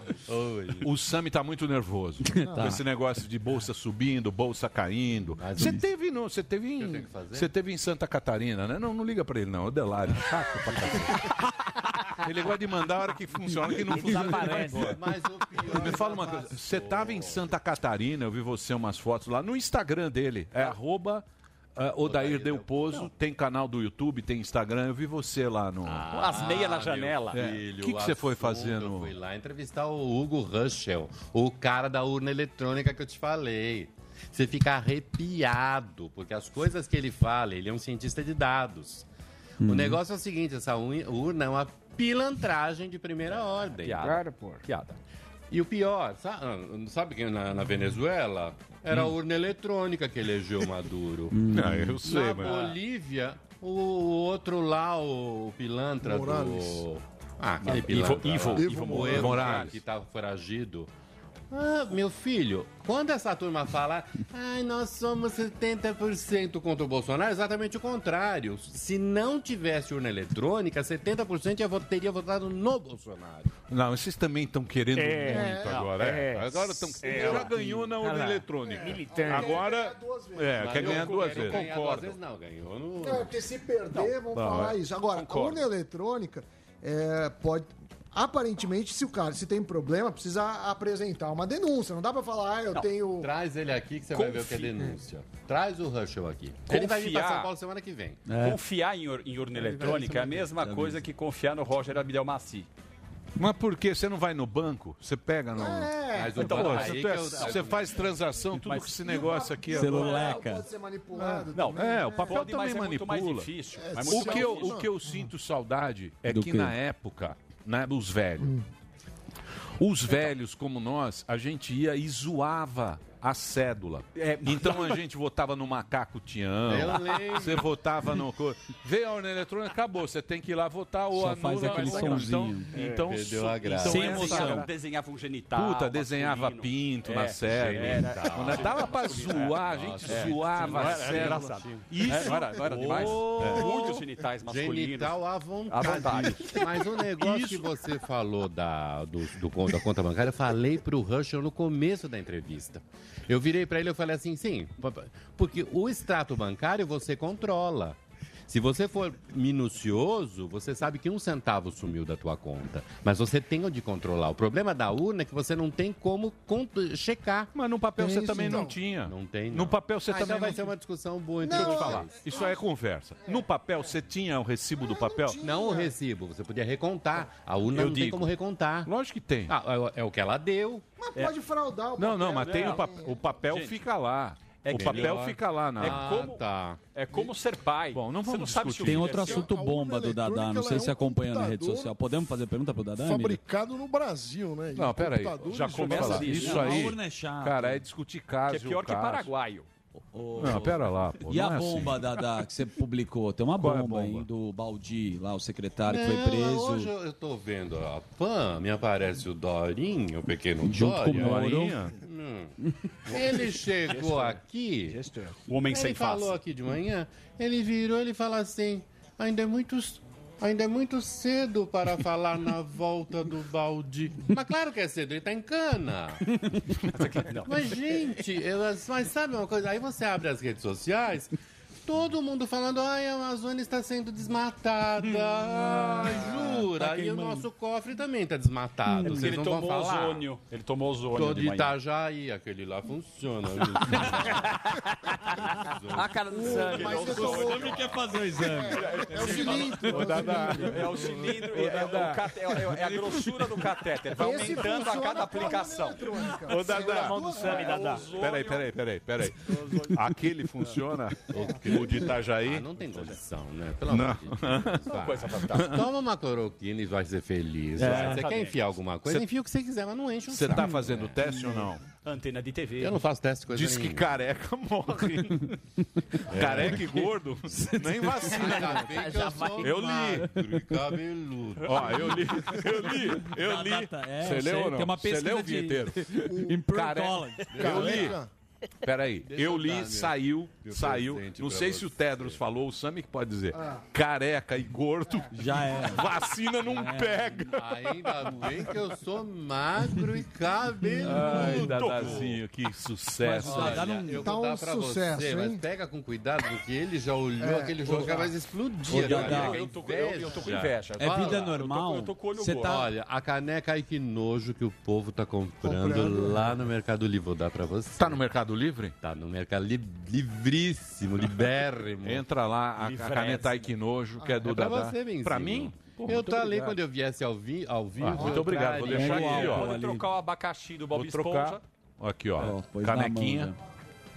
Speaker 2: O Sami tá muito nervoso.
Speaker 1: Tá.
Speaker 2: Com esse negócio de bolsa subindo, bolsa caindo. Você teve, no, você teve em, você teve em Santa Catarina, né? Não, não liga pra ele não, é Delário, chato pra cacete. Ele gosta de mandar a hora que funciona, a hora que não
Speaker 15: Ele
Speaker 2: funciona. ele vai
Speaker 15: desaparece.
Speaker 2: embora.
Speaker 15: Mas o pior
Speaker 2: Me fala uma
Speaker 15: já
Speaker 2: coisa, você tava em Santa Catarina, eu vi você umas fotos lá no Instagram dele, é arroba ah, Odair Del Pozo, tem canal do YouTube, tem Instagram, eu vi você lá no...
Speaker 1: Com
Speaker 15: Ah.
Speaker 1: as meias na
Speaker 15: meu
Speaker 1: janela.
Speaker 15: filho,
Speaker 2: O que que você foi
Speaker 15: assunto,
Speaker 2: fazer
Speaker 15: Eu
Speaker 2: no-
Speaker 15: fui lá entrevistar o Hugo Ruschel, o cara da urna eletrônica que eu te falei. Você fica arrepiado, porque as coisas que ele fala, ele é um cientista de dados.
Speaker 1: Uhum.
Speaker 15: O negócio é o seguinte, essa uni- urna é uma pilantragem de primeira ordem.
Speaker 1: É, piada. Claro, pô. Piada.
Speaker 15: E o pior, sa- ah, sabe que na, na Venezuela era a
Speaker 1: Hum.
Speaker 15: urna eletrônica que elegeu o Maduro.
Speaker 2: Não, Ah, eu sei,
Speaker 15: na
Speaker 2: mas-
Speaker 15: Bolívia, o outro lá, o pilantra do...
Speaker 2: Morales.
Speaker 15: Ah, aquele
Speaker 2: Ivo-
Speaker 15: pilantra
Speaker 2: Ivo-
Speaker 15: lá.
Speaker 2: Ivo
Speaker 15: O
Speaker 2: Morales.
Speaker 15: Evo,
Speaker 2: Morales.
Speaker 15: Que tá foragido. Ah, meu filho, quando essa turma fala, ai, nós somos 70% contra o Bolsonaro, é exatamente o contrário. Se não tivesse urna eletrônica, 70% ia vo- teria votado no Bolsonaro.
Speaker 2: Não, vocês também estão querendo
Speaker 15: É,
Speaker 2: muito
Speaker 15: não,
Speaker 2: agora. É.
Speaker 15: é.
Speaker 2: Agora estão.
Speaker 15: É,
Speaker 2: já
Speaker 15: ó.
Speaker 2: ganhou na urna
Speaker 15: Ah lá.
Speaker 2: eletrônica.
Speaker 15: Militante.
Speaker 2: Agora. É,
Speaker 15: Mas
Speaker 2: quer
Speaker 15: eu
Speaker 2: ganhar duas
Speaker 15: quero
Speaker 2: vezes.
Speaker 15: ganhar duas vezes, Não, ganhou no.
Speaker 5: Não, porque se perder, vamos
Speaker 2: não,
Speaker 5: falar
Speaker 2: é.
Speaker 5: isso. Agora,
Speaker 2: Concordo.
Speaker 5: a urna eletrônica é, pode. Aparentemente, se o cara se tem problema, precisa apresentar uma denúncia. Não dá pra falar, ah, eu
Speaker 15: Não,
Speaker 5: tenho.
Speaker 15: Traz ele aqui que você vai ver o que é
Speaker 5: Confia.
Speaker 15: denúncia. Traz o Rushel aqui. Ele vai vir pra
Speaker 1: Confiar.
Speaker 15: São Paulo semana que vem.
Speaker 2: É.
Speaker 1: Confiar em, ur- em urna eletrônica é a mesma coisa que confiar no Roger Abdel Maci.
Speaker 2: Mas por que? Você não vai no banco? Você pega no.
Speaker 1: É. Mas o
Speaker 2: Então,
Speaker 1: banco
Speaker 2: pô,
Speaker 1: aí
Speaker 2: você,
Speaker 1: que
Speaker 2: é-
Speaker 1: eu-
Speaker 2: você faz transação, tudo com esse negócio aqui. ó.
Speaker 5: É, Pode ser manipulado.
Speaker 2: Não,
Speaker 5: também,
Speaker 2: é,
Speaker 5: né?
Speaker 2: o papel
Speaker 1: Pode,
Speaker 2: também
Speaker 1: mas é muito
Speaker 2: manipula.
Speaker 1: mais difícil. É, Mas
Speaker 2: o,
Speaker 1: muito
Speaker 2: que eu,
Speaker 1: mais difícil.
Speaker 2: o que eu sinto saudade é
Speaker 1: Do
Speaker 2: que
Speaker 1: quê?
Speaker 2: na época, né, os
Speaker 15: Hum.
Speaker 2: velhos, os velhos como nós, a gente ia e zoava a cédula. então a gente votava no macaco Tião.
Speaker 15: É. Eu lembro.
Speaker 2: Você votava no. co- Vê a urna eletrônica, acabou. Você tem que ir lá votar ou
Speaker 3: Só
Speaker 2: anula.
Speaker 3: faz aquele
Speaker 2: ou não.
Speaker 3: sonzinho.
Speaker 2: Então, então,
Speaker 15: É, perdeu a graça.
Speaker 2: então
Speaker 15: Sem
Speaker 2: essa-
Speaker 15: emoção.
Speaker 1: Desenhava um genital.
Speaker 2: Puta, desenhava
Speaker 1: masculino.
Speaker 2: pinto
Speaker 1: É,
Speaker 2: na série.
Speaker 1: genital.
Speaker 2: Quando dava pra
Speaker 1: Masculino,
Speaker 2: zoar, a
Speaker 1: é.
Speaker 2: gente
Speaker 1: Nossa,
Speaker 2: zoava
Speaker 1: era-
Speaker 2: a
Speaker 1: era
Speaker 2: série.
Speaker 1: engraçado.
Speaker 2: Isso
Speaker 1: É, não era- não era demais? É. Muitos genitais masculinos.
Speaker 15: Genital à vontade.
Speaker 1: À vontade.
Speaker 15: Mas o negócio que você falou da, do, do con- da conta bancária, eu falei pro Rushel no começo da entrevista. Eu virei pra ele e falei assim, sim, papai, porque o extrato bancário você controla. Se você for minucioso, você sabe que um centavo sumiu da tua conta. Mas você tem onde controlar. O problema da urna é que você não tem como cont- checar.
Speaker 2: Mas no papel
Speaker 15: Tem
Speaker 2: você
Speaker 15: isso,
Speaker 2: também não
Speaker 15: então.
Speaker 2: tinha.
Speaker 15: Não tem,
Speaker 2: No papel você
Speaker 15: Ah, então
Speaker 2: também um
Speaker 15: vai
Speaker 2: não
Speaker 15: ser uma discussão boa então entre
Speaker 2: Deixa eu te
Speaker 15: vocês.
Speaker 2: falar. Isso aí é conversa. No papel você tinha o recibo do papel?
Speaker 15: Não o recibo, você podia recontar. A urna
Speaker 2: Eu
Speaker 15: não tem
Speaker 2: digo.
Speaker 15: como recontar.
Speaker 2: Lógico que tem. É.
Speaker 15: é, é o que ela deu.
Speaker 5: Mas pode fraudar o
Speaker 2: Não, não,
Speaker 5: papel,
Speaker 2: mas tem
Speaker 5: né?
Speaker 2: o papel. O papel
Speaker 1: Gente,
Speaker 2: fica lá.
Speaker 1: é
Speaker 2: o
Speaker 1: que-
Speaker 2: papel
Speaker 1: melhor.
Speaker 2: fica lá na.
Speaker 1: É como-
Speaker 15: tá.
Speaker 1: É como ser pai. Bom,
Speaker 2: não
Speaker 1: Você
Speaker 2: vamos
Speaker 1: não sabe se o
Speaker 3: Tem
Speaker 1: filho
Speaker 3: outro
Speaker 1: é seu.
Speaker 3: assunto bomba do Dadá, não
Speaker 1: é um
Speaker 3: sei se acompanha na rede social. Podemos fazer pergunta pro Dadá, Emílio?
Speaker 4: Fabricado no Brasil, né? E
Speaker 2: Não,
Speaker 4: os
Speaker 2: peraí.
Speaker 4: computadores
Speaker 2: Já começa
Speaker 4: usavam
Speaker 2: lá.
Speaker 4: isso.
Speaker 2: Isso
Speaker 3: Não,
Speaker 2: aí.
Speaker 3: a urna é chata.
Speaker 2: Cara, é discutir caso.
Speaker 1: Que é pior que
Speaker 2: caso.
Speaker 1: paraguaio.
Speaker 2: Não, pera lá. Pô,
Speaker 3: E
Speaker 2: não
Speaker 3: a
Speaker 2: é assim. é
Speaker 3: bomba, Dadá, que você publicou? Tem uma bomba, aí do Baldi, lá, o secretário que
Speaker 15: Não,
Speaker 3: foi preso.
Speaker 15: Hoje eu eu tô vendo a Pan, me aparece o Dorinho, o pequeno
Speaker 3: Junto com o
Speaker 15: Dorinho. Hum.
Speaker 3: Moro.
Speaker 15: Ele chegou aqui.
Speaker 1: O homem
Speaker 15: ele
Speaker 1: sem
Speaker 15: falou
Speaker 1: face.
Speaker 15: aqui de manhã, ele virou, ele fala assim: Ainda é muito, c- ainda é muito cedo para falar na volta do balde. Mas claro que é cedo, ele tá em cana. Mas, gente, eu- mas sabe uma coisa? Aí você abre as redes sociais, todo mundo falando, ai, a Amazônia está sendo desmatada. Ai, jura?
Speaker 2: tá
Speaker 15: e o
Speaker 2: queimando. Hum.
Speaker 15: nosso cofre também está desmatado.
Speaker 1: É porque
Speaker 15: Vocês
Speaker 1: ele
Speaker 15: não
Speaker 1: tomou
Speaker 15: vão falar.
Speaker 1: ozônio. Ele tomou ozônio
Speaker 15: Tô
Speaker 1: de
Speaker 15: de
Speaker 1: manhã.
Speaker 15: Itajaí, aquele lá funciona.
Speaker 7: A Ah, cara do sangue.
Speaker 14: mas
Speaker 7: Nossa,
Speaker 14: eu tô-
Speaker 7: o sangue quer fazer o exame.
Speaker 1: É o cilindro. Ô, Dadá, É o cilindro, é, é o cate- é- é- é a grossura do catéter. Vai
Speaker 14: Esse
Speaker 1: aumentando a
Speaker 14: funciona
Speaker 1: cada
Speaker 14: com
Speaker 1: aplicação.
Speaker 2: Ô, Dadá.
Speaker 1: Sami,
Speaker 2: Peraí, peraí, peraí, peraí. Aquele funciona? O de Itajaí?
Speaker 15: Ah, não tem condição, né?
Speaker 2: Pelo
Speaker 15: Pelo
Speaker 2: amor
Speaker 15: amor de Deus.
Speaker 2: vai.
Speaker 15: Toma uma cloroquina e vai ser feliz.
Speaker 2: É,
Speaker 15: vai. Você
Speaker 2: tá
Speaker 15: quer
Speaker 2: bem.
Speaker 15: enfiar alguma coisa?
Speaker 2: Cê-
Speaker 15: Enfia o que você quiser, mas não enche o
Speaker 2: Você
Speaker 15: saco.
Speaker 2: tá fazendo teste ou não?
Speaker 13: Antena de TV.
Speaker 15: Eu não faço teste de coisa
Speaker 2: Diz que
Speaker 15: nenhuma.
Speaker 2: careca morre.
Speaker 1: É.
Speaker 2: Careca e gordo, nem vacina.
Speaker 15: Ainda bem que
Speaker 2: Já
Speaker 15: eu
Speaker 2: vai.
Speaker 15: sou
Speaker 2: Eu li.
Speaker 15: magro e cabeludo.
Speaker 2: Ó, eu li, eu li, eu li.
Speaker 15: tá, é,
Speaker 3: é,
Speaker 2: Você leu ou não? Você leu o vinheteiro? Careca. é Eu li. Peraí,
Speaker 15: Deixa
Speaker 2: eu
Speaker 15: eu
Speaker 2: li,
Speaker 15: dar meu-
Speaker 2: saiu,
Speaker 15: meu
Speaker 2: saiu.
Speaker 15: um presente
Speaker 2: Não
Speaker 15: pra
Speaker 2: sei se o Tedros falou, o Sami que pode dizer.
Speaker 15: Ah.
Speaker 2: Careca e gordo.
Speaker 15: Já é.
Speaker 2: Vacina não
Speaker 15: É.
Speaker 2: pega.
Speaker 15: Ainda bem que eu sou magro e cabeludo.
Speaker 2: Ai, Dadazinho, que
Speaker 15: Mas,
Speaker 2: sucesso.
Speaker 15: olha, eu
Speaker 5: tá
Speaker 15: vou dar
Speaker 5: um
Speaker 15: pra
Speaker 5: sucesso,
Speaker 15: você, mas
Speaker 5: hein?
Speaker 15: pega com cuidado, porque ele já olhou
Speaker 5: É,
Speaker 15: aquele jogo
Speaker 5: ô,
Speaker 15: que vai
Speaker 5: Dá.
Speaker 15: explodir. né,
Speaker 5: Ô, Dá,
Speaker 15: cara.
Speaker 5: Dá.
Speaker 15: Que
Speaker 5: Eu tô com- eu- eu tô com
Speaker 15: inveja.
Speaker 5: inveja. É
Speaker 15: Fala.
Speaker 5: vida Eu tô com- normal? eu tô com o olho Você gordo. tá-
Speaker 15: Olha, a caneca aí que nojo que o povo tá comprando,
Speaker 5: Comprando.
Speaker 15: lá no Mercado Livre. Vou dar pra você.
Speaker 2: Tá no Mercado Livre?
Speaker 15: Tá no Mercado Livre, livríssimo, libérrimo.
Speaker 2: Entra lá, a, a
Speaker 15: Livresco.
Speaker 2: caneta aí que nojo, que é do
Speaker 15: É pra
Speaker 2: Dadá.
Speaker 15: você, Benzinho.
Speaker 2: Pra mim? Pô,
Speaker 15: eu
Speaker 2: muito
Speaker 15: tô ali
Speaker 2: obrigado.
Speaker 15: quando eu viesse ao, vi, ao vivo.
Speaker 2: Ah, muito
Speaker 15: eu
Speaker 2: obrigado, vou
Speaker 15: traria. um
Speaker 2: deixar aqui, ó.
Speaker 1: Pode trocar o abacaxi do Bob
Speaker 2: Vou trocar.
Speaker 1: Esponja.
Speaker 2: Aqui, ó.
Speaker 15: pois na
Speaker 2: Canequinha.
Speaker 15: mão,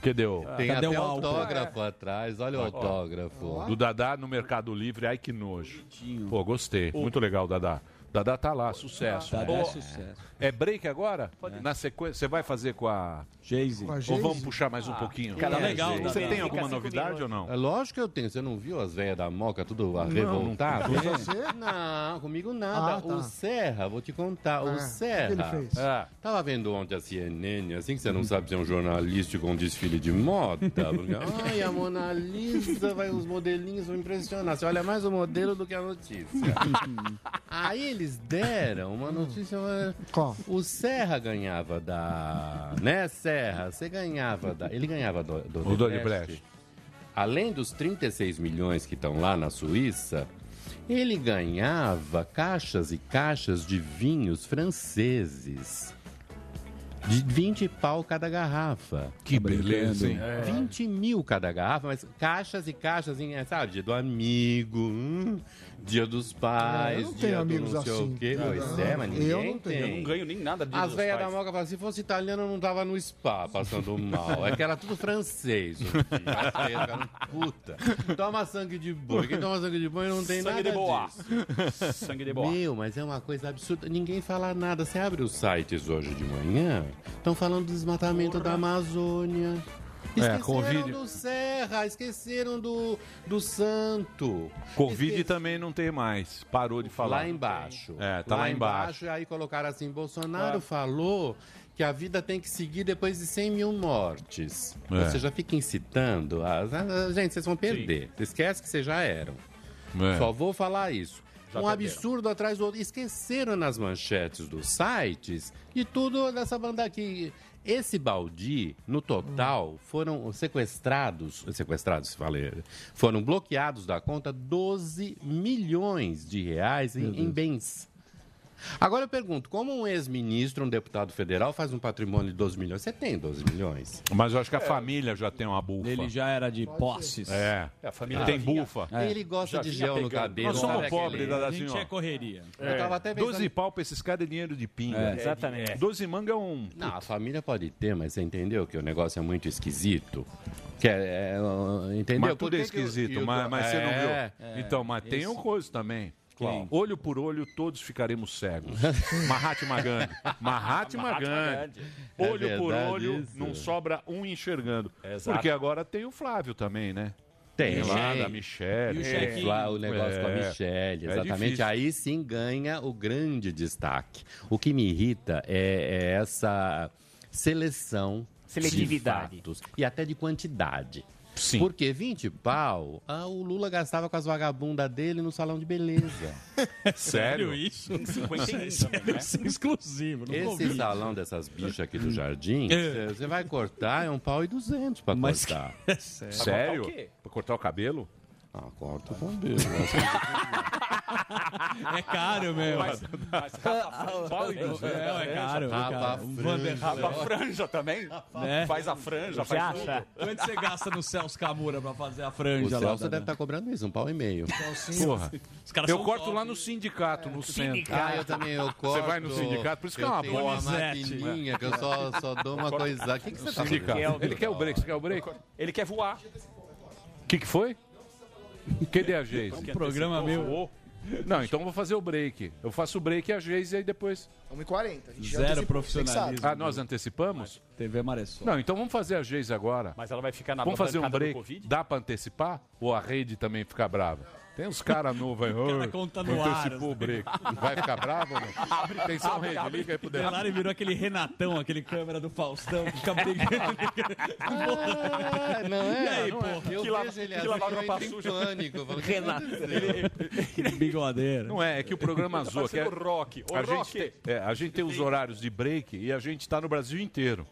Speaker 2: Que deu?
Speaker 15: Tem até o autógrafo atrás, olha o
Speaker 2: É. Ó,
Speaker 15: autógrafo.
Speaker 2: Do Dadá no Mercado Livre. Ai, que nojo. Pô, gostei. Muito legal, Dadá. Dadá tá lá, sucesso.
Speaker 3: Dadá é
Speaker 2: Ô,
Speaker 3: sucesso.
Speaker 2: É break agora? Na sequência, você vai fazer com a...
Speaker 3: Jay-Z.
Speaker 2: Ou vamos puxar mais um pouquinho? Você tem
Speaker 1: assim
Speaker 2: alguma novidade ou não?
Speaker 15: É lógico que eu tenho. Você não viu as velhas da Moca, tudo a
Speaker 2: Não,
Speaker 15: revoltada?
Speaker 2: não tem.
Speaker 15: você? Não, comigo nada.
Speaker 14: Ah, tá.
Speaker 15: O Serra, vou te contar.
Speaker 14: Ah, o
Speaker 15: o
Speaker 14: que
Speaker 15: Serra.
Speaker 14: ele fez?
Speaker 2: É.
Speaker 15: Ah, Tava vendo ontem a CNN, assim que você não sabe se é um jornalista com desfile de moda. tá, porque, Ai, a Mona Lisa, vai, os modelinhos vão impressionar. Você olha mais o modelo do que a notícia. Aí eles deram uma notícia. uma- O Serra ganhava da. Né, Serra? Você ganhava da. Ele ganhava do. do
Speaker 2: O Doni Brecht.
Speaker 15: Além dos 36 milhões que estão lá na Suíça, ele ganhava caixas e caixas de vinhos franceses. De 20 pau cada garrafa.
Speaker 2: Que beleza, hein? É.
Speaker 15: 20 mil cada garrafa, mas caixas e caixas, em, eh, sabe? Dia do amigo, hum, dia dos pais,
Speaker 5: É, eu não
Speaker 15: Ah, dia
Speaker 5: tenho
Speaker 15: do
Speaker 5: amigos
Speaker 15: não sei
Speaker 5: assim.
Speaker 15: o quê.
Speaker 5: Não,
Speaker 15: Pois
Speaker 5: não.
Speaker 15: é, mas ninguém
Speaker 5: Eu não tenho.
Speaker 15: tem.
Speaker 5: Eu não
Speaker 1: ganho nem nada
Speaker 5: disso
Speaker 15: As
Speaker 5: dos
Speaker 15: velhas da
Speaker 5: pais.
Speaker 15: moca falavam, se fosse italiano não tava no spa passando mal. É que era tudo francês. hoje em dia. As velhas ficaram é um puta. Toma sangue de boi. Quem toma sangue de boi não tem
Speaker 1: Sangue
Speaker 15: nada
Speaker 1: de boa.
Speaker 15: disso.
Speaker 1: Sangue de boa.
Speaker 15: Meu, mas é uma coisa absurda. Ninguém fala nada. Você abre os sites hoje de manhã, estão falando do desmatamento da Amazônia.
Speaker 2: É,
Speaker 15: Esqueceram
Speaker 2: Covid.
Speaker 15: do Serra, Ah, esqueceram do, do Santo.
Speaker 2: Covid também não tem mais. Parou de falar.
Speaker 15: Lá embaixo.
Speaker 2: É, tá lá, embaixo.
Speaker 15: E aí colocaram assim: Bolsonaro falou que a vida tem que seguir depois de 100 mil mortes.
Speaker 2: É.
Speaker 15: Você já fica incitando. as- ah, gente, vocês vão perder. Esquece que vocês já eram.
Speaker 2: É.
Speaker 15: Só vou falar isso.
Speaker 2: Já
Speaker 15: um
Speaker 2: perderam.
Speaker 15: absurdo atrás do outro. Esqueceram nas manchetes dos sites e tudo dessa banda aqui. Esse baldi, no total, foram sequestrados, sequestrados, falei, foram bloqueados da conta 12 milhões de reais em, em bens. Agora eu pergunto, como um ex-ministro, um deputado federal, faz um patrimônio de 12 milhões? Você tem 12 milhões?
Speaker 2: Mas eu acho que a família já tem uma bufa.
Speaker 15: Ele
Speaker 3: já era de posses.
Speaker 2: É.
Speaker 15: É,
Speaker 2: a família
Speaker 15: a
Speaker 2: É.
Speaker 15: família
Speaker 2: tem
Speaker 15: já vinha-
Speaker 2: bufa.
Speaker 15: Ele gosta de gel no cabelo, né,
Speaker 2: Nós somos
Speaker 15: sabe
Speaker 2: pobres, né,
Speaker 15: aquele-
Speaker 2: Dadazinho.
Speaker 15: Gente,
Speaker 2: assim, ó.
Speaker 15: é correria. Eu
Speaker 2: É.
Speaker 15: tava até pensando-
Speaker 2: 12 pau pra esses caras é dinheiro de pinga.
Speaker 15: É, exatamente.
Speaker 2: 12 manga é um.
Speaker 15: Não, a família pode ter, mas você entendeu que o negócio é muito esquisito? Que é, é, uh, entendeu?
Speaker 2: Mas
Speaker 15: Por
Speaker 2: tudo é
Speaker 15: que que o-
Speaker 2: esquisito,
Speaker 15: e o-
Speaker 2: mas, mas você não viu.
Speaker 15: É, é.
Speaker 2: então, mas tem
Speaker 15: Esse-
Speaker 2: um coisa também.
Speaker 15: Qual?
Speaker 2: Olho por olho, todos ficaremos cegos. Mahatma Gandhi. Mahatma
Speaker 15: Mahatma
Speaker 2: Gandhi.
Speaker 15: Gandhi. É
Speaker 2: Olho por
Speaker 15: verdade
Speaker 2: olho,
Speaker 15: isso.
Speaker 2: não sobra um enxergando.
Speaker 15: Exato.
Speaker 2: Porque agora tem o Flávio também, né?
Speaker 15: Tem.
Speaker 2: lá da Michelle.
Speaker 15: E o chequinho? Lá o negócio com a Michelle,
Speaker 2: É
Speaker 15: exatamente.
Speaker 2: difícil.
Speaker 15: Aí sim ganha o grande destaque. O que me irrita é, é essa seleção
Speaker 13: Seletividade.
Speaker 15: de fatos e até de quantidade.
Speaker 2: Sim.
Speaker 15: Porque 20 pau, ah, o Lula gastava com as vagabundas dele no salão de beleza.
Speaker 2: Sério isso?
Speaker 15: Tem 51 também, né?
Speaker 3: Isso é exclusivo. Não
Speaker 15: Esse
Speaker 3: ouvi. Hum.
Speaker 15: salão dessas bichas aqui do jardim, você vai cortar, é um pau e duzentos pra
Speaker 2: Mas
Speaker 15: cortar.
Speaker 2: que- é sério? Sério? Pra cortar o cabelo?
Speaker 15: Ah, corta o cabelo. Nossa,
Speaker 3: É caro, meu.
Speaker 1: Mas- mas
Speaker 2: tá
Speaker 1: Rafa- Paulo e José.
Speaker 2: né?
Speaker 3: É, é caro, é
Speaker 1: Rafa
Speaker 3: caro. Um
Speaker 1: Franja.
Speaker 3: Vander Rafa.
Speaker 1: Rafa franja também?
Speaker 3: Né?
Speaker 1: Faz a franja,
Speaker 3: Você
Speaker 1: faz
Speaker 3: acha?
Speaker 1: tudo.
Speaker 3: Quanto você gasta no Celso Camura pra fazer a
Speaker 15: o
Speaker 3: franja lá?
Speaker 15: Celso
Speaker 3: Dada?
Speaker 15: deve estar cobrando isso, um pau e meio.
Speaker 3: Celcinho. Porra. Os caras
Speaker 2: Eu
Speaker 3: são
Speaker 2: corto
Speaker 3: top, É,
Speaker 2: lá no sindicato, no centro.
Speaker 15: Ah, eu também, eu corto.
Speaker 2: Você vai no sindicato, por isso que é
Speaker 15: Eu
Speaker 2: uma
Speaker 15: tenho uma
Speaker 2: boa
Speaker 15: maquininha que eu só- só dou uma coisa- O que que você tá fazendo?
Speaker 2: Ele quer o break, você quer o break?
Speaker 1: Ele quer voar.
Speaker 2: O que, que foi? Cadê a Geise?
Speaker 1: Um programa
Speaker 2: meu. Não, então eu vou fazer o break. Eu faço o break e a Geise aí depois.
Speaker 5: 1h40. a gente já
Speaker 2: Zero
Speaker 5: antecipou,
Speaker 2: profissionalismo.
Speaker 5: fixado.
Speaker 2: Ah, nós antecipamos?
Speaker 3: TV Maressol.
Speaker 2: Não, então vamos fazer a Geise agora.
Speaker 1: Mas ela vai ficar na
Speaker 2: Vamos fazer um
Speaker 1: bancada do
Speaker 2: break.
Speaker 1: Covid?
Speaker 2: Dá pra antecipar? Ou a rede também fica brava? Tem uns caras novos aí.
Speaker 3: cara
Speaker 2: "Ô,
Speaker 3: conta no ar,
Speaker 2: Antecipou o
Speaker 3: assim.
Speaker 2: break. Vai ficar bravo ou não?
Speaker 3: Abre,
Speaker 1: um
Speaker 2: Atenção,
Speaker 3: abre,
Speaker 2: rede,
Speaker 3: abre.
Speaker 2: liga aí pro Delari.
Speaker 3: Delari virou aquele Renatão, aquele câmera do Faustão, que fica brigando.
Speaker 15: Ah, não é?
Speaker 3: E aí,
Speaker 15: Não é.
Speaker 3: porra?
Speaker 15: Eu
Speaker 3: Que lava-
Speaker 15: vejo ele
Speaker 3: que
Speaker 15: assim,
Speaker 3: lavava
Speaker 15: eu
Speaker 3: roupa
Speaker 15: entro em
Speaker 3: suja.
Speaker 15: pânico. eu falo, "O que
Speaker 3: Renato.
Speaker 15: aconteceu?"
Speaker 2: é-
Speaker 3: Bigodeira.
Speaker 2: Não é, é que o programa
Speaker 1: Tá
Speaker 2: zoa. Que é,
Speaker 1: parecendo o Rock. Ô,
Speaker 2: a,
Speaker 1: Rock!
Speaker 2: Gente tem, é, a gente tem os horários de break e a gente está no Brasil inteiro.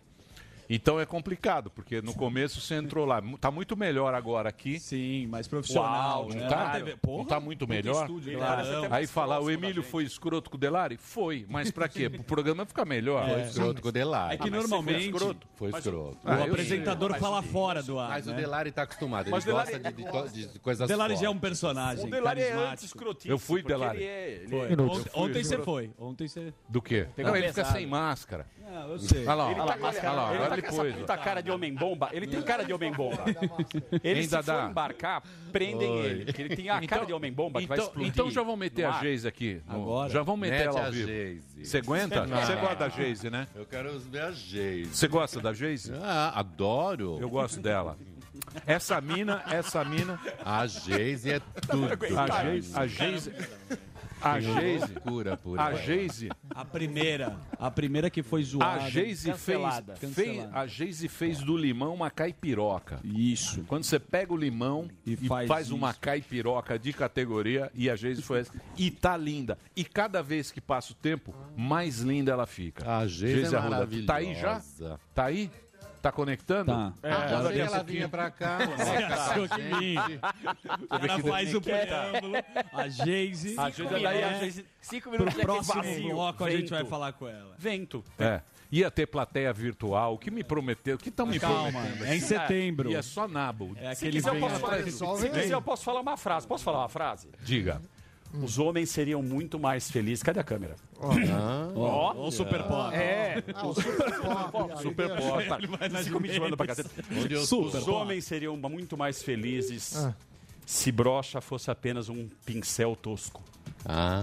Speaker 2: Então é complicado, porque no começo você entrou lá. Mu- Tá muito melhor agora aqui.
Speaker 3: Sim, mais profissional,
Speaker 2: Uau, não,
Speaker 3: né?
Speaker 2: tá?
Speaker 3: Na TV,
Speaker 2: não
Speaker 3: porra,
Speaker 2: tá muito
Speaker 3: puta
Speaker 2: melhor?
Speaker 3: estúdio, né? Ele parece clarão. até
Speaker 2: Aí
Speaker 3: mais
Speaker 2: falar, o
Speaker 3: próximo da
Speaker 2: Emílio foi escroto com o Delari? Foi, mas pra quê? Pro programa ficar melhor.
Speaker 3: É.
Speaker 15: Foi escroto com o Delari.
Speaker 2: É que normalmente...
Speaker 15: Foi escroto.
Speaker 2: Ah, eu sei. Mas o-
Speaker 3: fora do ar,
Speaker 15: Mas o
Speaker 3: né?
Speaker 15: Delari tá acostumado. Ele
Speaker 3: Mas o Delari-
Speaker 15: gosta de, de, to- de coisas
Speaker 3: Delari
Speaker 15: fortes.
Speaker 3: já é um personagem.
Speaker 1: O Delari é
Speaker 3: carismático.
Speaker 1: anti-escrotista, Eu fui, porque Delari. ele é- ele
Speaker 3: Foi.
Speaker 1: é- Minuto.
Speaker 3: Ont-
Speaker 1: Eu fui,
Speaker 3: Ontem você
Speaker 1: juro.
Speaker 3: foi. Ontem você.
Speaker 2: Do quê?
Speaker 3: Pegou
Speaker 2: Não, ele fica
Speaker 3: pesado.
Speaker 2: sem máscara.
Speaker 3: Não, eu sei.
Speaker 2: Olha lá, ó.
Speaker 1: Ele
Speaker 2: Olha
Speaker 1: tá
Speaker 2: lá,
Speaker 1: com essa-
Speaker 2: olha lá,
Speaker 1: ele
Speaker 2: agora
Speaker 1: tá
Speaker 2: ele
Speaker 1: com essa
Speaker 2: pôs.
Speaker 1: puta cara de homem-bomba. Ele tem cara de homem-bomba. Ele,
Speaker 2: Hein,
Speaker 1: se
Speaker 2: Dadá?
Speaker 1: for embarcar, prendem
Speaker 2: Oi.
Speaker 1: ele. Porque ele tem a cara de homem-bomba que vai
Speaker 2: então-
Speaker 1: explodir.
Speaker 2: Então já vão meter
Speaker 1: no
Speaker 2: a
Speaker 1: ar.
Speaker 2: Geise aqui. no- Já vão meter
Speaker 15: Mete
Speaker 2: ela
Speaker 15: a
Speaker 2: ao vivo.
Speaker 15: Geise.
Speaker 2: Você aguenta?
Speaker 15: Não.
Speaker 2: Você gosta da Geise, né?
Speaker 15: Eu quero ver a Geise.
Speaker 2: Você gosta da Geise?
Speaker 15: Ah, adoro.
Speaker 2: Eu gosto dela. Essa mina, essa mina. Tá
Speaker 15: A Geise é tudo.
Speaker 2: A Geise. A Geise. A
Speaker 15: Que
Speaker 2: Geise.
Speaker 15: loucura por
Speaker 2: A
Speaker 15: ela.
Speaker 2: Geise.
Speaker 3: A primeira. A primeira que foi zoada.
Speaker 2: A Geise fez,
Speaker 3: Cancelada.
Speaker 2: fez,
Speaker 3: Cancelada.
Speaker 2: a Geise fez do limão uma caipiroca. Isso. Quando você pega o limão e, faz, uma caipiroca de categoria, e a Geise foi essa. E tá linda. E cada vez que passa o tempo, mais linda ela fica. A
Speaker 15: Geise é
Speaker 2: Tá aí já?
Speaker 15: maravilhosa.
Speaker 2: Tá aí? Tá conectando? Tá.
Speaker 15: Ah,
Speaker 14: É,
Speaker 15: eu achei que ela vinha pra cá.
Speaker 3: Você
Speaker 15: Nossa,
Speaker 3: achou que
Speaker 15: gente.
Speaker 3: vinha? Ela faz o preâmbulo, a Geise.
Speaker 1: A Geise,
Speaker 3: Cinco
Speaker 1: daí a
Speaker 3: minutos.
Speaker 1: Geise- cinco minutos
Speaker 3: Pro
Speaker 1: de
Speaker 3: próximo
Speaker 1: vazio,
Speaker 3: bloco a gente vai
Speaker 1: vento.
Speaker 3: falar com ela.
Speaker 1: Vento.
Speaker 2: É. Ia ter plateia virtual, que me prometeu, que estão me
Speaker 3: Calma,
Speaker 2: prometendo.
Speaker 3: é em setembro.
Speaker 2: E é só nabo.
Speaker 3: É
Speaker 1: Se
Speaker 3: aquele
Speaker 1: quiser, eu
Speaker 3: vento.
Speaker 1: posso falar,
Speaker 3: Ele
Speaker 1: se
Speaker 3: só
Speaker 1: quiser,
Speaker 3: vem.
Speaker 1: eu posso falar uma frase. Posso falar uma frase?
Speaker 2: Diga.
Speaker 1: Os homens seriam muito mais felizes. Cadê a câmera?
Speaker 3: Ó, o Super Pop.
Speaker 1: É.
Speaker 5: o Super Pop.
Speaker 1: Super pop.
Speaker 3: Ele vai
Speaker 1: Vocês
Speaker 3: nas
Speaker 1: ficam me
Speaker 3: redes.
Speaker 1: zoando pra cacete.
Speaker 3: Onde eu tô?
Speaker 1: Os homens seriam muito mais felizes
Speaker 5: Ah.
Speaker 1: se brocha fosse apenas um pincel tosco.
Speaker 15: Ah,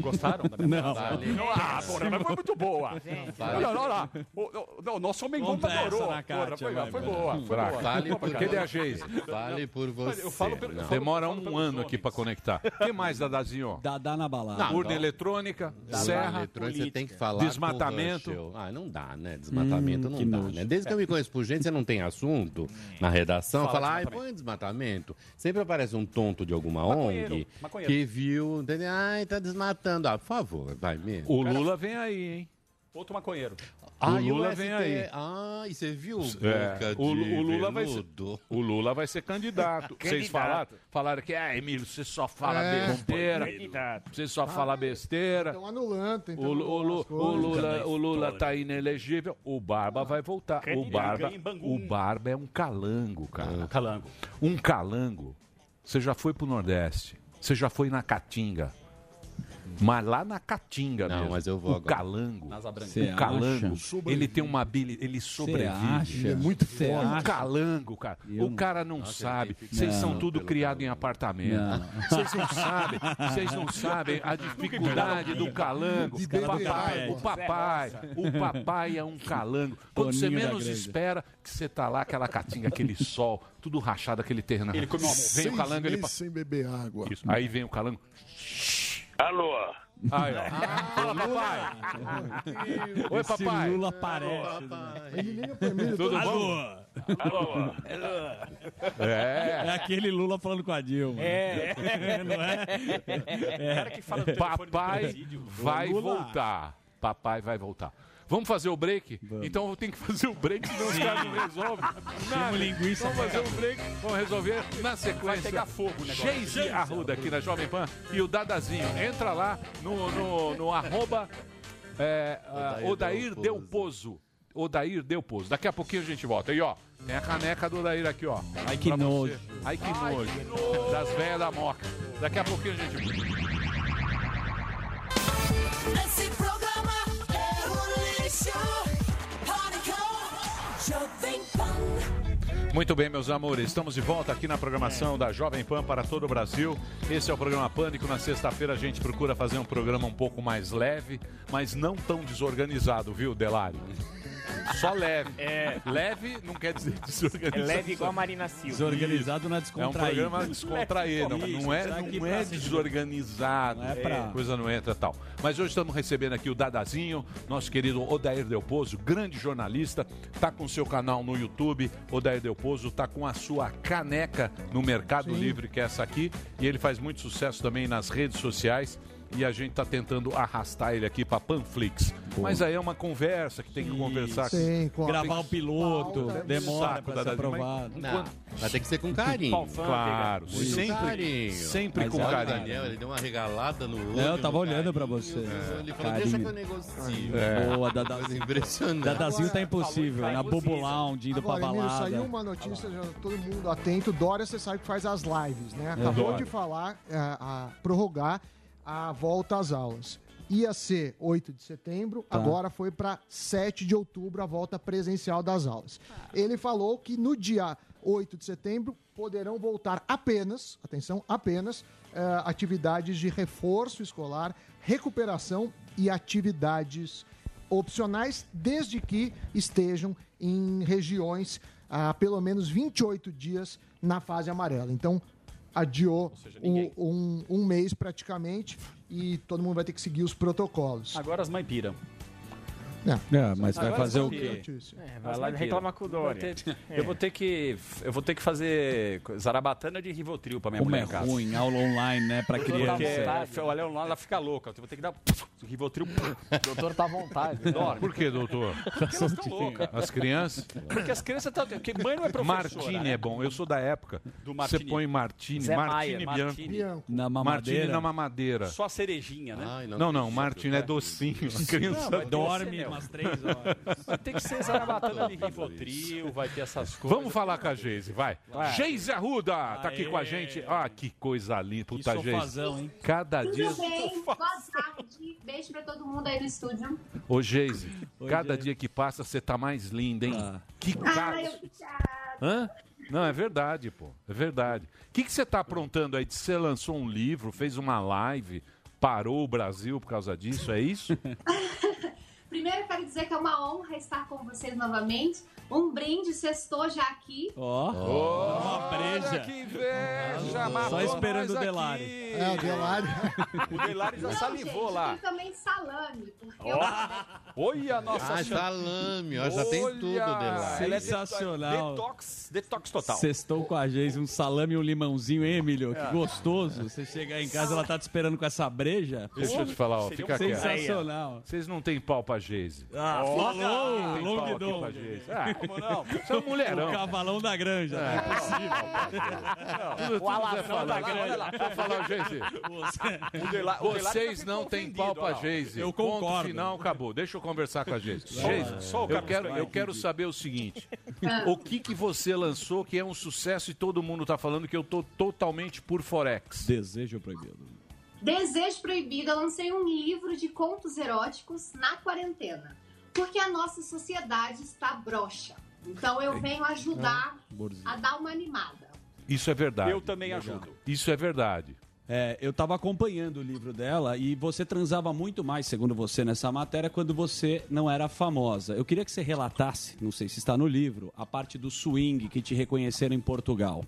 Speaker 1: Gostaram? da minha frase?
Speaker 15: Não.
Speaker 1: Ah, porra, mas foi muito boa. Olha lá, olha lá. O, o- não, o nosso homem bomba
Speaker 3: Vamos
Speaker 1: adorou.
Speaker 3: essa
Speaker 2: né,
Speaker 3: na
Speaker 1: Porra,
Speaker 3: Kátia,
Speaker 1: foi,
Speaker 3: vai,
Speaker 1: foi
Speaker 3: vai.
Speaker 1: boa. Foi boa.
Speaker 15: Vale
Speaker 1: Foi boa
Speaker 15: por
Speaker 1: pra
Speaker 2: Cadê
Speaker 1: caralho.
Speaker 2: a é Geise?
Speaker 15: Vale por você.
Speaker 1: eu falo pelo-
Speaker 15: não.
Speaker 1: eu falo-
Speaker 2: Demora um ano aqui pra conectar. O que mais, Dadazinho?
Speaker 3: Dadá na balada.
Speaker 2: Urna eletrônica,
Speaker 15: Serra,
Speaker 2: serra,
Speaker 15: eletrônica, você tem que falar com o
Speaker 2: Desmatamento.
Speaker 15: Ruschel. ah, não dá, né? Desmatamento
Speaker 3: Hum,
Speaker 15: não
Speaker 3: que
Speaker 15: dá,
Speaker 3: nojo.
Speaker 15: né? Desde que eu me conheço por gente, você não tem assunto na redação.
Speaker 1: Fala
Speaker 15: Fala, ai,
Speaker 1: desmatamento.
Speaker 15: põe desmatamento. Sempre aparece um tonto de alguma
Speaker 1: Maconheiro,
Speaker 15: ONG
Speaker 1: maconheiro.
Speaker 15: que viu, entendeu? Ai, tá desmatando. Ah, por favor, vai mesmo.
Speaker 2: O Lula vem aí, hein?
Speaker 1: Outro maconheiro.
Speaker 15: Ah, e
Speaker 2: Lula
Speaker 15: ST?
Speaker 2: vem aí.
Speaker 15: Ah, e você viu?
Speaker 2: É,
Speaker 15: Boca
Speaker 2: o,
Speaker 15: de
Speaker 2: o Lula vai ser,
Speaker 15: veludo.
Speaker 2: o Lula vai ser candidato. Vocês
Speaker 6: Candidato.
Speaker 2: falaram, falaram que, ah, Emílio, você só fala
Speaker 5: É. Ah,
Speaker 2: besteira.
Speaker 6: Candidato.
Speaker 2: Você só fala besteira.
Speaker 5: Estão anulando, tentando
Speaker 2: O, Lu- o, Lu-
Speaker 5: as
Speaker 2: o
Speaker 5: coisas.
Speaker 2: Lula, o Lula tá inelegível. O Barba vai voltar. O
Speaker 1: Candidato
Speaker 2: Barba,
Speaker 1: em Bangu. É,
Speaker 2: o Barba é um calango, cara.
Speaker 1: Calango.
Speaker 2: Um calango. Você já foi pro Nordeste. Você já foi na Caatinga. Mas lá na Caatinga
Speaker 15: Não,
Speaker 2: mesmo.
Speaker 15: mas eu vou
Speaker 2: o
Speaker 15: agora.
Speaker 2: calango.
Speaker 1: Nasa branca.
Speaker 3: Cê
Speaker 2: O calango,
Speaker 3: acha?
Speaker 2: ele tem uma habilidade, ele sobrevive.
Speaker 3: acha? Ele é muito Cê forte.
Speaker 2: Um
Speaker 3: acha?
Speaker 2: calango, cara.
Speaker 3: Eu
Speaker 2: o cara não
Speaker 1: é
Speaker 2: sabe. Vocês
Speaker 3: Não.
Speaker 2: são tudo criado em apartamento. Vocês não sabem. Vocês não sabem a dificuldade do calango.
Speaker 4: De
Speaker 2: O
Speaker 4: beber
Speaker 2: papai,
Speaker 4: água.
Speaker 2: o papai, o papai é um calango. Quando você
Speaker 3: Toninho da
Speaker 2: menos
Speaker 3: Grande.
Speaker 2: espera que você tá lá, aquela catinga, aquele sol, tudo rachado, aquele terreno.
Speaker 1: Ele come uma
Speaker 2: Vem
Speaker 4: Seis
Speaker 2: o calango, ele
Speaker 4: meses
Speaker 2: passa.
Speaker 4: sem beber água.
Speaker 2: Aí vem o calango.
Speaker 11: Alô?
Speaker 2: Aí, ó.
Speaker 3: Ah,
Speaker 11: Fala,
Speaker 2: papai.
Speaker 11: Oi,
Speaker 3: Esse
Speaker 11: papai.
Speaker 3: Lula aparece. né?
Speaker 11: Ele liga pra mim,
Speaker 3: Tudo
Speaker 11: eu tô-
Speaker 3: bom?
Speaker 11: Alô?
Speaker 3: É. aquele Lula falando com a Dilma.
Speaker 11: É.
Speaker 3: Não é?
Speaker 11: É. Cara que fala no telefone do
Speaker 2: Papai
Speaker 11: presídio.
Speaker 2: vai
Speaker 11: Lula.
Speaker 2: voltar. Papai vai voltar. Vamos fazer o break? Então eu tenho que fazer o break, senão os
Speaker 11: Sim.
Speaker 2: caras não resolvem. Nada.
Speaker 11: linguiça
Speaker 2: Vamos fazer
Speaker 11: acabou.
Speaker 2: o break, vamos resolver na sequência.
Speaker 11: Vai pegar fogo o negócio.
Speaker 2: Geise Arruda aqui na Jovem Pan e o Dadazinho. Entra lá no, no, no arroba é, ah,
Speaker 11: Odair
Speaker 2: Odair
Speaker 11: Del
Speaker 2: Del Pozo. Odair Del Pozo. Daqui a pouquinho a gente volta. E ó, tem a caneca do Odair aqui, ó. Ai
Speaker 3: que nojo.
Speaker 2: Ai que nojo. Das velhas da moca. Daqui a pouquinho a gente volta.
Speaker 14: Esse programa é um lixo. Pânico, Jovem Pan.
Speaker 2: Muito bem, meus amores, estamos de volta aqui na
Speaker 6: É.
Speaker 2: programação da Jovem Pan para todo o Brasil. Esse é o programa Pânico. Na sexta-feira a gente procura fazer um programa um pouco mais leve, mas não tão desorganizado, viu, Delari? Só leve.
Speaker 6: É.
Speaker 2: Leve não quer dizer desorganizado.
Speaker 6: É leve igual a Marina Silva.
Speaker 3: Desorganizado não é descontraído.
Speaker 2: É um programa descontraído.
Speaker 3: Leve,
Speaker 2: Não é,
Speaker 3: isso, isso aqui
Speaker 2: não é
Speaker 3: pra se
Speaker 2: desorganizado.
Speaker 3: é pra-
Speaker 2: É, Coisa não entra tal. Mas hoje estamos recebendo aqui o Dadazinho, nosso querido Odair Delpozo, grande jornalista. Tá com seu canal no YouTube. Odair Delpozo tá com a sua caneca no Mercado Livre, que é essa aqui. E ele faz muito sucesso também nas redes sociais. E a gente tá tentando arrastar ele aqui pra Panflix. Mas aí é uma conversa que tem que conversar.
Speaker 5: Sim, com a-
Speaker 2: Tem
Speaker 3: Gravar um o
Speaker 2: que-
Speaker 3: piloto,
Speaker 2: Pauta.
Speaker 3: demora
Speaker 2: tá Saco
Speaker 3: pra
Speaker 2: da
Speaker 3: ser
Speaker 2: Dadinho, mas
Speaker 3: aprovado.
Speaker 2: Não,
Speaker 15: Mas tem Ah, que ser com carinho.
Speaker 2: Claro,
Speaker 15: Muito
Speaker 2: sempre,
Speaker 15: carinho.
Speaker 2: sempre
Speaker 15: Mas
Speaker 2: com
Speaker 15: olha o
Speaker 2: carinho.
Speaker 15: Daniel, ele deu uma regalada no olho.
Speaker 3: É, eu tava
Speaker 15: no
Speaker 3: olhando
Speaker 15: carinho.
Speaker 3: pra você.
Speaker 15: Ele falou, deixa que eu
Speaker 3: Carinho.
Speaker 15: negocio.
Speaker 3: É. Boa,
Speaker 15: Coisa
Speaker 3: Dadazinho.
Speaker 15: impressionante.
Speaker 3: Dadazinho tá impossível. Na Bobo Lounge, indo pra
Speaker 5: Agora, Emílio, saiu
Speaker 3: balada.
Speaker 5: uma notícia, já todo mundo atento. Dória, você sabe que faz as lives, né? Acabou
Speaker 3: É. Dória.
Speaker 5: de falar, é, a prorrogar a volta às aulas. Ia ser 8 de setembro,
Speaker 3: Tá.
Speaker 5: agora foi para 7 de outubro a volta presencial das aulas. Ele falou que no dia 8 de setembro poderão voltar apenas, atenção, apenas é, atividades de reforço escolar, recuperação e atividades opcionais, desde que estejam em regiões há pelo menos 28 dias na fase amarela. Então, adiou um, um- um mês praticamente e todo mundo vai ter que seguir os protocolos.
Speaker 1: Agora as mães piram.
Speaker 3: É, mas vai
Speaker 1: Agora
Speaker 3: fazer
Speaker 1: só
Speaker 3: o
Speaker 1: tem
Speaker 3: quê?
Speaker 1: notícia.
Speaker 6: É, vai
Speaker 1: Mas
Speaker 6: lá
Speaker 1: mentira.
Speaker 6: reclamar com o Dória.
Speaker 1: Eu vou ter-
Speaker 6: É.
Speaker 1: Eu vou ter que, eu vou ter que fazer zarabatana de rivotril pra minha
Speaker 3: Como
Speaker 1: mulher
Speaker 3: é
Speaker 1: em casa.
Speaker 3: ruim, aula online, né, pra criança.
Speaker 2: tá
Speaker 1: Porque é, olha lá, ela fica louca. Eu vou ter que dar um rivotril. O
Speaker 7: doutor tá à vontade.
Speaker 6: né?
Speaker 1: Dorme.
Speaker 2: Por que, doutor?
Speaker 1: Porque elas estão loucas.
Speaker 2: As crianças?
Speaker 1: Porque as crianças estão... Porque mãe não é professora.
Speaker 2: Martini
Speaker 1: né?
Speaker 2: é bom. Eu sou da época.
Speaker 3: é-
Speaker 1: Do
Speaker 2: Você
Speaker 1: Martini.
Speaker 2: põe Martini,
Speaker 1: Zé
Speaker 2: Martini
Speaker 1: Maia,
Speaker 2: Bianco.
Speaker 1: Martini. Bianco.
Speaker 3: Na mamadeira.
Speaker 2: Martini na mamadeira.
Speaker 1: Só a cerejinha, né?
Speaker 2: Não, não, Martini é docinho. A criança
Speaker 1: Não, mas
Speaker 2: dorme.
Speaker 1: tem que ser,
Speaker 3: umas
Speaker 1: Nelson.
Speaker 3: três horas.
Speaker 1: Vai ter que ser zarabatana de rivotril, vai ter essas coisas.
Speaker 2: Vamos falar com a Geise, vai.
Speaker 1: Vai.
Speaker 2: Geise Arruda tá aqui
Speaker 1: Aê.
Speaker 2: com a gente. Ah, que coisa linda. Puta,
Speaker 3: sofazão,
Speaker 2: Geise.
Speaker 3: hein?
Speaker 2: Cada dia...
Speaker 16: Tudo bem? Boa tarde. Beijo pra todo mundo aí no estúdio.
Speaker 2: Ô, Geise, cada dia que passa você tá mais linda, hein?
Speaker 16: Ah.
Speaker 2: Que cara...
Speaker 16: Ai, obrigada.
Speaker 2: Hã? Não, é verdade, pô. É verdade. O que que você tá aprontando aí? Você lançou um livro, fez uma live, parou o Brasil por causa disso, é isso?
Speaker 16: Primeiro, eu quero dizer que é uma honra estar com vocês novamente. Um brinde, sextou já aqui.
Speaker 3: Ó. Uma breja. Só esperando o Delari.
Speaker 5: É, o Delari.
Speaker 1: O Delari já salivou
Speaker 16: gente,
Speaker 1: lá.
Speaker 16: Tem também é salame, porque eu
Speaker 1: Olha a nossa...
Speaker 15: Ah, salame, ó, já tem tudo, Delari.
Speaker 1: Ela é
Speaker 3: Sensacional.
Speaker 1: Detox, detox total.
Speaker 3: Sextou com a Geise, um salame e um limãozinho, hein, Emílio?
Speaker 1: É.
Speaker 3: Que gostoso. Você chegar em casa, ela tá te esperando com essa breja.
Speaker 2: Deixa eu te falar, ó, fica quieto.
Speaker 3: Sensacional.
Speaker 2: Vocês não têm pau pra Geise.
Speaker 3: Ah, falou,
Speaker 2: Não tem
Speaker 3: long
Speaker 2: pau aqui
Speaker 3: dong.
Speaker 2: pra Geise. Ah,
Speaker 3: Como
Speaker 2: não? Você é um mulherão.
Speaker 3: O cavalão da granja. Não é possível.
Speaker 2: Tudo- tudo Zé Falando. Vou falar, Geise.
Speaker 1: O Dela- o Delari
Speaker 2: Vocês
Speaker 1: tá
Speaker 2: não têm pau pra
Speaker 1: ofendido, ó.
Speaker 2: Geise.
Speaker 1: Eu
Speaker 2: Ponto
Speaker 1: concordo.
Speaker 2: final, acabou. Deixa eu conversar com a Geise.
Speaker 1: Só-
Speaker 2: Geise,
Speaker 1: só o
Speaker 2: eu,
Speaker 1: Carlos
Speaker 2: quero,
Speaker 1: Maia
Speaker 2: eu quero
Speaker 1: entendi.
Speaker 2: saber o seguinte.
Speaker 1: Ah.
Speaker 2: O que que você lançou que é um sucesso e todo mundo tá falando que eu tô totalmente por Forex?
Speaker 3: Desejo proibido.
Speaker 16: Desejo Proibido, eu lancei um livro de contos eróticos na quarentena. Porque a nossa sociedade está broxa. Então eu venho ajudar a dar uma animada.
Speaker 2: Isso é verdade.
Speaker 1: Eu também ajudo.
Speaker 2: Isso é verdade.
Speaker 3: É, eu tava acompanhando o livro dela e você transava muito mais, segundo você, nessa matéria, quando você não era famosa. Eu queria que você relatasse, não sei se está no livro, a parte do swing que te reconheceram em Portugal.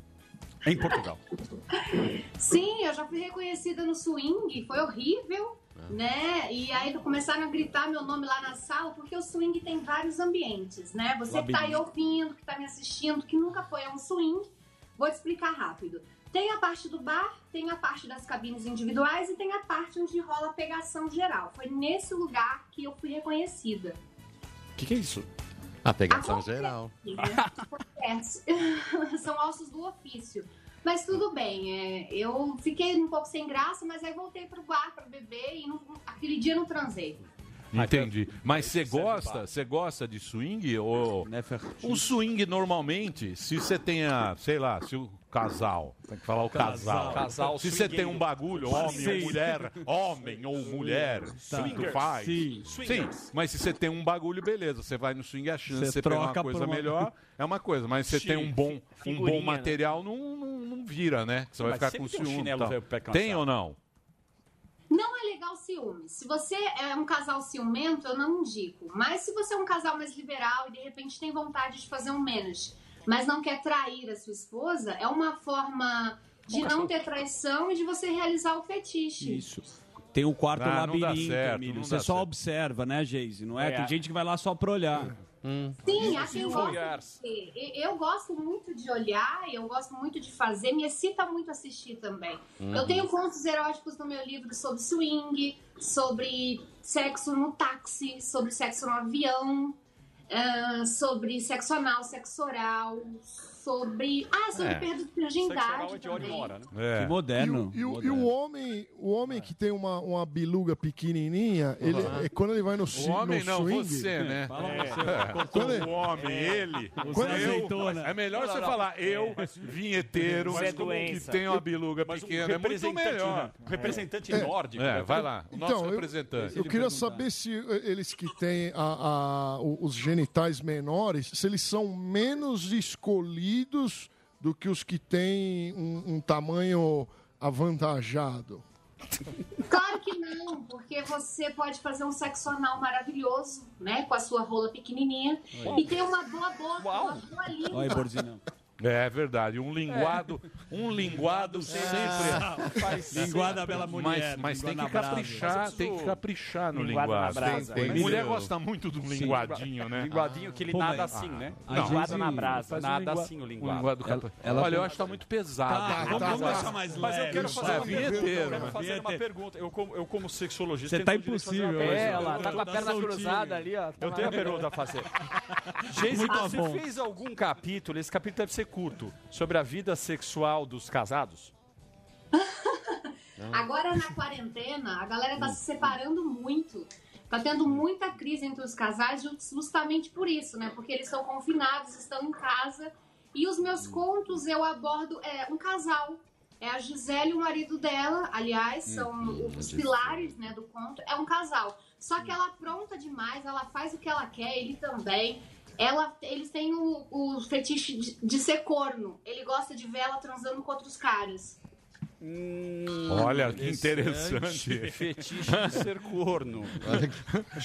Speaker 1: Em Portugal.
Speaker 16: Sim, eu já fui reconhecida no swing, foi horrível, né? E aí começaram a gritar meu nome lá na sala, porque o swing tem vários ambientes, né? Você que tá aí
Speaker 17: Labirinto.
Speaker 16: ouvindo, que tá me assistindo, que nunca foi a um swing, vou te explicar rápido. Tem a parte do bar, tem a parte das cabines individuais e tem a parte onde rola a pegação geral. Foi nesse lugar que eu fui reconhecida.
Speaker 1: O que, que é isso?
Speaker 15: A pegação geral.
Speaker 16: Acontece. São ossos do ofício. Mas tudo bem, é, eu fiquei um pouco sem graça, mas aí voltei pro bar pra beber e não- aquele dia não transei.
Speaker 2: Entendi. Mas você gosta, você gosta de swing ou o swing normalmente, se você tem a, sei lá, se o casal, tem que falar o casal.
Speaker 1: Casal. Casal
Speaker 2: se você tem
Speaker 1: swingueiro.
Speaker 2: um bagulho, homem
Speaker 1: Sim.
Speaker 2: ou mulher, homem ou mulher, tanto
Speaker 1: Swingers.
Speaker 2: faz.
Speaker 1: Sim.
Speaker 2: Sim, mas se você tem um bagulho, beleza, você vai no swing achando
Speaker 1: Você
Speaker 2: você pegar uma
Speaker 1: troca por
Speaker 2: coisa
Speaker 1: uma-
Speaker 2: melhor, é uma coisa, mas você
Speaker 1: Sim,
Speaker 2: tem um bom, um
Speaker 1: figurinha,
Speaker 2: bom
Speaker 1: né?
Speaker 2: material não, não, não vira, né? Você vai
Speaker 1: Mas
Speaker 2: ficar
Speaker 1: sempre
Speaker 2: com
Speaker 1: tem um
Speaker 2: ciúme. e
Speaker 1: chinelo
Speaker 2: tal.
Speaker 1: velho pra cansar.
Speaker 2: Tem ou não?
Speaker 16: Não é legal ciúme. Se você é um casal ciumento, eu não indico. Mas se você é um casal mais liberal e de repente tem vontade de fazer um menos, mas não quer trair a sua esposa, é uma forma de não ter traição e de você realizar o fetiche.
Speaker 3: Isso. Tem o quarto
Speaker 1: Ah, não dá
Speaker 3: labirinto,
Speaker 1: certo,
Speaker 3: Emílio.
Speaker 1: não
Speaker 3: Você
Speaker 1: dá
Speaker 3: só observa, né, Geise? Não é?
Speaker 1: É.
Speaker 3: Tem gente que vai lá só pra olhar.
Speaker 16: Sim, há quem
Speaker 3: Sim,
Speaker 16: gosta
Speaker 3: olhar.
Speaker 16: de ser. E- Eu gosto muito de olhar, eu gosto muito de fazer, me excita muito assistir também.
Speaker 17: Uhum.
Speaker 16: Eu tenho contos eróticos no meu livro sobre swing, sobre sexo no táxi, sobre sexo no avião, ah, sobre sexo anal, sexo oral, sobre. Ah, sobre
Speaker 3: É.
Speaker 16: perda de
Speaker 1: Sexual
Speaker 16: virgindade.
Speaker 1: é de onde
Speaker 16: também.
Speaker 1: mora, né?
Speaker 3: Que moderno.
Speaker 4: E o, e o homem, o homem que tem uma, uma biluga pequenininha, ele,
Speaker 2: Uhum.
Speaker 4: é quando ele vai no, si-
Speaker 2: O homem
Speaker 4: no
Speaker 2: não,
Speaker 4: swing...
Speaker 2: você, né?
Speaker 4: Fala um
Speaker 2: É.
Speaker 4: você.
Speaker 2: Quando O homem,
Speaker 1: É.
Speaker 2: ele.
Speaker 4: O
Speaker 2: Quando
Speaker 4: Zé
Speaker 2: eu-
Speaker 4: Azeitona.
Speaker 2: É melhor
Speaker 4: Não,
Speaker 2: você
Speaker 4: não,
Speaker 2: falar
Speaker 4: não.
Speaker 2: eu,
Speaker 1: É.
Speaker 2: vinheteiro,
Speaker 1: Mas como
Speaker 2: que tem uma biluga pequena. É muito
Speaker 1: um representante,
Speaker 2: melhor.
Speaker 1: né? Representante
Speaker 2: É.
Speaker 1: nórdico,
Speaker 2: É,
Speaker 1: né? um
Speaker 2: vai lá. O nosso
Speaker 4: Então, eu-
Speaker 2: representante.
Speaker 4: Eu, queria saber se eh, eles que têm a- a- o- os genitais menores, se eles são menos escolhidos do que os que têm um, um tamanho avantajado.
Speaker 16: Claro que não, porque você pode fazer um sexo anal maravilhoso, né? Com a sua rola pequenininha.
Speaker 2: Uau.
Speaker 16: E ter uma boa boca, uma boa língua.
Speaker 2: Olha aí, Borzinho. É verdade, um linguado, um linguado sempre.
Speaker 3: faz Linguada
Speaker 2: sempre.
Speaker 3: bela
Speaker 2: Mas,
Speaker 3: mulher,
Speaker 2: mas tem
Speaker 3: linguada
Speaker 2: que
Speaker 3: na brasa. Mas
Speaker 2: caprichar,
Speaker 3: eu
Speaker 2: tem que
Speaker 3: preciso-
Speaker 2: caprichar no
Speaker 3: Linguado na
Speaker 2: linguado.
Speaker 3: brasa.
Speaker 2: Tem- tem-
Speaker 3: Mas-
Speaker 2: Mulher gosta muito de um
Speaker 1: Sim.
Speaker 2: linguadinho, né?
Speaker 1: Linguadinho que ele
Speaker 2: Pô,
Speaker 1: nada
Speaker 2: mas-
Speaker 1: assim, né?
Speaker 2: Ah,
Speaker 1: Linguado
Speaker 2: gente,
Speaker 1: na brasa.
Speaker 2: faz um
Speaker 1: Nada
Speaker 2: lingua-
Speaker 1: assim o
Speaker 2: um
Speaker 1: linguado.
Speaker 2: linguado
Speaker 1: Ela-
Speaker 2: capa-
Speaker 1: ela-
Speaker 2: Olha, eu acho que tá muito pesado.
Speaker 1: Tá,
Speaker 2: Vamos-
Speaker 1: tá,
Speaker 2: vamos
Speaker 1: tá.
Speaker 2: deixar mais
Speaker 1: Mas eu
Speaker 2: leve.
Speaker 1: quero
Speaker 2: Isso
Speaker 1: fazer,
Speaker 2: é
Speaker 1: uma, pergunta, eu
Speaker 2: vinheteiro,
Speaker 1: quero
Speaker 2: né?
Speaker 1: fazer uma
Speaker 2: Vinheteiro.
Speaker 1: pergunta. Eu, como, eu como sexologista... então
Speaker 2: Você tá
Speaker 1: tenho direito de fazer uma
Speaker 2: impossível
Speaker 1: pergunta.
Speaker 2: hoje. É, olha lá,
Speaker 7: tá com a perna cruzada ali, ó. Tá
Speaker 1: Eu tenho a
Speaker 7: maravilhoso.
Speaker 1: pergunta a fazer. Gente,
Speaker 7: Muito
Speaker 1: você
Speaker 7: bom.
Speaker 1: fez algum capítulo, esse capítulo deve ser curto, sobre a vida sexual dos casados?
Speaker 16: Agora na quarentena, a galera tá se separando muito. Tá tendo muita crise entre os casais ju- justamente por isso, né? Porque eles são confinados, estão em casa. E os meus contos eu abordo é, um casal. É a Gisele e o marido dela, aliás, são os pilares né, do conto. É um casal. Só que ela apronta demais, ela faz o que ela quer, ele também. Ela, eles têm o, o fetiche de, de ser corno. Ele gosta de ver ela transando com outros caras.
Speaker 1: um.
Speaker 2: Olha, que interessante.
Speaker 1: Hum, Fetiche de ser corno.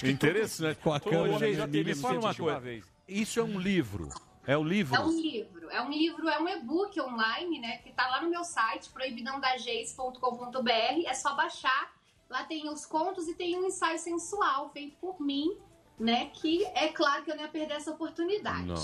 Speaker 2: Interessante.
Speaker 1: Com a
Speaker 2: Ô,
Speaker 1: câmera
Speaker 2: gente,
Speaker 1: já teve
Speaker 2: me
Speaker 1: esse
Speaker 2: fala uma
Speaker 1: fetiche uma
Speaker 2: coisa.
Speaker 1: vez.
Speaker 2: Isso é um livro. É o livro.
Speaker 16: É um livro, é um livro, é um e-book online, né? Que tá lá no meu site, proibidãodageis.com.br. É só baixar. Lá tem os contos e tem um ensaio sensual feito por mim, né? Que é claro que eu não ia perder essa oportunidade.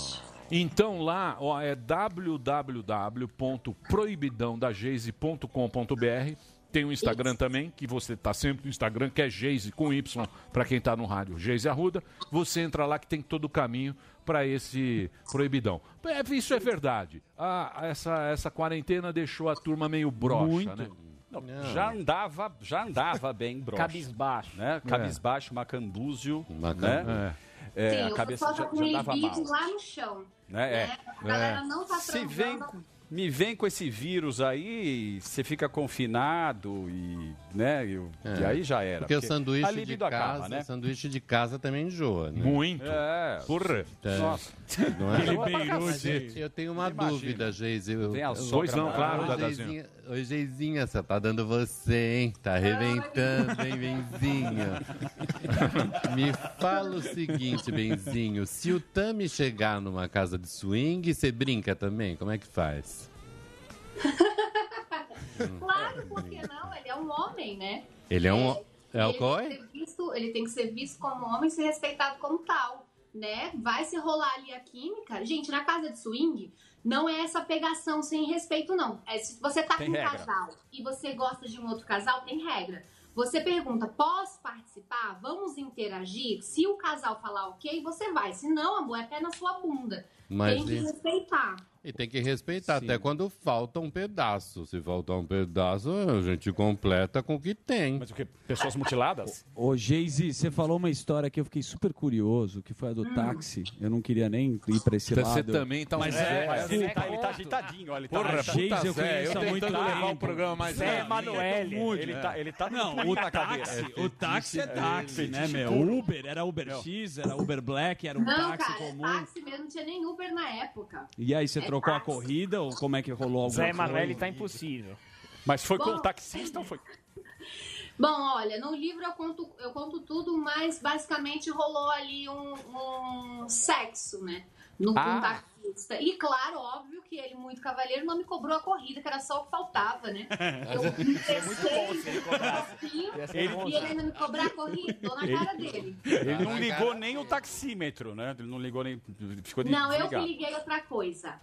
Speaker 2: Então lá, ó, é www.proibidãodageise.com.br. Tem o Instagram também, que você tá sempre no Instagram, que é Geise com Y, para quem tá no rádio, Geise Arruda. Você entra lá que tem todo o caminho para esse proibidão. É, isso é verdade. Ah, essa, essa quarentena deixou a turma meio broxa,
Speaker 1: Muito.
Speaker 2: né?
Speaker 1: Não, Já andava, já andava bem, broxa.
Speaker 7: Cabisbaixo.
Speaker 15: É.
Speaker 1: Né? Cabisbaixo, macambúzio. Né? É,
Speaker 16: Sim,
Speaker 1: a cabeça
Speaker 16: eu
Speaker 1: já,
Speaker 16: só tô com
Speaker 1: já andava mal.
Speaker 16: libido lá no chão. né?
Speaker 1: Né?
Speaker 16: A
Speaker 1: É.
Speaker 16: galera
Speaker 1: É.
Speaker 16: não tá
Speaker 1: Se
Speaker 16: transando.
Speaker 1: vem com- me vem com esse vírus aí, você fica confinado e, né, e, o- e aí já era.
Speaker 15: É. Porque, o sanduíche
Speaker 1: a
Speaker 15: de
Speaker 1: libido
Speaker 15: casa,
Speaker 1: acaba, né?
Speaker 15: sanduíche de casa também enjoa, né?
Speaker 2: Muito.
Speaker 1: É.
Speaker 2: Porra.
Speaker 1: Nossa.
Speaker 15: Não é?
Speaker 1: Ele beirou,
Speaker 15: Mas eu-
Speaker 1: gente.
Speaker 15: Eu tenho uma
Speaker 1: Imagina.
Speaker 15: dúvida, Geise. Eu-
Speaker 1: Tem a
Speaker 15: eu-
Speaker 1: sogra Pois não, brava. claro, tá
Speaker 15: Ô,
Speaker 1: Dadazinho.
Speaker 15: Geizinha- Ô, Geizinha, você tá dando você, hein? Tá arrebentando, hein, Benzinho? Me fala o seguinte, Benzinho. Se o Tami chegar numa casa de swing, você brinca também? Como é que faz?
Speaker 16: Claro, por que não? Ele é um homem, né?
Speaker 15: Ele é um. É o
Speaker 16: ele, tem que
Speaker 15: coi?
Speaker 16: ser visto, ele tem que ser visto como homem e ser respeitado como tal, né? Vai se rolar ali a química. Gente, na casa de swing, não é essa pegação sem respeito, não. É se você tá
Speaker 14: Tem
Speaker 16: com um
Speaker 14: regra.
Speaker 16: casal e você gosta de um outro casal, tem regra. Você pergunta, posso participar? Vamos interagir? Se o casal falar ok, você vai. Se não, amor, é pé na sua bunda.
Speaker 15: Mas
Speaker 16: tem que
Speaker 15: isso-
Speaker 16: respeitar.
Speaker 15: E tem que respeitar, até quando falta um pedaço. Se faltar um pedaço, a gente completa com o que tem. Mas
Speaker 1: o que? Pessoas mutiladas?
Speaker 3: Ô, Geise, você falou uma história que eu fiquei super curioso, que foi a do
Speaker 16: Hum.
Speaker 3: táxi. Eu não queria nem ir pra esse lado.
Speaker 2: Você também tá um
Speaker 3: Mas
Speaker 2: Zé.
Speaker 3: é, mas
Speaker 1: Ele tá, ele tá agitadinho, olha, ele tá
Speaker 2: Porra, puta
Speaker 1: agitado.
Speaker 3: Geise, eu
Speaker 2: Zé, eu
Speaker 3: conheço há muito
Speaker 2: tentando levar o
Speaker 3: tempo.
Speaker 2: programa mais
Speaker 1: Zé
Speaker 2: na linha.
Speaker 1: Emanuele,
Speaker 2: Eu tô muito,
Speaker 14: É.
Speaker 1: ele
Speaker 2: né?
Speaker 1: tá- ele tá
Speaker 3: Não,
Speaker 1: muito
Speaker 3: o
Speaker 1: na
Speaker 3: táxi,
Speaker 1: cabeça. É,
Speaker 3: o táxi é
Speaker 1: fetiche,
Speaker 3: táxi,
Speaker 1: é,
Speaker 3: né, meu?
Speaker 1: fetiche.
Speaker 3: Uber, era Uber
Speaker 1: Não.
Speaker 3: X, era Uber Black, era um
Speaker 16: Não,
Speaker 3: táxi
Speaker 16: cara,
Speaker 3: comum.
Speaker 16: táxi mesmo não tinha nem Uber na época.
Speaker 3: E aí, você
Speaker 16: É
Speaker 3: trocou a corrida ou como é que rolou alguma
Speaker 16: Zé
Speaker 6: Emanuele
Speaker 3: tá
Speaker 6: impossível.
Speaker 1: Mas foi
Speaker 16: Bom,
Speaker 1: com o taxista ou foi?
Speaker 16: Bom, olha, no livro eu conto, eu conto tudo, mas basicamente rolou ali um, um sexo, né? No com
Speaker 14: Ah.
Speaker 16: o taxista. E claro, óbvio que ele, muito cavaleiro, não me cobrou a corrida, que era só o que faltava, né?
Speaker 14: É muito bom se ele cobrasse.
Speaker 15: é
Speaker 1: Ele-
Speaker 16: E ele ainda me cobrar a corrida, tô na
Speaker 1: Ele-
Speaker 16: cara dele.
Speaker 1: Ele não ligou nem o taxímetro, né? Ele não ligou nem. Ficou de-
Speaker 16: Não, eu que
Speaker 1: desligado.
Speaker 16: liguei outra coisa.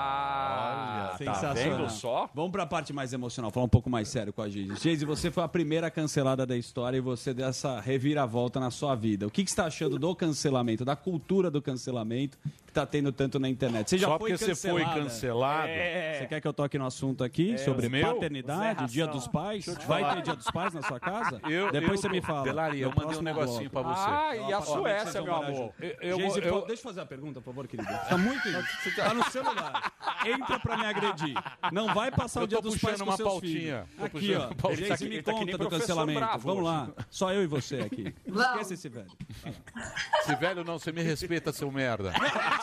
Speaker 1: Ah, tá vendo só?
Speaker 3: Vamos pra parte mais emocional, falar um pouco mais sério com a Geise. Geise, você foi a primeira cancelada da história e você deu essa reviravolta na sua vida. O que, que você tá achando do cancelamento, da cultura do cancelamento que tá tendo tanto na internet? Você já
Speaker 2: Só
Speaker 3: foi
Speaker 2: porque você foi
Speaker 3: cancelada?
Speaker 2: cancelado?
Speaker 3: É. Você quer que eu toque no assunto aqui
Speaker 2: É,
Speaker 3: sobre
Speaker 2: o meu?
Speaker 3: paternidade,
Speaker 2: Você é
Speaker 3: dia
Speaker 2: ração.
Speaker 3: dos pais?
Speaker 2: Deixa eu te
Speaker 3: Vai
Speaker 2: falar.
Speaker 3: ter dia dos pais na sua casa?
Speaker 2: Eu-
Speaker 3: Depois
Speaker 2: eu-
Speaker 3: você me fala.
Speaker 2: Delari, eu
Speaker 3: No
Speaker 2: mandei
Speaker 3: próximo
Speaker 2: um negocinho
Speaker 3: bloco.
Speaker 2: pra você. Ah, e a
Speaker 3: Apartamento
Speaker 2: Suécia,
Speaker 3: que vocês
Speaker 2: meu
Speaker 3: vão morar
Speaker 2: amor?
Speaker 3: junto.
Speaker 2: Eu- eu-
Speaker 3: Geise,
Speaker 2: eu-
Speaker 3: pô, deixa eu fazer a pergunta, por favor, querido. Tá muito... Tá no celular. Entra pra me agredir. Não vai passar
Speaker 2: Eu
Speaker 3: o dia
Speaker 2: tô
Speaker 3: dos
Speaker 2: puxando
Speaker 3: pais com
Speaker 2: uma
Speaker 3: seus
Speaker 2: pautinha.
Speaker 3: filhos.
Speaker 2: Tô
Speaker 3: Aqui,
Speaker 2: puxando
Speaker 3: ó.
Speaker 2: uma pautinha.
Speaker 3: Geise,
Speaker 2: Ele
Speaker 3: me
Speaker 2: tá que nem
Speaker 3: conta do
Speaker 2: professor
Speaker 3: cancelamento.
Speaker 2: Bravo
Speaker 3: Vamos
Speaker 2: hoje.
Speaker 3: lá. Só eu e você aqui. Não Esquece esse velho.
Speaker 2: Esse velho não, você me respeita, seu merda.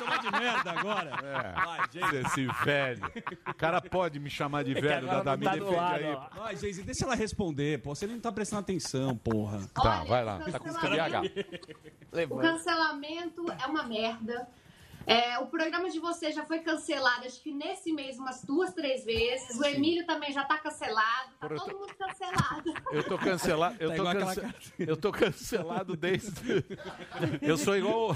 Speaker 3: Chama é de merda agora. Vai, Geise.
Speaker 2: É. Esse velho. O cara pode me chamar de velho, da, da me defende aí.
Speaker 3: Vai, Geise, deixa ela responder, pô. Você não tá prestando atenção, porra.
Speaker 16: Tá, Olha, vai lá. Tá com cancelamento- O
Speaker 3: Levanta.
Speaker 16: cancelamento é uma merda. É, o programa de vocês já foi cancelado, acho que nesse mês umas duas, três vezes. O Emílio também já tá cancelado. Tá
Speaker 2: Porra, eu
Speaker 16: todo mundo cancelado.
Speaker 2: Eu tô cancelado. Eu,
Speaker 3: Tá
Speaker 2: tô
Speaker 3: igual
Speaker 2: cance-
Speaker 3: aquela
Speaker 2: eu tô cancelado desde. Eu sou igual.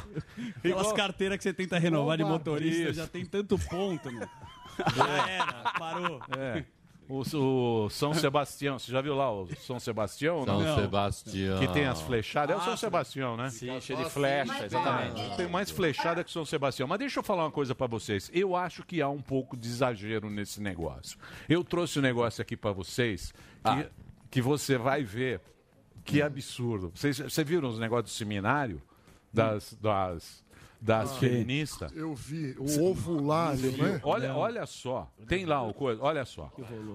Speaker 3: Aquelas
Speaker 2: igual-
Speaker 3: carteiras que você tenta renovar de
Speaker 2: Opa,
Speaker 3: motorista,
Speaker 2: isso.
Speaker 3: já tem tanto ponto, mano.
Speaker 14: Ah,
Speaker 3: Já era, parou.
Speaker 2: É. O, o São Sebastião, você já viu lá o São Sebastião?
Speaker 15: São
Speaker 2: não?
Speaker 15: Sebastião. assim,
Speaker 2: Que tem as flechadas. é o
Speaker 15: Ah,
Speaker 2: São
Speaker 15: sim.
Speaker 2: Sebastião, né?
Speaker 1: Sim, cheio de flecha, exatamente.
Speaker 2: Tem mais flechada que São Sebastião. Mas deixa eu falar uma coisa pra vocês. Eu acho que há um pouco de exagero nesse negócio. Eu trouxe um negócio aqui pra vocês que,
Speaker 15: Ah.
Speaker 2: que você vai ver.
Speaker 15: Hum.
Speaker 2: Que absurdo. Vocês, vocês viram os negócios do seminário? Das, das, das
Speaker 4: Ah,
Speaker 2: feministas?
Speaker 4: Eu vi, o ovulário, né?
Speaker 2: Olha, olha só, tem lá o coisa, olha só.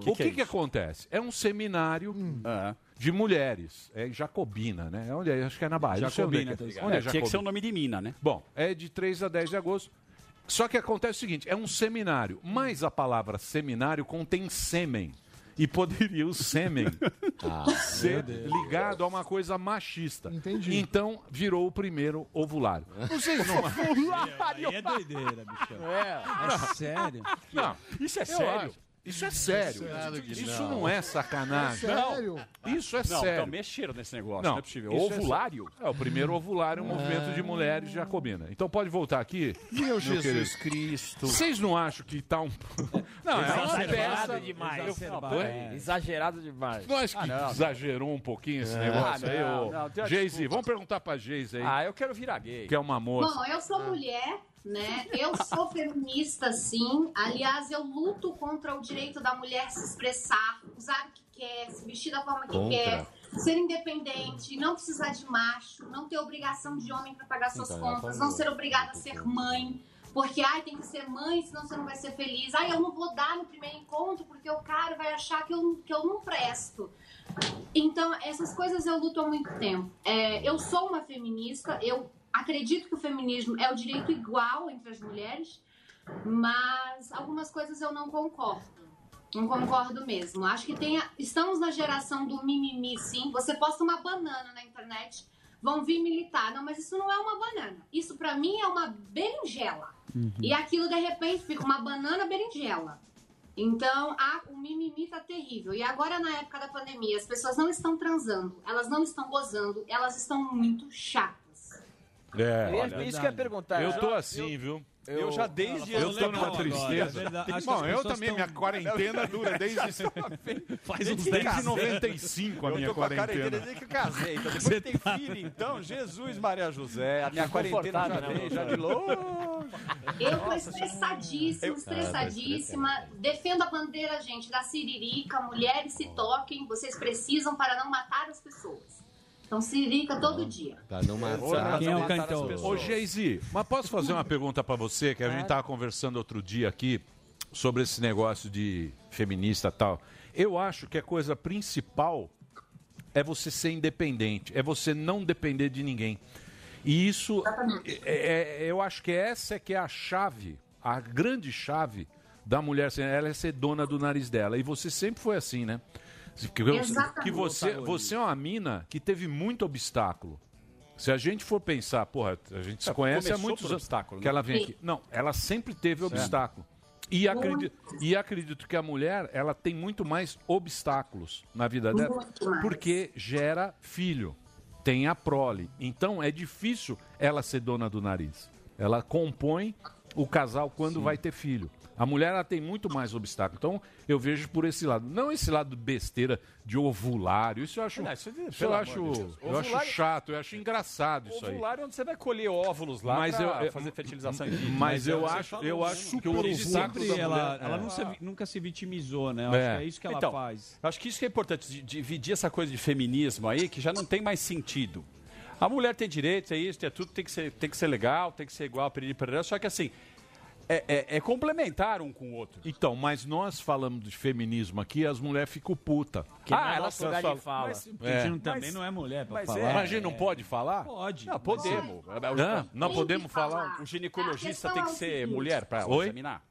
Speaker 2: o que, que acontece? É um seminário
Speaker 1: Hum.
Speaker 2: ah, de mulheres, é em Jacobina, né? É Onde é? Acho que é na Bahia. não sei onde é que
Speaker 1: Jacobina,
Speaker 2: é.
Speaker 1: tá ligado?
Speaker 2: Onde é
Speaker 1: É, tinha que ser
Speaker 2: Jacobina?
Speaker 1: o nome de mina, né?
Speaker 2: Bom, é de 3 a 10 de agosto. Só que acontece o seguinte, é um seminário, mas a palavra seminário contém sêmen. E poderia o sêmen
Speaker 1: Ah,
Speaker 2: ser ligado a uma coisa machista. Entendi. Então virou o primeiro ovulário. Vocês não
Speaker 3: Aí é doideira, bichão. É sério?
Speaker 2: Não, isso é
Speaker 3: Eu
Speaker 2: sério.
Speaker 3: acho.
Speaker 2: Isso é sério.
Speaker 3: Claro que
Speaker 2: Isso
Speaker 3: não.
Speaker 2: não é sacanagem.
Speaker 1: É sério.
Speaker 2: Não. Isso é
Speaker 1: Não,
Speaker 2: sério.
Speaker 1: então mexeram nesse negócio, não, é possível.
Speaker 2: isso é
Speaker 1: Ovulário? Ah.
Speaker 2: sério. É, o primeiro ovulário, um movimento de mulheres jacobina. Então pode voltar aqui.
Speaker 1: Meu Jesus
Speaker 2: Cristo. Vocês não acham que tá um. Não, é uma peça.
Speaker 7: demais.
Speaker 2: Exacerbado, é.
Speaker 7: Exagerado demais. Ah,
Speaker 2: Nós que exagerou um pouquinho esse negócio
Speaker 1: Ah,
Speaker 2: aí,
Speaker 1: não,
Speaker 2: ô.
Speaker 1: não, tem uma
Speaker 2: Jay-Z, vamos perguntar pra Jay-Z aí.
Speaker 1: Ah, eu quero virar gay.
Speaker 2: Que é uma moça.
Speaker 16: Bom, eu sou mulher, né? Eu sou feminista, sim. Aliás, eu luto contra o direito da mulher se expressar, usar o que quer, se vestir da forma que
Speaker 14: Contra.
Speaker 16: quer, ser independente, não precisar de macho, não ter obrigação de homem para pagar suas
Speaker 14: Então, ela
Speaker 16: contas,
Speaker 14: falou.
Speaker 16: não ser obrigada a ser mãe. Porque, ai, tem que ser mãe, senão você não vai ser feliz. Ai, eu não vou dar no primeiro encontro, porque o cara vai achar que eu, que eu não presto. Então, essas coisas eu luto há muito tempo. É, eu sou uma feminista, eu acredito que o feminismo é o direito igual entre as mulheres, mas algumas coisas eu não concordo. Não concordo mesmo. Acho que tem a- estamos na geração do mimimi, sim. Você posta uma banana na internet, vão vir militar. Não, mas isso não é uma banana. Isso pra mim é uma berinjela. E aquilo, de repente, fica uma banana berinjela. Então, a- o mimimi tá terrível. E agora, na época da pandemia, as pessoas não estão transando, elas não estão gozando, elas estão muito chatas.
Speaker 2: É,
Speaker 7: Eu ia- isso que eu ia perguntar.
Speaker 2: Eu
Speaker 7: Eu-
Speaker 2: tô
Speaker 7: eu-
Speaker 2: assim, viu?
Speaker 7: eu- Eu já desde
Speaker 2: Eu
Speaker 7: antes
Speaker 2: tô
Speaker 7: do
Speaker 2: numa
Speaker 7: Natal agora,
Speaker 2: tristeza.
Speaker 7: é verdade. Acho que
Speaker 2: Bom,
Speaker 7: as
Speaker 2: eu
Speaker 7: pessoas
Speaker 2: também,
Speaker 7: tão-
Speaker 2: minha quarentena dura desde.
Speaker 1: Faz
Speaker 2: desde
Speaker 1: uns 10 anos.
Speaker 2: 95 a
Speaker 1: Eu
Speaker 2: minha
Speaker 1: tô com a quarentena
Speaker 2: quarentena.
Speaker 1: desde que eu casei. Então depois
Speaker 2: Você tá É,
Speaker 1: tem filho, então, Jesus Maria José. A minha quarentena já
Speaker 2: Desconfortável, né,
Speaker 1: veio,
Speaker 2: mano?
Speaker 1: já de longe.
Speaker 16: Eu tô estressadíssima,
Speaker 1: Eu-
Speaker 16: estressadíssima. Defendo a bandeira, gente, da siririca. Mulheres se toquem, vocês precisam para não matar as pessoas. Então, siririca todo dia.
Speaker 15: Pra não matar.
Speaker 2: Ô, Geise, mas posso fazer uma pergunta pra você? Que a gente
Speaker 15: Claro.
Speaker 2: tava conversando outro dia aqui sobre esse negócio de feminista e tal. Eu acho que a coisa principal é você ser independente, é você não depender de ninguém. E isso, é- é- eu acho que essa é que é a chave, a grande chave da mulher, assim, ela é ser dona do nariz dela. E você sempre foi assim, né? Que,
Speaker 14: Exatamente.
Speaker 2: que você, você é uma mina que teve muito obstáculo. Se a gente for pensar, porra, a gente se
Speaker 1: É,
Speaker 2: conhece há
Speaker 1: começou
Speaker 2: muitos
Speaker 1: por
Speaker 2: anos
Speaker 1: obstáculo,
Speaker 2: que
Speaker 1: né?
Speaker 2: ela vem
Speaker 1: Sim.
Speaker 2: aqui. Não, ela sempre teve obstáculo. E acredito, e acredito que a mulher, ela tem muito mais obstáculos na vida dela,
Speaker 1: Muito mais.
Speaker 2: porque gera filho, tem a prole. Então é difícil ela ser dona do nariz. Ela compõe o casal quando vai ter filho. A mulher ela tem muito mais obstáculo. Então eu vejo por esse lado, não esse lado besteira de ovulário. Isso eu acho,
Speaker 1: Não, isso é de-
Speaker 2: isso eu
Speaker 1: pelo amor
Speaker 2: acho,
Speaker 1: de Deus.
Speaker 2: eu acho
Speaker 1: Ovulário-
Speaker 2: chato, eu acho engraçado isso aí.
Speaker 1: Ovulário é onde você vai colher óvulos lá
Speaker 2: Mas
Speaker 1: pra
Speaker 2: eu- eu-
Speaker 1: fazer fertilização in vitro.
Speaker 2: mas eu
Speaker 1: é o que você
Speaker 2: acho-
Speaker 1: falou,
Speaker 2: eu
Speaker 1: né,
Speaker 2: acho
Speaker 1: mano?
Speaker 2: que o
Speaker 3: Ela
Speaker 2: obstáculo
Speaker 3: sempre-
Speaker 2: da mulher-
Speaker 3: ela, ela
Speaker 1: é.
Speaker 3: não se vi- nunca se vitimizou, né? Eu
Speaker 1: É.
Speaker 3: Acho que é isso que ela
Speaker 1: Então,
Speaker 3: faz.
Speaker 1: eu Acho que isso que é importante, de- dividir essa coisa de feminismo aí, que já não tem mais sentido. A mulher tem direitos, é isso, é tudo, tem que ser, tem que ser legal, tem que ser igual, periri, periri, só que assim, é, é- é complementar um com o outro.
Speaker 2: Então, mas nós falamos de feminismo aqui, as mulheres ficam puta. Ah,
Speaker 1: Que
Speaker 3: Ah,
Speaker 1: não é nosso lugar de fala.
Speaker 3: A gente não- também não é mulher pra
Speaker 1: mas
Speaker 3: falar.
Speaker 2: é. Mas a gente não pode falar? Ah,
Speaker 3: Pode.
Speaker 1: Não, podemos.
Speaker 2: Hã? Não
Speaker 16: Tem
Speaker 2: podemos
Speaker 16: que
Speaker 2: falar?
Speaker 16: falar.
Speaker 1: O ginecologista
Speaker 16: A questão
Speaker 1: tem que
Speaker 16: é o
Speaker 1: ser
Speaker 16: seguinte.
Speaker 1: mulher para
Speaker 2: Oi?
Speaker 1: examinar?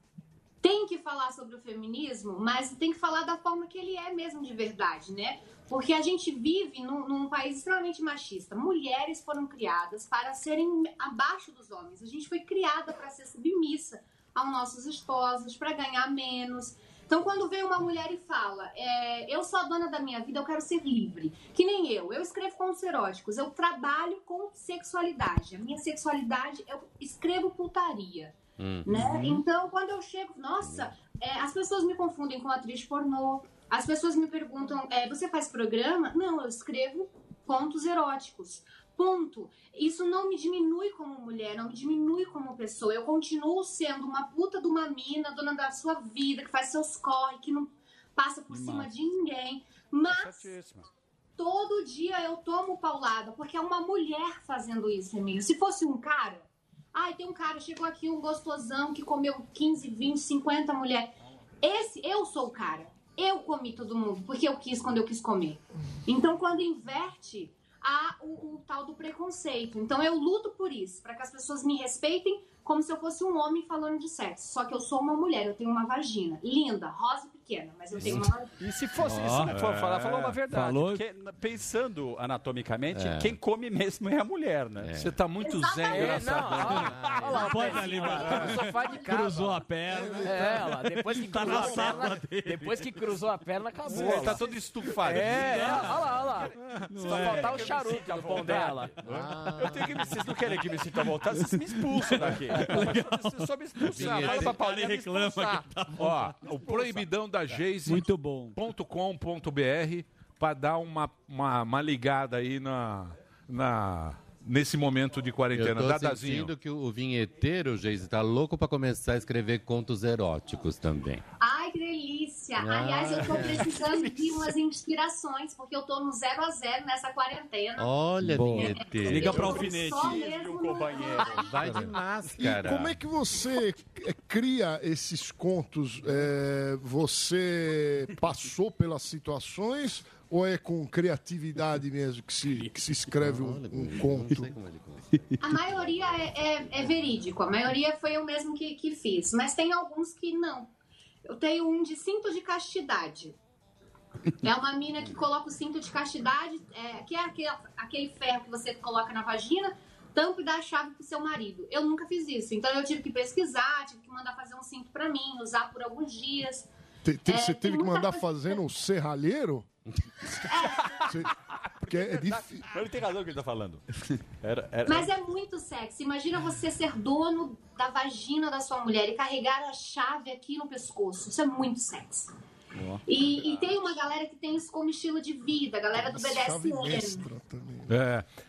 Speaker 16: tem que falar sobre o feminismo, mas tem que falar da forma que ele é mesmo de verdade, né? Porque a gente vive num, num país extremamente machista. Mulheres foram criadas para serem abaixo dos homens. A gente foi criada para ser submissa aos nossos esposos, para ganhar menos. Então, quando vem uma mulher e fala, é, eu sou a dona da minha vida, eu quero ser livre. Que nem eu, eu escrevo contos eróticos, eu trabalho com sexualidade. A minha sexualidade, eu escrevo putaria
Speaker 14: Uhum.
Speaker 16: né? Então, quando eu chego, nossa, é, as pessoas me confundem com atriz pornô. As pessoas me perguntam, é, você faz programa? Não, eu escrevo contos eróticos. Ponto. Isso não me diminui como mulher, não me diminui como pessoa. Eu continuo sendo uma puta de uma mina, dona da sua vida, que faz seus corre, que não passa por cima de ninguém. Mas todo dia eu tomo paulada, porque é uma mulher fazendo isso, Emílio. Se fosse um cara, ai, tem um cara, chegou aqui um gostosão que comeu 15, 20, 50 mulheres. Esse, eu sou o cara. Eu comi todo mundo, porque eu quis quando eu quis comer. Então, quando inverte, há o, o tal do preconceito. Então, eu luto por isso, para que as pessoas me respeitem como se eu fosse um homem falando de sexo. Só que eu sou uma mulher, eu tenho uma vagina. Linda, rosa e pequena, mas eu tenho uma vagina.
Speaker 1: E se fosse
Speaker 2: Ó,
Speaker 1: isso, né, for
Speaker 2: é.
Speaker 1: falar, falou uma verdade.
Speaker 2: Falou.
Speaker 1: Porque, na- pensando anatomicamente,
Speaker 2: É.
Speaker 1: quem come mesmo é a mulher, né?
Speaker 2: Você tá muito zen, engraçado.
Speaker 7: É, Olha lá,
Speaker 3: Pode
Speaker 7: o
Speaker 3: ali,
Speaker 7: pezinho,
Speaker 3: mano.
Speaker 7: ó, no sofá de casa.
Speaker 3: Cruzou a
Speaker 14: né?
Speaker 3: perna.
Speaker 7: É, olha lá, depois que
Speaker 3: Tá
Speaker 7: cruzou
Speaker 3: na
Speaker 7: a
Speaker 3: sala
Speaker 7: perna, depois que cruzou a perna, acabou.
Speaker 1: Ele
Speaker 7: olha
Speaker 1: tá
Speaker 7: lá.
Speaker 1: todo estufado.
Speaker 7: É,
Speaker 1: Não.
Speaker 7: olha lá, olha lá. Só
Speaker 1: é.
Speaker 7: faltar o
Speaker 1: Quero
Speaker 7: charuto
Speaker 1: que eu me
Speaker 7: no pão
Speaker 1: sinta à
Speaker 7: dela.
Speaker 1: vontade. Ah. Eu tenho que me... Vocês não querem que me sinta à vontade, vocês me expulsam daqui. Vocês só me expulsam. Fala pra Paulinha me expulsar.
Speaker 3: tá
Speaker 2: Ó, o proibidão da Geise. Muito
Speaker 3: bom.
Speaker 2: .com.br para dar uma, uma, uma ligada aí na, na, nesse momento de
Speaker 15: Eu
Speaker 2: quarentena.
Speaker 15: tô
Speaker 2: Dadazinho.
Speaker 15: sentindo que o vinheteiro, Geise, tá louco pra começar a escrever contos eróticos também.
Speaker 16: Ai, que delícia!
Speaker 15: Ah.
Speaker 16: Aliás, eu
Speaker 1: é.
Speaker 16: tô precisando de umas inspirações, porque eu tô no zero a zero nessa quarentena.
Speaker 15: Olha,
Speaker 3: Boa.
Speaker 15: vinheteiro.
Speaker 3: Liga pra
Speaker 16: Só mesmo no-
Speaker 15: Vai de
Speaker 4: E
Speaker 15: máscara.
Speaker 4: como é que você eh, cria esses contos? Eh, você passou pelas situações ou é com criatividade mesmo que se, que se escreve um, um conto?
Speaker 16: A maioria é, é, é verídico, a maioria foi eu mesmo que, que fiz, mas tem alguns que não. Eu tenho um de cinto de castidade. É uma mina que coloca o cinto de castidade, é, que é aquele, aquele ferro que você coloca na vagina, tampa e dá a chave pro seu marido. Eu nunca fiz isso, então eu tive que pesquisar, tive que mandar fazer um cinto pra mim, usar por alguns dias.
Speaker 4: Te- te-
Speaker 16: É,
Speaker 4: Você
Speaker 16: tem
Speaker 4: teve que
Speaker 16: muita
Speaker 4: mandar
Speaker 16: coisa-
Speaker 4: fazendo um serralheiro? Você- Porque é difícil.
Speaker 1: Mas ele tem razão o que ele tá falando. Era, era...
Speaker 16: Mas é muito sexy. Imagina você ser dono da vagina da sua mulher e carregar a chave aqui no pescoço. Isso é muito sexy. E, e tem uma galera que tem isso como estilo de vida, a galera do BDSM.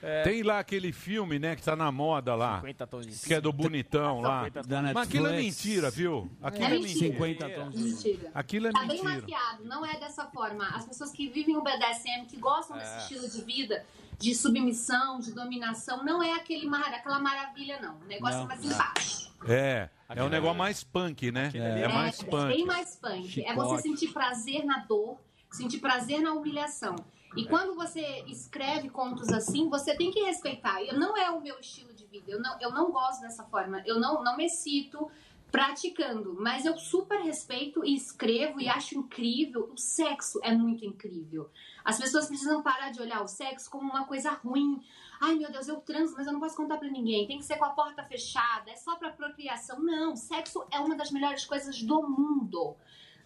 Speaker 2: É. Tem lá aquele filme, né, que tá na moda lá.
Speaker 7: 50 tons de
Speaker 2: Que é do Bonitão lá.
Speaker 7: 50 tons de cinza.
Speaker 2: Mas aquilo é
Speaker 7: Netflix.
Speaker 2: mentira, viu? Aquilo é, mentira.
Speaker 16: Mentira.
Speaker 2: Aquilo é
Speaker 16: tá bem
Speaker 2: mentira.
Speaker 16: maquiado, não é dessa forma. As pessoas que vivem o BDSM, que gostam
Speaker 2: É.
Speaker 16: desse estilo de vida, de submissão, de dominação, não é aquele mar... aquela maravilha, não. O negócio
Speaker 2: Não.
Speaker 16: é mais embaixo.
Speaker 2: É. É um negócio mais punk, né? É, mais punk.
Speaker 16: bem mais punk. É você
Speaker 2: Chicote.
Speaker 16: sentir prazer na dor, sentir prazer na humilhação.
Speaker 2: É.
Speaker 16: E quando você escreve contos assim, você tem que respeitar. Eu, não é o meu estilo de vida. Eu não, eu não gosto dessa forma. Eu não, não me excito praticando. Mas eu super respeito e escrevo e acho incrível. O sexo é muito incrível. As pessoas precisam parar de olhar o sexo como uma coisa ruim. Ai, meu Deus, eu transo, mas eu não posso contar pra ninguém. Tem que ser com a porta fechada, é só pra procriação. Não, sexo é uma das melhores coisas do mundo.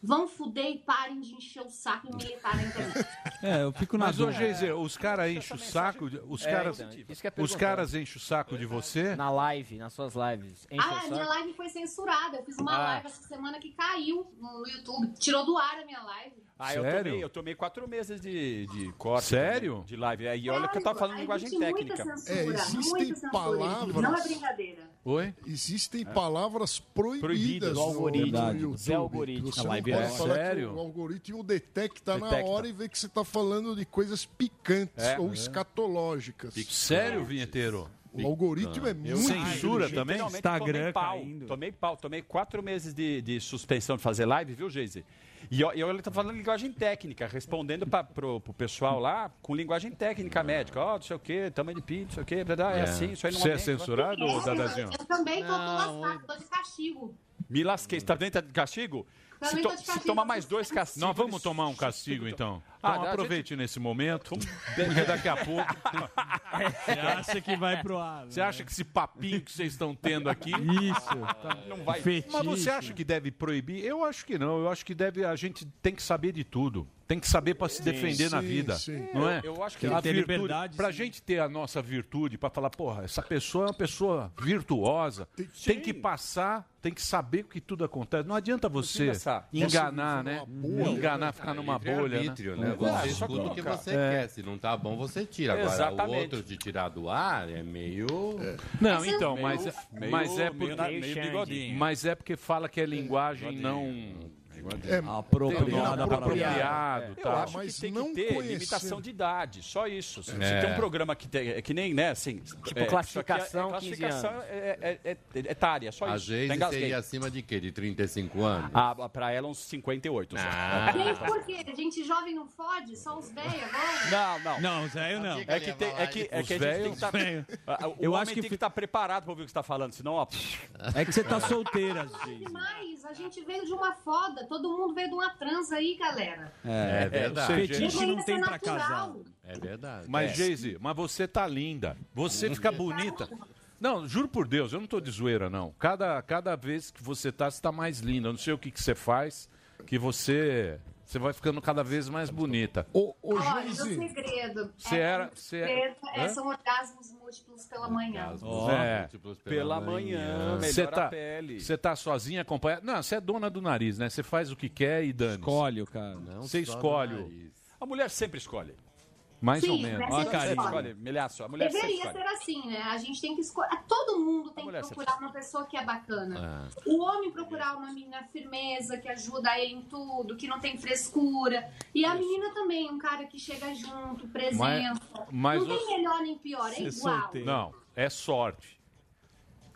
Speaker 16: Vão fuder e parem de encher o saco e militar na internet.
Speaker 3: É, eu fico na
Speaker 2: Mas, ô,
Speaker 3: dúvida.
Speaker 2: Geise, os caras enchem o saco. de- Os
Speaker 7: É,
Speaker 2: caras,
Speaker 7: então, isso que eu ia
Speaker 2: os
Speaker 7: perguntar.
Speaker 2: caras enchem o saco de você.
Speaker 7: Na live, nas suas lives. Enche
Speaker 16: Ah,
Speaker 7: o
Speaker 16: minha
Speaker 7: saco.
Speaker 16: live foi censurada. Eu fiz uma
Speaker 7: Ah.
Speaker 16: live essa semana que caiu no YouTube. Tirou do ar a minha live.
Speaker 1: Ah, eu
Speaker 2: Sério?
Speaker 1: tomei, eu tomei quatro meses de, de corte.
Speaker 2: Sério?
Speaker 1: né, De live. Aí olha que eu tava falando
Speaker 16: Ai,
Speaker 1: em linguagem
Speaker 16: gente,
Speaker 1: técnica.
Speaker 16: Muita censura,
Speaker 4: É, existem
Speaker 16: muita censura.
Speaker 4: palavras-
Speaker 16: Não é brincadeira.
Speaker 2: Oi?
Speaker 4: Existem palavras proibidas,
Speaker 1: Proibidas,
Speaker 4: no,
Speaker 1: do algoritmo.
Speaker 4: no
Speaker 1: Verdade,
Speaker 4: YouTube.
Speaker 1: do algoritmo.
Speaker 4: Você
Speaker 1: A
Speaker 4: não
Speaker 1: live
Speaker 4: pode
Speaker 1: é
Speaker 4: falar
Speaker 1: sério?
Speaker 4: que o algoritmo detecta, na
Speaker 2: Detecta.
Speaker 4: hora e vê que você está falando de coisas picantes
Speaker 2: É.
Speaker 4: ou
Speaker 2: É.
Speaker 4: escatológicas.
Speaker 2: Sério, vinheteiro?
Speaker 4: O algoritmo é muito
Speaker 2: Censura
Speaker 4: inteligente.
Speaker 2: também?
Speaker 1: Literalmente, tomei pau, Tomei pau, tomei quatro meses de, de suspensão de fazer live, viu, Geise? E eu, eu, ele tá falando linguagem técnica, respondendo pra, pro, pro pessoal lá com linguagem técnica médica. Ó, não sei o quê, tamanho de pinto, não sei o quê, blá, blá, é,
Speaker 2: É.
Speaker 1: assim, isso aí não
Speaker 2: Você é
Speaker 1: aumenta.
Speaker 2: censurado, ô, Dadazinho?
Speaker 16: Eu também tô, tô lascado, tô de castigo.
Speaker 1: Me lasquei. Você tá dentro de castigo?
Speaker 16: Também
Speaker 1: Se, to-
Speaker 16: tô de
Speaker 1: se
Speaker 16: castigo.
Speaker 1: tomar mais dois castigos...
Speaker 2: Nós vamos tomar um castigo, então.
Speaker 1: Ah,
Speaker 2: Então
Speaker 1: dá,
Speaker 2: aproveite nesse momento, porque daqui a pouco... Você
Speaker 3: acha que vai pro ar,
Speaker 1: né?
Speaker 2: Você acha que esse papinho que vocês estão tendo aqui...
Speaker 1: Isso. Não vai.
Speaker 2: Mas você acha que deve proibir? Eu acho que não. Eu acho que deve. A gente tem que saber de tudo. Tem que saber para se
Speaker 1: Sim,
Speaker 2: defender na
Speaker 1: sim,
Speaker 2: vida,
Speaker 1: sim.
Speaker 2: não é?
Speaker 1: Eu- eu acho que
Speaker 2: a
Speaker 1: tem que ter
Speaker 2: virtude-
Speaker 1: liberdade,
Speaker 2: Pra gente ter a nossa virtude, para falar, porra, essa pessoa é uma pessoa virtuosa. Tem que passar, tem que saber que tudo acontece. Não adianta você
Speaker 15: pensar.
Speaker 2: enganar,
Speaker 15: Posso
Speaker 2: né?
Speaker 15: ficar numa bolha,
Speaker 2: enganar,
Speaker 15: né?
Speaker 2: ficar numa
Speaker 15: Livre
Speaker 2: bolha. É.
Speaker 15: arbítrio, né? Você escuta o que você quer. Se não tá bom, você tira. Agora,
Speaker 2: Exatamente.
Speaker 15: o outro de tirar do ar é meio.
Speaker 2: Não, então, mas,
Speaker 15: meio-
Speaker 2: mas é
Speaker 15: meio
Speaker 2: porque.
Speaker 15: na- meio bigodinho.
Speaker 2: mas é porque fala que é linguagem não. É, apropriada para apropriado,
Speaker 1: É, Eu
Speaker 2: tá?
Speaker 1: acho que tem que ter limitação de idade, só isso. Se, se
Speaker 2: É.
Speaker 1: tem um programa que tem, é que nem, né, assim...
Speaker 15: Tipo,
Speaker 1: é,
Speaker 15: classificação,
Speaker 1: isso aqui é-
Speaker 15: 15
Speaker 1: é, classificação
Speaker 15: anos.
Speaker 1: é, é, é, é etária, só
Speaker 15: A
Speaker 1: isso. Tá
Speaker 15: Geise
Speaker 1: engasguei.
Speaker 15: seria acima de quê? De 35 anos?
Speaker 1: Ah, pra ela uns 58.
Speaker 15: Ah.
Speaker 16: Gente, por quê? Gente jovem não fode? Só os velhos agora?
Speaker 1: Não, não.
Speaker 3: Não, os velhos não.
Speaker 1: É que, tem, é que, é
Speaker 3: Os
Speaker 1: que a gente tem que
Speaker 3: velhos?
Speaker 1: estar.
Speaker 3: Velho.
Speaker 1: Ah, O
Speaker 3: Eu
Speaker 1: homem
Speaker 3: acho que
Speaker 1: tem que
Speaker 3: fi-
Speaker 1: estar preparado para ouvir o que você está falando, senão, ó.
Speaker 3: É que você tá solteira, gente.
Speaker 16: Demais, a gente veio de uma foda, todo mundo veio de uma transa aí, galera.
Speaker 2: É,
Speaker 15: verdade.
Speaker 16: Fetiche não tem pra
Speaker 2: casar.
Speaker 16: casar.
Speaker 15: É verdade.
Speaker 2: Mas,
Speaker 15: É.
Speaker 2: Geise, mas você tá linda. Você fica bonita. Não, juro por Deus, eu não tô de zoeira, não. Cada, cada vez que você tá, você tá mais linda. Eu não sei o que, que você faz, que você. Você vai ficando cada vez mais bonita.
Speaker 16: Olha, o segredo
Speaker 2: Você
Speaker 16: é,
Speaker 2: era- você era-
Speaker 16: segredo é,
Speaker 2: Hã?
Speaker 16: são orgasmos múltiplos pela manhã.
Speaker 2: Ó,
Speaker 1: É,
Speaker 15: múltiplos
Speaker 1: pela manhã, melhora
Speaker 2: Você
Speaker 1: a
Speaker 2: tá,
Speaker 1: pele.
Speaker 2: você tá sozinha, acompanhada. Não, você é dona do nariz, né? Você faz o que quer e dane. Escolhe,
Speaker 3: cara. Não
Speaker 2: Você
Speaker 1: só do
Speaker 2: escolhe. o-
Speaker 1: nariz. A mulher sempre escolhe.
Speaker 2: Mais
Speaker 16: Sim,
Speaker 2: ou menos.
Speaker 16: mas Ó a você Karine. escolhe.
Speaker 1: Escolhe, milhaço. A mulher sempre
Speaker 16: Deveria
Speaker 1: escolhe.
Speaker 16: ser assim, né? A gente tem que escolher. Todo mundo tem que
Speaker 1: mulher
Speaker 16: procurar uma pessoa que é bacana.
Speaker 3: Ah.
Speaker 16: O homem procurar uma menina firmeza, que ajuda ele em tudo, que não tem frescura. E a menina também, um cara que chega junto, presença.
Speaker 2: mas
Speaker 16: não
Speaker 2: você-
Speaker 16: tem melhor nem pior, é igual.
Speaker 2: Não, é sorte.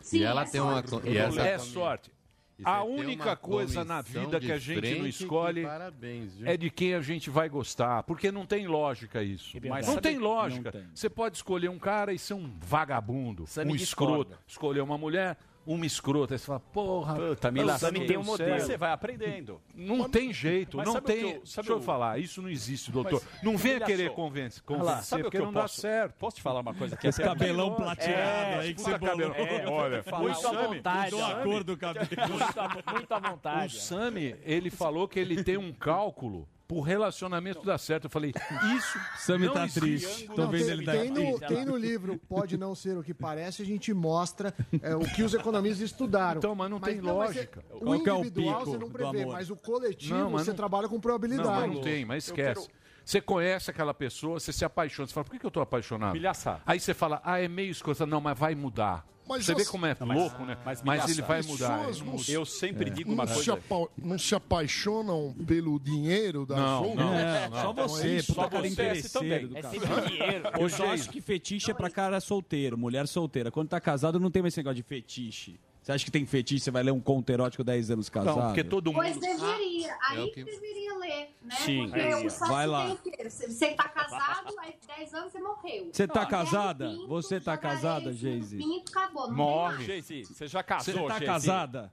Speaker 16: Sim,
Speaker 15: E ela é tem uma sorte. co- e essa
Speaker 2: é
Speaker 15: também.
Speaker 2: sorte.
Speaker 15: E
Speaker 2: A
Speaker 15: você tem
Speaker 2: única
Speaker 15: é uma
Speaker 2: coisa na
Speaker 15: comissão
Speaker 2: vida
Speaker 15: de
Speaker 2: que a gente
Speaker 15: frente
Speaker 2: não
Speaker 15: que
Speaker 2: escolhe
Speaker 15: parabéns, viu?
Speaker 2: é de quem a gente vai gostar, porque não tem lógica
Speaker 1: É
Speaker 2: isso.
Speaker 15: verdade.
Speaker 2: não
Speaker 15: Sabe-
Speaker 2: tem lógica.
Speaker 15: não tem.
Speaker 2: Você pode escolher um cara e ser um vagabundo, um
Speaker 15: discorda.
Speaker 2: escroto, escolher uma mulher, uma escrota. Aí você fala, porra,
Speaker 1: Puta, me
Speaker 2: eu
Speaker 1: lasquei,
Speaker 2: também tenho
Speaker 1: eu
Speaker 2: um modelo.
Speaker 1: sei. Você vai aprendendo.
Speaker 2: Não tem jeito,
Speaker 1: Mas
Speaker 2: não
Speaker 1: sabe o
Speaker 2: tem.
Speaker 1: que eu- sabe
Speaker 2: Deixa eu
Speaker 1: o-
Speaker 2: falar, isso não existe, doutor. não venha querer convencer, convencer
Speaker 1: sabe o que
Speaker 2: porque
Speaker 1: eu
Speaker 2: não dá
Speaker 1: posso-
Speaker 2: certo.
Speaker 1: Posso te falar uma coisa que
Speaker 2: Esse
Speaker 1: é
Speaker 2: cabelão
Speaker 1: maravilhosa?
Speaker 2: plateado
Speaker 1: É,
Speaker 2: aí que
Speaker 1: puta
Speaker 2: você bolou.
Speaker 1: cabelão. É,
Speaker 2: Olha,
Speaker 1: eu vou te
Speaker 2: muito
Speaker 1: falar,
Speaker 2: à vontade,
Speaker 1: mudou
Speaker 2: Sami.
Speaker 1: Muito à-
Speaker 6: Muito à vontade.
Speaker 2: O
Speaker 1: né?
Speaker 2: Sami, ele falou que ele tem um cálculo pro relacionamento dar certo. Eu falei, isso.
Speaker 3: Sami
Speaker 2: não
Speaker 3: tá
Speaker 2: existe.
Speaker 3: triste.
Speaker 2: Não,
Speaker 3: Talvez
Speaker 2: tem-
Speaker 3: ele
Speaker 2: tem
Speaker 5: Tem no, tem no livro Pode Não Ser o que Parece, a gente mostra é, o que os economistas estudaram.
Speaker 2: Então, mas não tem
Speaker 5: mas é-
Speaker 2: lógica.
Speaker 5: o
Speaker 2: Qual que é o
Speaker 5: individual
Speaker 2: pico
Speaker 5: você não
Speaker 2: do
Speaker 5: prevê,
Speaker 2: amor?
Speaker 5: mas o coletivo
Speaker 2: Não, mas
Speaker 5: você
Speaker 2: não-
Speaker 5: trabalha com probabilidade.
Speaker 2: Não, mas não tem, mas esquece. Você conhece aquela pessoa, você se apaixona, você fala, por que, que eu tô apaixonado?
Speaker 1: Milhaçada.
Speaker 2: Aí você fala, ah, é meio escrota. Não, mas vai mudar.
Speaker 4: Mas
Speaker 2: você
Speaker 4: eu-
Speaker 2: vê como é
Speaker 4: Não, mas-
Speaker 2: louco, né? Mas, ele vai mudar.
Speaker 4: Pessoas não- É.
Speaker 1: Eu sempre
Speaker 2: É.
Speaker 1: digo
Speaker 4: não
Speaker 1: uma
Speaker 4: se
Speaker 1: coisa.
Speaker 4: apa- não se apaixonam pelo dinheiro da
Speaker 2: Não,
Speaker 4: Zon?
Speaker 2: não, É, não. só
Speaker 3: você, puta cara interesseiro
Speaker 2: É
Speaker 3: do caralho. Eu só acho que fetiche é pra cara solteiro, mulher solteira. Quando tá casado, não tem mais esse negócio de fetiche. Você acha que tem fetiche? Você vai ler um conto erótico 10 anos casado?
Speaker 2: porque todo
Speaker 16: Pois deveria,
Speaker 3: Ah, é
Speaker 16: aí
Speaker 3: o
Speaker 16: que
Speaker 3: que-
Speaker 16: deveria ler, né?
Speaker 3: Sim.
Speaker 16: Porque
Speaker 3: Aí, ó.
Speaker 16: o sexo
Speaker 3: Vai
Speaker 16: tem
Speaker 3: lá.
Speaker 16: o quê? Você- Você tá casado, aí 10 anos você morreu.
Speaker 3: Você tá
Speaker 16: Não, é
Speaker 3: casada?
Speaker 16: Pinto,
Speaker 3: Você tá casada, Geise?
Speaker 16: Pinto, acabou, não tem mais.
Speaker 1: É. Jay-Z, você já casou,
Speaker 3: Você tá
Speaker 1: Jay-Z?
Speaker 3: casada?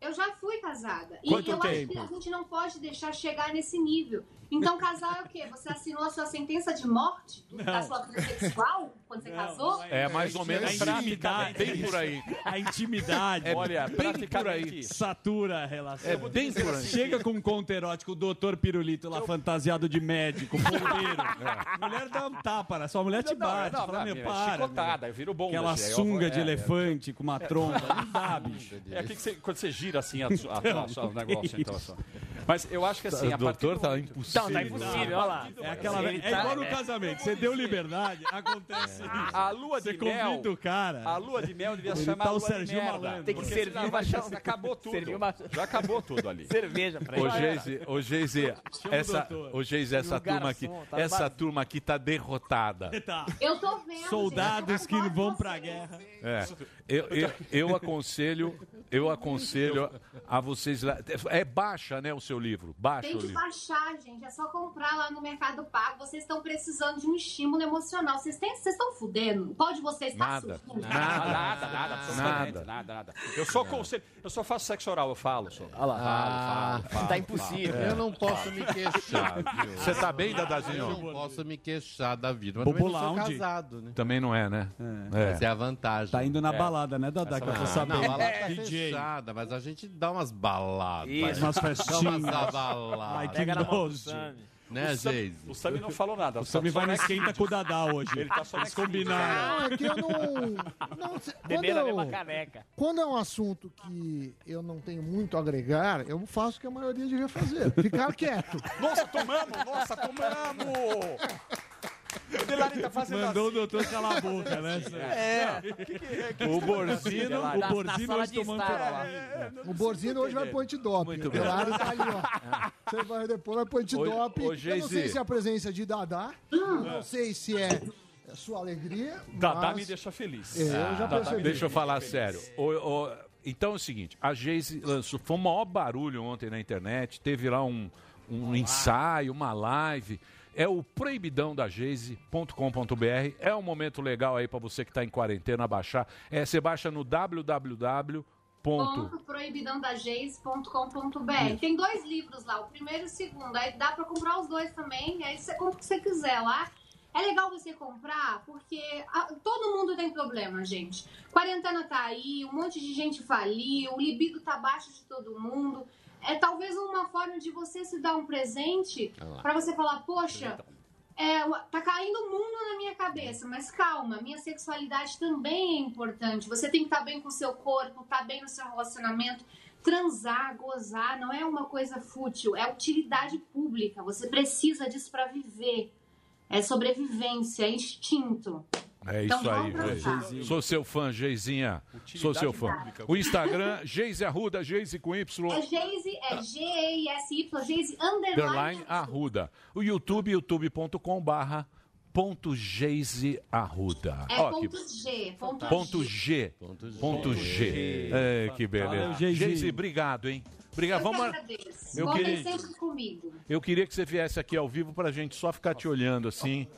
Speaker 16: Eu já fui casada.
Speaker 1: Quanto
Speaker 16: e eu
Speaker 1: tempo?
Speaker 16: acho que a gente não pode deixar chegar nesse nível. Então, casar é o quê? Você assinou a sua sentença de morte do- da
Speaker 2: Não.
Speaker 16: sua vida sexual quando você casou?
Speaker 2: É mais ou menos praticamente bem por aí.
Speaker 3: A intimidade.
Speaker 2: É bem por aí.
Speaker 3: Satura a relação.
Speaker 2: É bem por aí.
Speaker 3: Chega com um conto erótico, o doutor Pirulito lá fantasiado de médico, bombeiro.
Speaker 2: É.
Speaker 3: Mulher dá um tapa, né? sua mulher te bate. fala, meu, para.
Speaker 1: é chicotada,
Speaker 3: meu.
Speaker 1: eu viro bom.
Speaker 3: Aquela
Speaker 2: é,
Speaker 3: sunga de elefante com uma tromba. Não dá, bicho.
Speaker 1: É aqui que você, quando você gira assim a, sua- a,
Speaker 3: Então,
Speaker 1: a sua- o
Speaker 3: que
Speaker 1: negócio.
Speaker 3: isso.
Speaker 1: Então, a sua- Mas eu acho que assim.
Speaker 3: O doutor
Speaker 1: tá
Speaker 2: impossível.
Speaker 14: Então,
Speaker 3: Não, tá impossível, olha lá. É aquela- é igual no casamento, você deu liberdade,
Speaker 14: É.
Speaker 3: acontece
Speaker 1: A lua
Speaker 3: Você
Speaker 1: de mel.
Speaker 3: convida o cara.
Speaker 1: A lua de mel devia
Speaker 3: Ele
Speaker 1: chamar
Speaker 3: tá o
Speaker 1: lua de
Speaker 3: Serginho
Speaker 1: merda,
Speaker 3: Malandro.
Speaker 1: Tem
Speaker 3: Porque
Speaker 1: que
Speaker 3: servir
Speaker 1: servir
Speaker 3: uma-
Speaker 1: Acabou tudo.
Speaker 3: servir uma-
Speaker 1: Já acabou tudo ali.
Speaker 7: Cerveja pra
Speaker 2: Ô,
Speaker 7: ele.
Speaker 2: Geise, ô, Geise,
Speaker 7: Chama o
Speaker 2: essa,
Speaker 7: doutor.
Speaker 2: ô, Geise, essa
Speaker 7: E o
Speaker 2: turma
Speaker 7: garçom,
Speaker 2: aqui,
Speaker 7: tá
Speaker 2: essa
Speaker 7: vazio.
Speaker 2: turma aqui tá derrotada.
Speaker 16: Eu tô vendo.
Speaker 3: Tá. Soldados
Speaker 16: gente,
Speaker 3: que vão pra guerra.
Speaker 2: É. Eu, eu, eu aconselho, eu aconselho a vocês lá. É baixa, né, o seu livro? Baixa
Speaker 16: Tem
Speaker 2: o
Speaker 16: que
Speaker 2: livro.
Speaker 16: baixar, gente. É só comprar lá no Mercado Pago. Vocês estão precisando de um estímulo emocional. Vocês têm- vocês estão fudendo? Qual de vocês está
Speaker 2: Nada,
Speaker 16: surtando?
Speaker 1: Nada, nada, nada, absolutamente nada, nada. Eu só conselho, eu só faço sexo oral, eu falo. Só. Olha lá,
Speaker 15: Ah,
Speaker 1: tá
Speaker 15: impossível. Eu não posso me queixar. viu?
Speaker 2: Você tá bem,
Speaker 15: Eu não
Speaker 2: Dadazinho?
Speaker 15: posso me queixar da vida. Mas também não sou casado, né?
Speaker 2: Também não é, né?
Speaker 15: Essa é a vantagem.
Speaker 3: Tá indo na
Speaker 15: É.
Speaker 3: balada, né, Dadá? Que eu tô sabendo.
Speaker 15: Não, a balada
Speaker 2: É,
Speaker 15: tá
Speaker 3: DJ.
Speaker 15: fechada, mas a gente dá umas baladas.
Speaker 3: Isso. Umas festinhas.
Speaker 15: Dá umas abaladas.
Speaker 3: Vai que Pega na mão do doze. Sami.
Speaker 15: Né,
Speaker 1: O Sam-
Speaker 15: Geise?
Speaker 1: O Sami não falou nada.
Speaker 3: O Sami vai no esquenta com o Dadá hoje.
Speaker 1: Ele tá só
Speaker 3: Eles
Speaker 1: na
Speaker 3: combinaram.
Speaker 5: Não, é que eu não. não se- quando,
Speaker 6: Beberam a
Speaker 5: eu-
Speaker 6: mesma caneca.
Speaker 5: quando é um assunto que eu não tenho muito a agregar, eu faço o que a maioria devia fazer: ficar quieto.
Speaker 1: Nossa, tomamos, nossa, tomamos! O Delari tá fazendo
Speaker 3: Mandou o doutor calar a boca, né?
Speaker 1: É. Que que
Speaker 14: tá
Speaker 1: é? Que
Speaker 3: O
Speaker 1: que-
Speaker 3: Borzino,
Speaker 1: Lá,
Speaker 3: o
Speaker 1: na- na
Speaker 3: Borzino
Speaker 1: sala
Speaker 3: hoje
Speaker 1: de É,
Speaker 3: tomando
Speaker 1: estar,
Speaker 3: pela-
Speaker 5: O Borzino hoje vai pro antidoping.
Speaker 2: Muito
Speaker 5: o
Speaker 2: bem.
Speaker 5: Delari tá ali, ó. Você vai depois, vai pro antidoping.
Speaker 2: Ô, ô,
Speaker 5: eu não sei
Speaker 2: Geise.
Speaker 5: se é a presença de Dadá, não sei se é a sua alegria.
Speaker 1: Dadá
Speaker 5: mas-
Speaker 1: me deixa feliz.
Speaker 5: É, eu já
Speaker 2: Ah, tá,
Speaker 5: percebi.
Speaker 2: Deixa eu falar sério. Ô, ô, então é o seguinte, a Geise lançou, foi o maior barulho ontem na internet, teve lá um, um ensaio, uma live. É o proibidão da Geise.com.br. É um momento legal aí para você que está em quarentena baixar. É, você baixa no www.
Speaker 16: Ponto proibidãodageis.com.br. Tem dois livros lá, o primeiro e o segundo. Aí dá pra comprar os dois também. Aí você compra o que você quiser lá. É legal você comprar, porque ah, todo mundo tem problema, gente. Quarentena tá aí, um monte de gente faliu, o libido tá baixo de todo mundo. É talvez uma forma de você se dar um presente
Speaker 14: Olha lá.
Speaker 16: pra você falar, poxa, é, o- tá caindo o mundo na minha cabeça, mas calma, minha sexualidade também é importante. Você tem que estar bem com o seu corpo, estar bem no seu relacionamento. Transar, gozar, não é uma coisa fútil, é utilidade pública. Você precisa disso pra viver. É sobrevivência, é instinto.
Speaker 2: É
Speaker 16: Então
Speaker 2: isso aí,
Speaker 16: vamos pra
Speaker 2: Geise.
Speaker 16: Geizinha.
Speaker 2: Sou seu fã, Geizinha. Sou seu fã.
Speaker 16: pública.
Speaker 2: O Instagram, Geise Arruda, Geise com Y.
Speaker 16: É Geise, é G-E-I-S-Y, Geise underline.
Speaker 2: underline Arruda. O YouTube, youtube.com barra ponto Geise Arruda.
Speaker 16: É
Speaker 2: Ó,
Speaker 16: ponto
Speaker 2: que-
Speaker 16: G, ponto G.
Speaker 2: ponto G. Ponto G. É, que beleza.
Speaker 3: Valeu, Geise.
Speaker 2: Geise, obrigado, hein? Obrigado.
Speaker 16: Eu que
Speaker 2: Vamos... mar-
Speaker 16: agradeço.
Speaker 2: Eu
Speaker 16: Contem
Speaker 2: queria-
Speaker 16: sempre comigo.
Speaker 2: Eu queria que você viesse aqui ao vivo pra gente só ficar te olhando assim.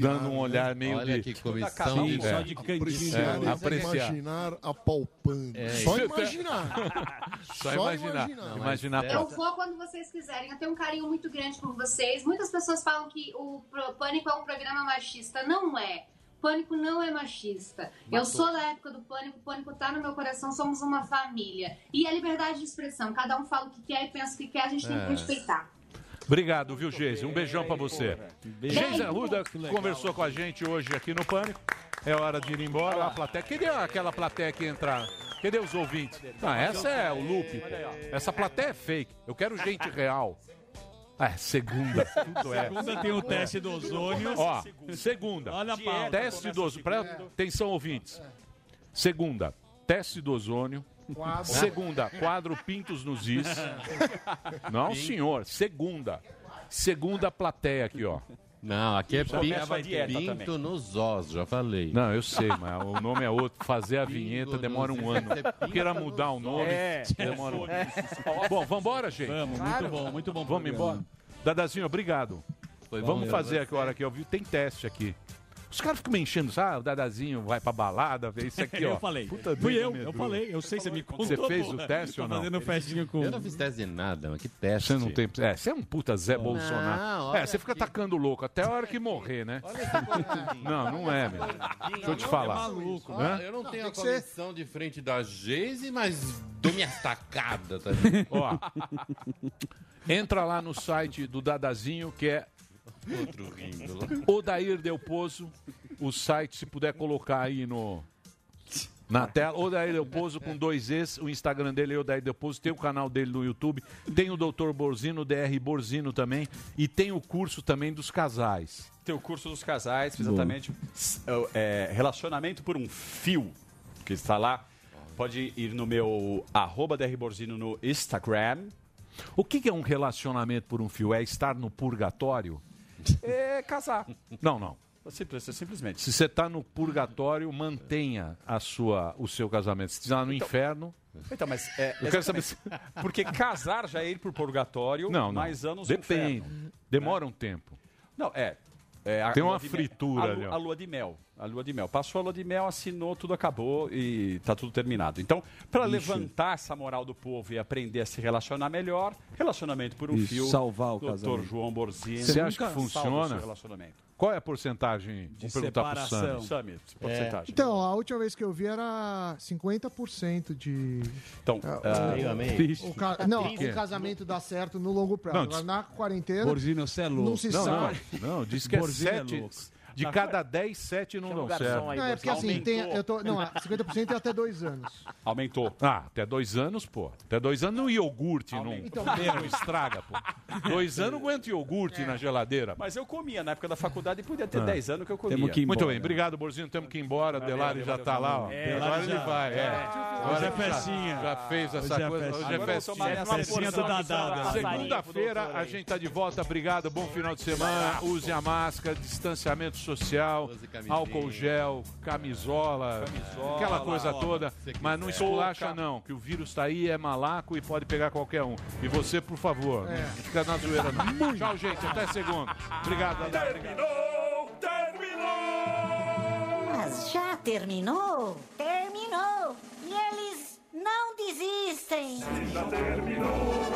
Speaker 2: Dando um
Speaker 4: né?
Speaker 2: olhar meio
Speaker 15: Olha
Speaker 2: de...
Speaker 15: que comissão
Speaker 2: Sim,
Speaker 15: de-
Speaker 2: só de cantinho.
Speaker 4: Apreciar,
Speaker 2: É,
Speaker 4: é,
Speaker 2: apreciar.
Speaker 4: imaginar, apalpando.
Speaker 2: É,
Speaker 4: Só
Speaker 2: isso.
Speaker 4: imaginar.
Speaker 2: Só imaginar.
Speaker 4: imaginar.
Speaker 2: Imaginar.
Speaker 16: Eu vou quando vocês quiserem. Eu tenho um carinho muito grande por vocês. Muitas pessoas falam que o Pro- Pânico é um programa machista. Não é. Pânico não é machista. Eu
Speaker 17: Matou.
Speaker 16: sou da época do Pânico. Pânico tá no meu coração. Somos uma família. E a liberdade de expressão. Cada um fala o que quer e pensa o que quer. A gente tem
Speaker 2: É.
Speaker 16: que respeitar.
Speaker 2: Obrigado, viu, Geise? Um beijão pra você.
Speaker 16: Beijo.
Speaker 2: Geise Arruda
Speaker 16: Que legal.
Speaker 2: conversou com a gente hoje aqui no Pânico. É hora de ir embora. A plateia. Cadê aquela plateia que entra? Cadê os ouvintes? Ah, essa é o loop. Essa plateia é fake. Eu quero gente real. Ah, É, segunda. Tudo é.
Speaker 3: Segunda tem o teste do ozônio.
Speaker 2: Ó, segunda.
Speaker 3: Olha a pauta.
Speaker 2: Teste do ozônio. Pre- Atenção, ouvintes. Segunda, teste do ozônio.
Speaker 3: Quadro.
Speaker 2: Segunda, quadro Pintos nos Is. Não, senhor. Segunda. Segunda plateia aqui, ó.
Speaker 15: Não, aqui é
Speaker 2: Já começa a dieta
Speaker 15: pinto, pinto
Speaker 2: também.
Speaker 15: nos ossos, já falei.
Speaker 2: Não, eu sei, mas o nome é outro. Fazer a vinheta demora um ano. Queira mudar o nome,
Speaker 3: É.
Speaker 2: demora um
Speaker 3: É.
Speaker 2: Bom, vambora, gente. Vamos,
Speaker 3: Claro. muito bom, muito bom
Speaker 2: Vamos
Speaker 3: programa.
Speaker 2: embora. Dadazinho, obrigado.
Speaker 3: bom né?
Speaker 2: Vamos
Speaker 3: mesmo.
Speaker 2: fazer agora que eu vi. Tem teste aqui. Os caras ficam me enchendo, sabe? Ah, O Dadazinho vai pra balada, vê isso aqui, ó.
Speaker 3: Eu falei.
Speaker 2: Puta
Speaker 3: Fui
Speaker 2: vida
Speaker 3: eu,
Speaker 2: medrosa.
Speaker 3: eu falei. Eu sei, você me contou.
Speaker 2: Você fez
Speaker 3: porra.
Speaker 2: o teste
Speaker 3: Tô
Speaker 2: ou não?
Speaker 3: fazendo festinha com...
Speaker 15: Eu não fiz teste de nada, mas que teste.
Speaker 2: Você não tem. É, você é um puta Zé Bolsonaro.
Speaker 15: olha
Speaker 2: É, você fica atacando louco até a hora que morrer, né? Não, não é, meu. Deixa eu te falar. Hã?
Speaker 15: Eu não, tenho
Speaker 2: tem
Speaker 15: a
Speaker 2: que ser-
Speaker 15: condição de frente da Geise, mas dou tá minhas tacadas também.
Speaker 2: Ó, entra lá no site do Dadazinho, que é
Speaker 15: Outro rindo.
Speaker 2: Odair Del Pozo. O site, se puder colocar aí no. Na tela, Odair Del Pozo com dois Es, o Instagram dele é Odair Del Pozo, tem o canal dele no YouTube, tem o Dr. Borzino, o DR Borzino também, e tem o curso também dos casais.
Speaker 1: Tem o curso dos casais, exatamente. s- é, relacionamento por um fio, que está lá. Pode ir no meu arroba DR Borzino no Instagram.
Speaker 2: O que que é um relacionamento por um fio? É estar no purgatório?
Speaker 1: É casar.
Speaker 2: Não, não.
Speaker 1: Simples, simplesmente.
Speaker 2: Se você está no purgatório, mantenha a sua, o seu casamento. Se está no inferno.
Speaker 1: Então, mas é,
Speaker 2: Eu quero saber
Speaker 1: exatamente. Porque casar já é ir por purgatório,
Speaker 2: Não, não.
Speaker 1: mais anos no
Speaker 2: Depende.
Speaker 1: inferno. né?
Speaker 2: Demora um tempo.
Speaker 1: Não, é. é a
Speaker 2: Tem uma
Speaker 1: lua de mel.
Speaker 2: fritura
Speaker 1: a, lu-
Speaker 2: ali, ó.
Speaker 1: A lua de mel. A lua de mel. Passou a lua de mel, assinou, tudo acabou e tá tudo terminado. Então, para
Speaker 3: Isso.
Speaker 1: levantar essa moral do povo e aprender a se relacionar melhor, relacionamento por um
Speaker 3: Isso,
Speaker 1: fio.
Speaker 3: salvar o
Speaker 1: Doutor
Speaker 3: casamento.
Speaker 1: João Borzini.
Speaker 2: Você acha que
Speaker 1: salva o seu
Speaker 2: funciona?
Speaker 1: relacionamento.
Speaker 2: Qual é a porcentagem? Vou perguntar para o Sami.
Speaker 1: Sammy, é porcentagem.
Speaker 5: Então, a última vez que eu vi era 50% de.
Speaker 2: É.
Speaker 1: Então,
Speaker 5: Ah,
Speaker 1: ah,
Speaker 5: o ca- Não,
Speaker 2: Por quê?
Speaker 5: o casamento dá certo no longo prazo.
Speaker 2: Não,
Speaker 5: Agora,
Speaker 2: diz-
Speaker 5: na quarentena.
Speaker 3: Borzino, você é louco.
Speaker 5: Não se
Speaker 2: não,
Speaker 5: sabe.
Speaker 2: Não, não, diz que é
Speaker 3: Borzino é
Speaker 2: sete.
Speaker 3: louco.
Speaker 2: de
Speaker 1: Tá
Speaker 3: Na-
Speaker 2: cada 10, 7 não dão certo.
Speaker 5: Não, é porque assim, tem, eu tô, não, é 50% é até dois anos.
Speaker 1: Aumentou.
Speaker 2: Ah, até dois anos, pô. Até dois anos no iogurte não,
Speaker 5: Então,
Speaker 2: não estraga, pô. Dois anos aguenta iogurte
Speaker 1: É.
Speaker 2: na geladeira.
Speaker 1: Mas eu comia na época da faculdade e podia ter
Speaker 2: Ah.
Speaker 1: 10 anos que eu comia.
Speaker 2: Temos que ir Muito bem, obrigado, Borzinho. Temos que ir embora.
Speaker 1: Valeu,
Speaker 2: Delari
Speaker 1: valeu,
Speaker 2: já
Speaker 1: valeu,
Speaker 2: tá lá. ó.
Speaker 1: valeu. É,
Speaker 2: Agora
Speaker 1: Delari
Speaker 2: ele
Speaker 1: já-
Speaker 2: vai.
Speaker 1: é.
Speaker 2: É.
Speaker 1: Hoje
Speaker 2: Agora
Speaker 1: é
Speaker 2: ele já-
Speaker 1: festinha.
Speaker 2: Já fez essa
Speaker 1: Hoje é
Speaker 2: coisa.
Speaker 1: festinha.
Speaker 2: Hoje é
Speaker 1: Agora eu vou tomar
Speaker 2: festinha.
Speaker 1: essa Festinha do opção aqui, Dadada. só uma
Speaker 2: Segunda-feira a gente tá de volta. Obrigado. Bom final de semana. Use a máscara, distanciamento social,
Speaker 15: camisinha.
Speaker 2: álcool gel, camisola,
Speaker 15: Camisola,
Speaker 2: aquela coisa
Speaker 15: ó,
Speaker 2: toda.
Speaker 15: se quiser.
Speaker 2: Mas não esculacha,
Speaker 15: Touca.
Speaker 2: não, que o vírus tá aí, é malaco e pode pegar qualquer um. E você, por favor,
Speaker 14: É.
Speaker 2: não fica na zoeira. não. Tchau, gente. Até segunda. Obrigado, Dadá.
Speaker 14: Terminou! Terminou! Mas já terminou? Terminou! E eles não desistem!
Speaker 18: Já terminou,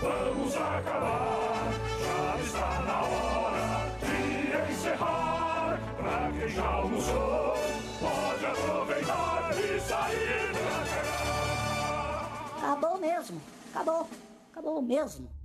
Speaker 18: vamos acabar. Já está na hora de encerrar. Pra quem já almoçou, pode aproveitar e sair pra cá.
Speaker 14: Acabou mesmo! Acabou! Acabou mesmo!